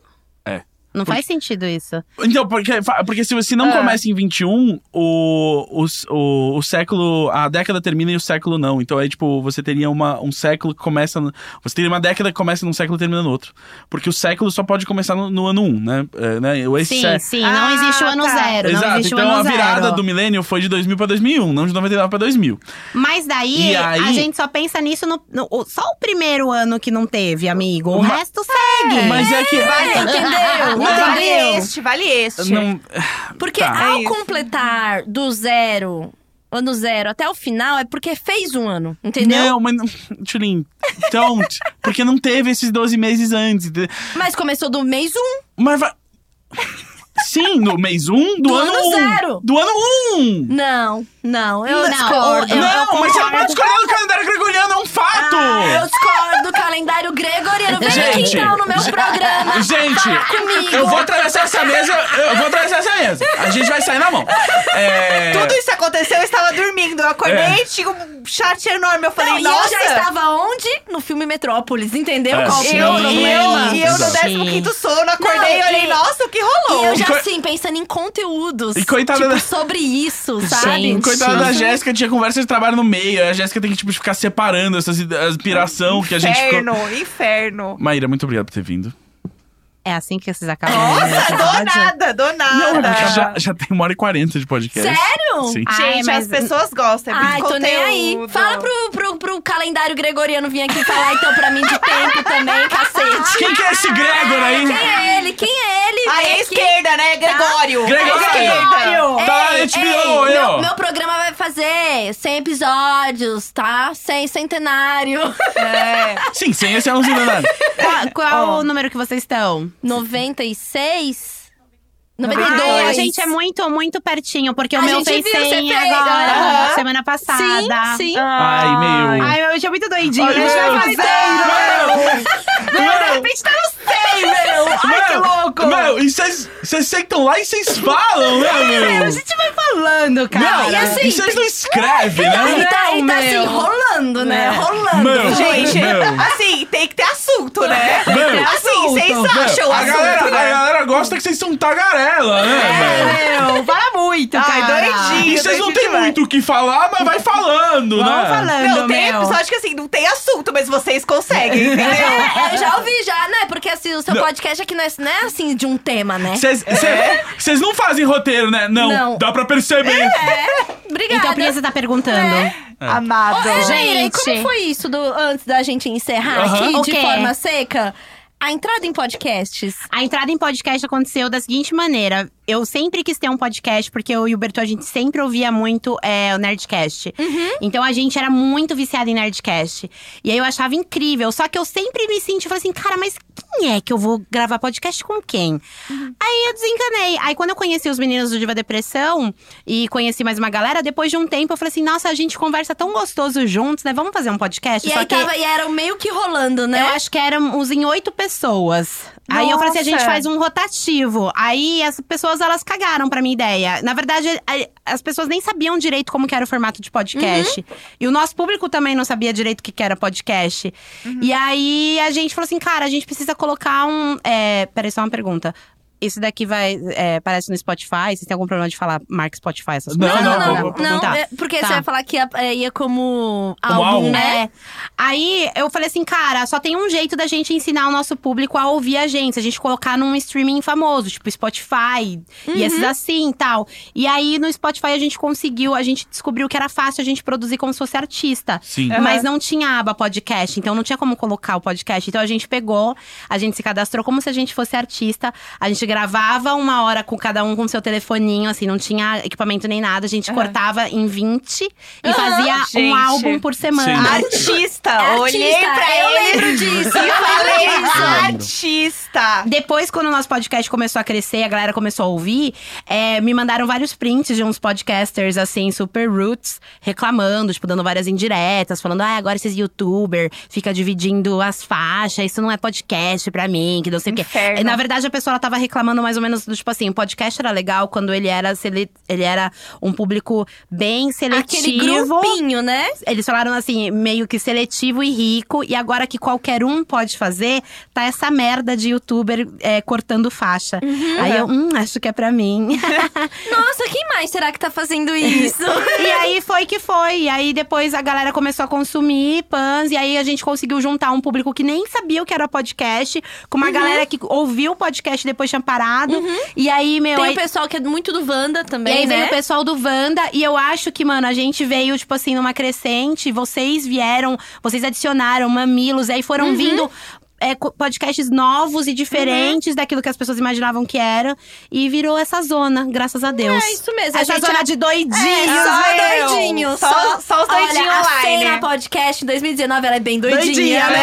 É. Não faz sentido isso. Então, porque, fa- porque se, se não Ah. começa em 21, o, o, o, o século. A década termina e o século não. Então é tipo, você teria uma, um século que começa. no- Você teria uma década que começa num século e termina no outro. Porque o século só pode começar no, no ano 1, né? É, né? Esse Sim, sé- sim, não Ah, existe o ano tá. zero. não Exato, existe então o ano a virada zero. do milênio foi de 2000 pra 2001, não de 99 pra 2000. Mas daí, E a aí- gente só pensa nisso no, no- o- só o primeiro ano que não teve, amigo. O Mas- resto segue. Mas é que. Entendeu? Não, vale Entendeu? este, vale este. Não, Porque Tá. É ao isso. completar do zero, ano zero até o final, é porque fez um ano, entendeu? não, mas. não- Tchulin, don't. Porque não teve esses 12 meses antes. entendeu? Mas começou do mês um. Mas vai. Sim, no mês 1 um, do, Do ano ano 1. Um, zero. Do ano 1. Um. Não, não, eu Não, discordo. eu- Eu, não, mas você não pode escolher no calendário gregoriano, é um fato! Ah, eu discordo do calendário gregoriano. Vem aqui Gente, então no meu ge- programa. Gente, Fala comigo. eu vou atravessar essa mesa, eu vou atravessar essa mesa. A gente vai sair na mão. É... Tudo isso aconteceu, eu estava dormindo. Eu acordei É. e tinha um chat enorme. Eu falei, Não, e nossa! eu já estava onde? No filme Metrópolis, entendeu? É. Qual Eu, que é e o eu, problema? e eu Exato. no 15 sono, acordei Não, e olhei, e- nossa, o que E rolou? eu já, E coi- assim, pensando em conteúdos. E coitada tipo, da- sobre isso, sabe? Gente. Coitada da Sim. Jéssica, tinha conversa de trabalho no meio. A Jéssica tem que tipo, ficar separando essas ide- as piração que a gente ficou. Inferno, inferno. Maíra, muito obrigado por ter vindo. É assim que vocês acabam. Nossa, do nada, do Não, é porque já, nada. já tem uma hora e quarenta de podcast. Ah. Sério? Sim. Ai, Gente, mas- as pessoas gostam, é muito Ai, tô nem aí. conteúdo. Fala pro, pro, pro calendário gregoriano vir aqui falar então pra mim de tempo também, cacete. Quem que é esse Gregor aí? Quem é ele? Quem é ele? que Aí é ver que- esquerda, né? Tá? Gregório. Gregório. Esquerda. Tá na Ei, HBO, ei, aí, É, meu, ó. meu programa vai fazer 100 episódios, tá? 100 centenário. É. Sim, sem esse um anúncio não nada. Qual, qual o número que vocês estão? 96? 92. Ai, a gente é muito, muito pertinho, porque A o meu gente fez viu, você 100 fez, agora, aham. semana passada. Sim, sim. Ah. Ai, meu. Ai, meu, hoje é muito doidinho. Olha, né? A gente meu. vai fazendo. De Meu, repente tá no 100, meu. Ai, que louco. meu, e vocês vocês sentam lá e vocês falam, né, A meu? gente vai falando, cara. Não, e assim- e vocês não escrevem, E né? tá, e Não, tá assim, meu. rolando, né? É. Rolando. Meu. Gente, Meu. assim, tem que ter assunto, né? Meu. Assim, vocês Assunto. acham o a, assunto, galera, a né? galera gosta que vocês são tagarela, É, né, meu? Meu, fala muito, Ai, cara. doidinho. E vocês não têm Demais. muito o que falar, mas vai falando, né? Vamos falando, Não, tem meu. episódio que assim, não tem assunto, mas vocês conseguem, né? entendeu? É, eu já ouvi já, né? Porque assim, o seu Não. podcast aqui não é, não é assim de um tema, né? Vocês vocês não fazem roteiro, né? Não, Não. dá pra perceber. Obrigada. Então, por isso você tá perguntando. É. É. Ô, Amado. Elaine, Gente. como foi isso do, antes da gente encerrar Aham. aqui O de quê? forma seca? A entrada em podcasts. A entrada em podcast aconteceu da seguinte maneira. Eu sempre quis ter um podcast, porque eu e o Bertô, a gente sempre ouvia muito é, o Nerdcast. Uhum. Então a gente era muito viciada em Nerdcast. E aí eu achava incrível. Só que eu sempre me senti, eu falei assim, cara, mas quem é que eu vou gravar podcast com quem? Uhum. Aí eu desencanei. Aí quando eu conheci os meninos do Diva Depressão e conheci mais uma galera, depois de um tempo eu falei assim, nossa, a gente conversa tão gostoso juntos, né? Vamos fazer um podcast? E Só aí que tava, e era meio que rolando, né? eu acho que éramos em oito pessoas. Aí eu falei assim, a gente Nossa. faz um rotativo. Aí as pessoas, elas cagaram pra minha ideia. Na verdade, a- as pessoas nem sabiam direito como que era o formato de podcast. E o nosso público também não sabia direito o que que era podcast. E aí a gente falou assim, cara, a gente precisa colocar um… É, peraí, só uma pergunta. Isso daqui vai… é, parece no Spotify? Vocês têm algum problema de falar marca Spotify, essas Não, coisas? não, não, vou- não, vou- não, Tá, é, porque tá. você ia falar que ia, é, ia como, Como álbum, álbum. né? É. Aí eu falei assim, cara, só tem um jeito da gente ensinar o nosso público a ouvir a gente. Se a gente colocar num streaming famoso, tipo Spotify e esses assim e tal. E aí no Spotify a gente conseguiu, a gente descobriu que era fácil a gente produzir como se fosse artista. Sim. Aham. Mas não tinha aba podcast, então não tinha como colocar o podcast. Então a gente pegou, a gente se cadastrou como se a gente fosse artista. A gente gravava uma hora com cada um com seu telefoninho, assim, não tinha equipamento nem nada. A gente cortava em 20 e fazia Gente. um álbum por semana. Sim. Artista. é Artista, Olhei pra eu ele lembro disso. e falei, lembro. artista. Depois, quando o nosso podcast começou a crescer, a galera começou a ouvir, é, me mandaram vários prints de uns podcasters, assim, super roots, reclamando, tipo, dando várias indiretas, falando, ah, agora esses youtuber fica dividindo as faixas, isso não é podcast pra mim, que não sei o Inferno. quê. Na verdade, a pessoa ela tava reclamando mais ou menos do tipo assim, o podcast era legal quando ele era, sele- ele era um público bem seletivo Aquele grupinho, né? eles falaram assim, meio que seletivo e rico, e agora que qualquer um pode fazer, tá essa merda de youtuber é, cortando faixa. Uhum. Aí eu, hum, acho que é pra mim. Nossa, quem mais será que tá fazendo isso? e aí foi que foi. E aí depois a galera começou a consumir pans, e aí a gente conseguiu juntar um público que nem sabia o que era podcast, com Uhum. uma galera que ouviu o podcast e depois tinha parado. E aí, meu. Tem aí- o pessoal que é muito do Wanda também, E aí né? veio o pessoal do Wanda, e eu acho que, mano, a gente veio, tipo assim, numa crescente. Vocês vieram, vocês adicionaram mamilos, e aí foram Uhum. vindo. é, co- podcasts novos e diferentes Uhum. daquilo que as pessoas imaginavam que era. E virou essa zona, graças a Deus. É isso mesmo. a essa gente zona de doidinhos, só meu. É, só doidinho. Só- só os doidinho Olha, online. A cena podcast em 2019, ela é bem doidinha, Doidinha, né?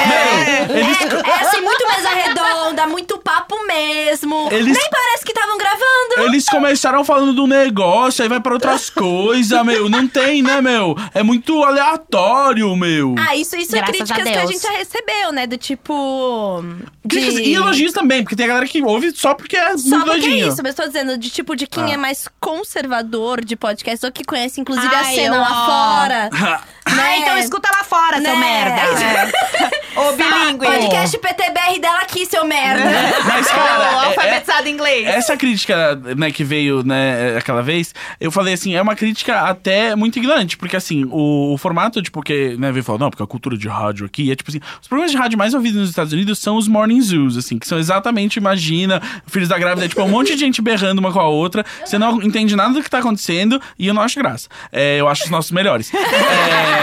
né? É, é, assim, muito mesa redonda, muito papo mesmo. Eles- Nem parece que estavam gravando. Eles começaram falando do negócio, aí vai pra outras coisas, meu. Não tem, né, meu? É muito aleatório, meu. Ah, isso, isso é Graças críticas a que a Deus. gente já recebeu, né? Do tipo. Críticas de- E elogios também, porque tem a galera que ouve só porque é Só muito porque é doidinho. isso, mas tô dizendo, de tipo, de Ah. quem é mais conservador de podcast, ou que conhece, inclusive, a Ai, cena ó. lá fora. Ah, então É. escuta lá fora, seu Né? merda. É. Ô, bilíngue. Podcast PTBR dela aqui, seu merda. Mas, Ô, cara, é- é- alfabetizado em inglês. essa crítica né, que veio né, aquela vez, eu falei assim, é uma crítica até muito ignorante, porque assim, o, o formato de porque, né, veio falar, não, porque a cultura de rádio aqui é tipo assim, os programas de rádio mais ouvidos nos Estados Unidos são os morning zoos, assim, que são exatamente, imagina, Filhos da Grávida, é, tipo, um monte de gente berrando uma com a outra, você não entende nada do que tá acontecendo, e eu não acho graça. É, eu acho os nossos melhores. É,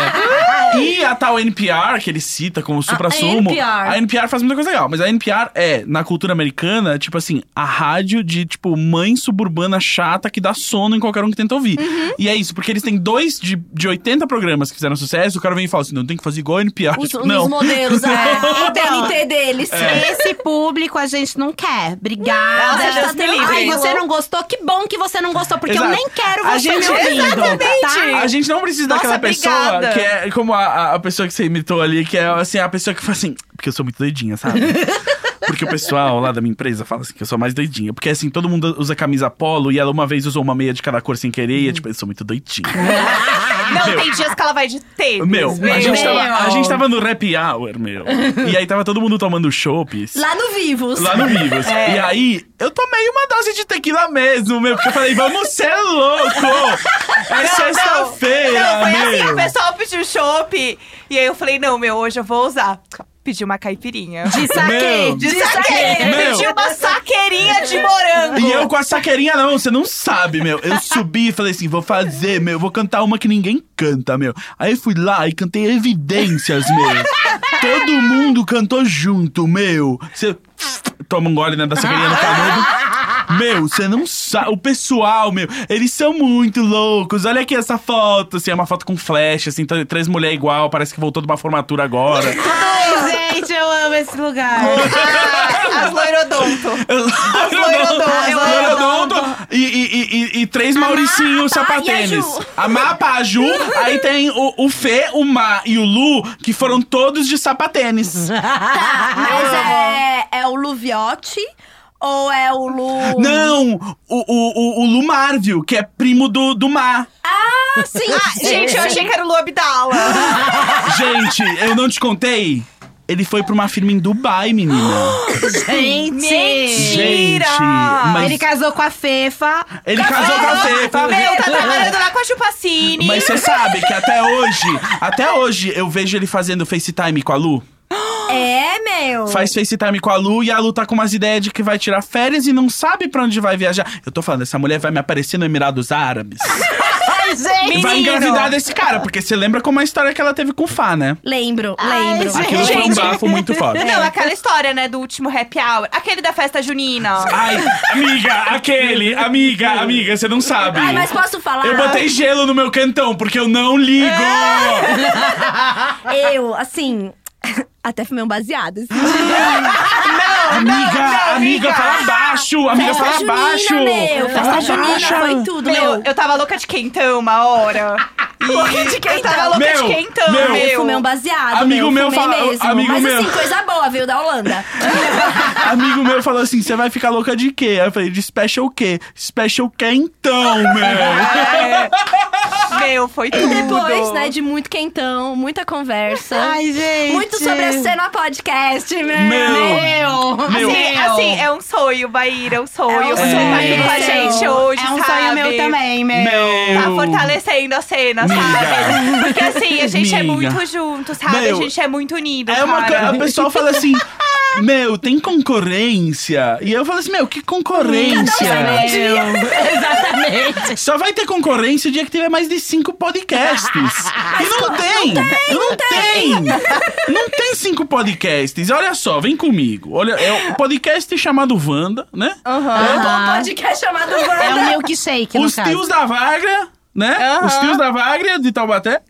E a tal NPR, que ele cita como supra-sumo, NPR. a NPR faz muita coisa legal, mas a NPR é, na cultura americana, tipo assim, a rádio de, tipo, mãe suburbana chata que dá sono em qualquer um que tenta ouvir. Uhum. E é isso, porque eles têm dois de, de 80 programas que fizeram sucesso, o cara vem e fala assim: não tem que fazer igual a NPR. Os, Tipo, os não. É. modelos, é. o TNT deles. Esse público a gente não quer. Obrigada. Não, Deus me livre. Ai, você não gostou? Que bom que você não gostou, porque Exato. eu nem quero A você gente- me ouvindo. Tá? A gente não precisa Nossa, daquela pessoa obrigada. que é como a- a, a pessoa que você imitou ali, que é assim, a pessoa que fala assim, porque eu sou muito doidinha, sabe? Porque o pessoal lá da minha empresa fala assim que eu sou mais doidinha. Porque assim, todo mundo usa camisa polo e ela uma vez usou uma meia de cada cor sem querer, e é tipo, eu sou muito doidinha. Não, tem dias que ela vai de tênis. Meu, a meu. gente, tava, a gente tava no rap hour, meu. E aí tava todo mundo tomando assim. chopes. Lá no Vivos. Lá no Vivos. É. E aí, eu tomei uma dose de tequila mesmo, meu. Porque eu falei, vamos ser louco! É Não, sexta-feira, foi meu. assim, o pessoal pediu chopp. E aí eu falei, não, meu, hoje eu vou usar. Pedi uma caipirinha. De saque. Meu. De saque! Meu. Pedi uma saqueirinha de morango. E eu com a saqueirinha, não, você não sabe, meu. Eu subi e falei assim: vou fazer, meu, vou cantar uma que ninguém canta, meu. Aí fui lá e cantei evidências, meu. Todo mundo cantou junto, meu. Você toma um gole né, da saqueirinha no canudo. Meu, você não sabe. O pessoal, meu, eles são muito loucos. Olha aqui essa foto, assim, é uma foto com flash, assim, t- três mulheres igual, parece que voltou de uma formatura agora. Ai, gente, eu amo esse lugar. Ah, as loirodonto. loirodontas, Loirodonto. Loirodonto. E, e, e, e, e três Mauricinhos Mapa e a sapatênis. Ju. A Mapa, a Ju, aí tem o, o Fê, o Ma e o Lu, que foram todos de sapatênis. Tá, mas Ah. é, é o Luviotti ou é o Lu. Não, o, o, o, o Lu Marvel, que é primo do, do Mar. Ah, sim. Gente, eu achei que era o Lu Abdala. Gente, eu não te contei? Ele foi pra uma firma em Dubai, menina. Gente. Gente, Mentira! mas- Ele casou com a Fefa. Ele É, casou com a Fê, tá Meu, tá trabalhando lá com a Chupacine. Mas você sabe que até hoje, até hoje eu vejo ele fazendo FaceTime com a Lu. É, meu. faz FaceTime com a Lu e a Lu tá com umas ideias de que vai tirar férias e não sabe pra onde vai viajar. Eu tô falando, essa mulher vai me aparecer no Emirados Árabes. Menino. Vai engravidar desse cara, porque você lembra como a história que ela teve com o Fá, né? Lembro, Ai, lembro. gente. Aquilo foi um bafo muito forte. Não, aquela história, né, do último happy hour. Aquele da festa junina. Ai, amiga, aquele, amiga, amiga, você não sabe. Ai, Ah, mas posso falar? Ah, Eu botei gelo no meu cantão, porque eu não ligo! Eu, assim. Até fumei um baseado. esse dia. Ah, amiga, amiga, fala baixo! Amiga, fala Festa junina, baixo! Ah, meu. Festa junina foi tudo, Meu, meu. eu tava louca de quentão uma hora. Louca de quentão. Eu tava louca Meu, de quentão, meu. meu. Eu fumei um baseado. Amigo meu fumei fala- mesmo. amigo Mas meu. assim, coisa boa, veio da Holanda. Amigo meu falou assim: você vai ficar louca de quê? Aí eu falei, de special quê? Special quê então, meu? É. Meu, foi tudo. Depois, né, de muito quentão, muita conversa. Ai, gente. muito sobre a cena podcast, meu. Meu! Meu. Meu. Assim, assim, é um sonho, Bahira, é um sonho. É um Você sonho tá aqui com a meu. gente hoje, É um sabe? sonho meu também, meu. Meu! Tá fortalecendo a cena, Miga. sabe? Porque assim, a gente é Miga. muito junto, sabe? Meu, a gente é muito unido, É uma cara. coisa. O pessoal fala assim. Meu, tem concorrência. E eu falo assim, meu, que concorrência? Exatamente. Só vai ter concorrência o dia que tiver mais de cinco podcasts. E não tem! Não tem! Não tem cinco podcasts. Olha só, vem comigo. Olha, é um podcast chamado Wanda, né? Eu tô Ah. um podcast chamado Ah, É o Wanda. milkshake, no Os caso. tios da Vagra, né? Os tios da Vagra de Taubaté.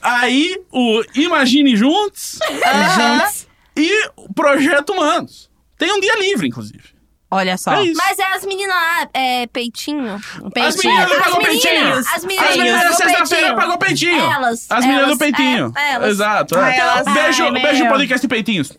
Aí o Imagine Juntos Juntos. e o Projeto Humanos. Tem um dia livre, inclusive. Olha só. É isso. Mas é as meninas lá, é, peitinho. As meninas do As Pagou meninas, Peitinho. as meninas As meninas da Pagou sexta-feira Peitinho. pagou peitinho. Elas, As meninas elas, do peitinho. é, elas. Exato. é. Ah, elas. beijo, Ai, beijo, meu. podcast Peitinhos.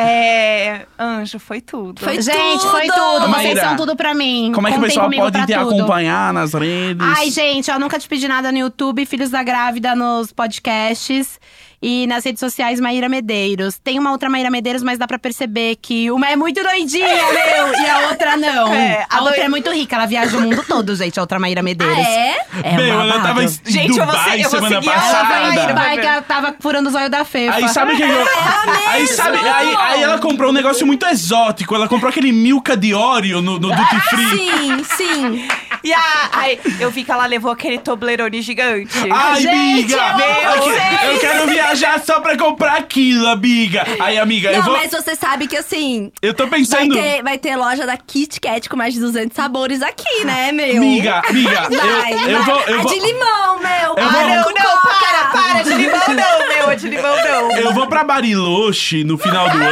É, anjo, foi tudo. Foi Ah, gente, foi tudo. tudo. Vocês Maíra, são tudo pra mim. Como é que o Contem pessoal comigo pode pra te tudo. acompanhar nas redes? Ai, gente, eu nunca te pedi nada no YouTube, Filhos da Grávida nos podcasts e nas redes sociais Maíra Medeiros. Tem uma outra Maíra Medeiros, mas dá pra perceber que uma é muito doidinha, meu, e a outra não. É, a a outra doi- é muito rica, ela viaja o mundo todo, gente, a outra Maíra Medeiros. Ah, é? É meu, um ela tava em babado. Gente, eu vou Dubai se- eu vou semana seguir ela, vai, passada. vai, Vai que ela tava furando os olhos da Fefa. Aí sabe o que que É eu... Aí sabe, aí, aí ela comprou um Ah, negócio muito exótico. Ela comprou aquele Milka de Oreo no, no Duty Free. Sim, sim. E a, Ah, ai, eu vi que ela levou aquele Toblerone gigante. Ai, Gente, amiga! meu Aqui, Deus. eu quero viajar só pra comprar aquilo, amiga! Aí, amiga, eu Não, vou. mas você sabe que assim. Eu tô Vai pensando. ter, vai ter loja da Kit Kat com mais de 200 sabores aqui, né, meu? Amiga, amiga, Vai, eu, eu vai. vou. Eu a vou... de limão, meu! Eu vou- Ah, não, com não, coca. para, para, de limão não, meu, de limão não. Eu vou pra Bariloche no final do ano.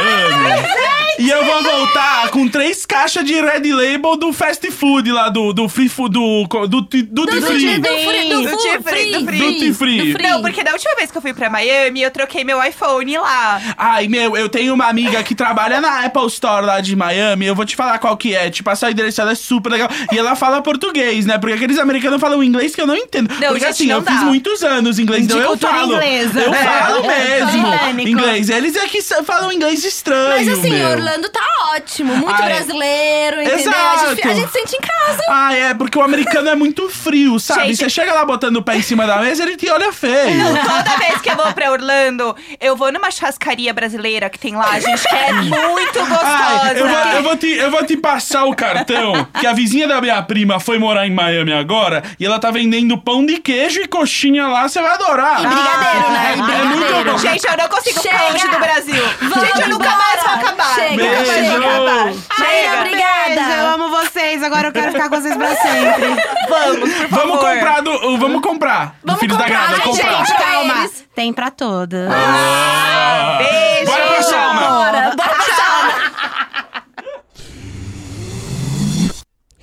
E eu vou voltar com três caixas de Red Label do fast food lá, do, do free food, do, co- do, ti- do, Do, duty do, free. do, free, do, Do fu- free, free, do free. Duty free. Não, porque da última vez que eu fui pra Miami, eu troquei meu iPhone lá. Ai, meu, eu tenho uma amiga que trabalha na Apple Store lá de Miami. Eu vou te falar qual que é. Te passar o endereço, ela é super legal. E ela fala português, né? Porque aqueles americanos falam inglês que eu não entendo. Não, Porque gente, assim, não eu dá. fiz muitos anos inglês, então De eu cultura falo. inglesa. Eu É. falo É, mesmo britânico. inglês. Eles é que sa- falam inglês estranho, Mas assim, meu. Orlando tá ótimo. Muito Ah, é. brasileiro, entendeu? A gente, a Exato. gente sente em casa. Ah, é, porque o americano é muito frio, sabe? Gente- Você chega lá botando o pé em cima da mesa, ele te olha feio. Toda vez que eu vou pra Orlando, eu vou numa churrascaria brasileira que tem lá, gente, que é muito gostosa. Ai, eu vou, eu, vou te, eu vou te passar o cartão que a vizinha da minha prima foi morar em Miami agora e ela tá vendendo pão de queijo e coxinha lá, você vai adorar. E brigadeiro, né? E é muito brigadeiro. bom. Gente, eu não consigo ficar Chega! longe do Brasil. gente, eu nunca mais vou embora. acabar. Chega, Nunca mais Beijo. vou acabar. Marina, Chega. Beijo, eu obrigada. amo vocês. Agora eu quero ficar com vocês pra sempre. Vamos, por favor. Vamos comprar do. uh, Vamos comprar. do Vamos Filhos da comprar, Grada, né, comprar. gente? Gente, calma. eles. Tem pra todas. Ah, Beijo. Bora pra sauna. Bora, bora pra sauna.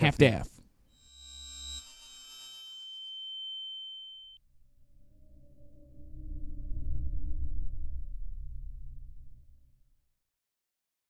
half-daff.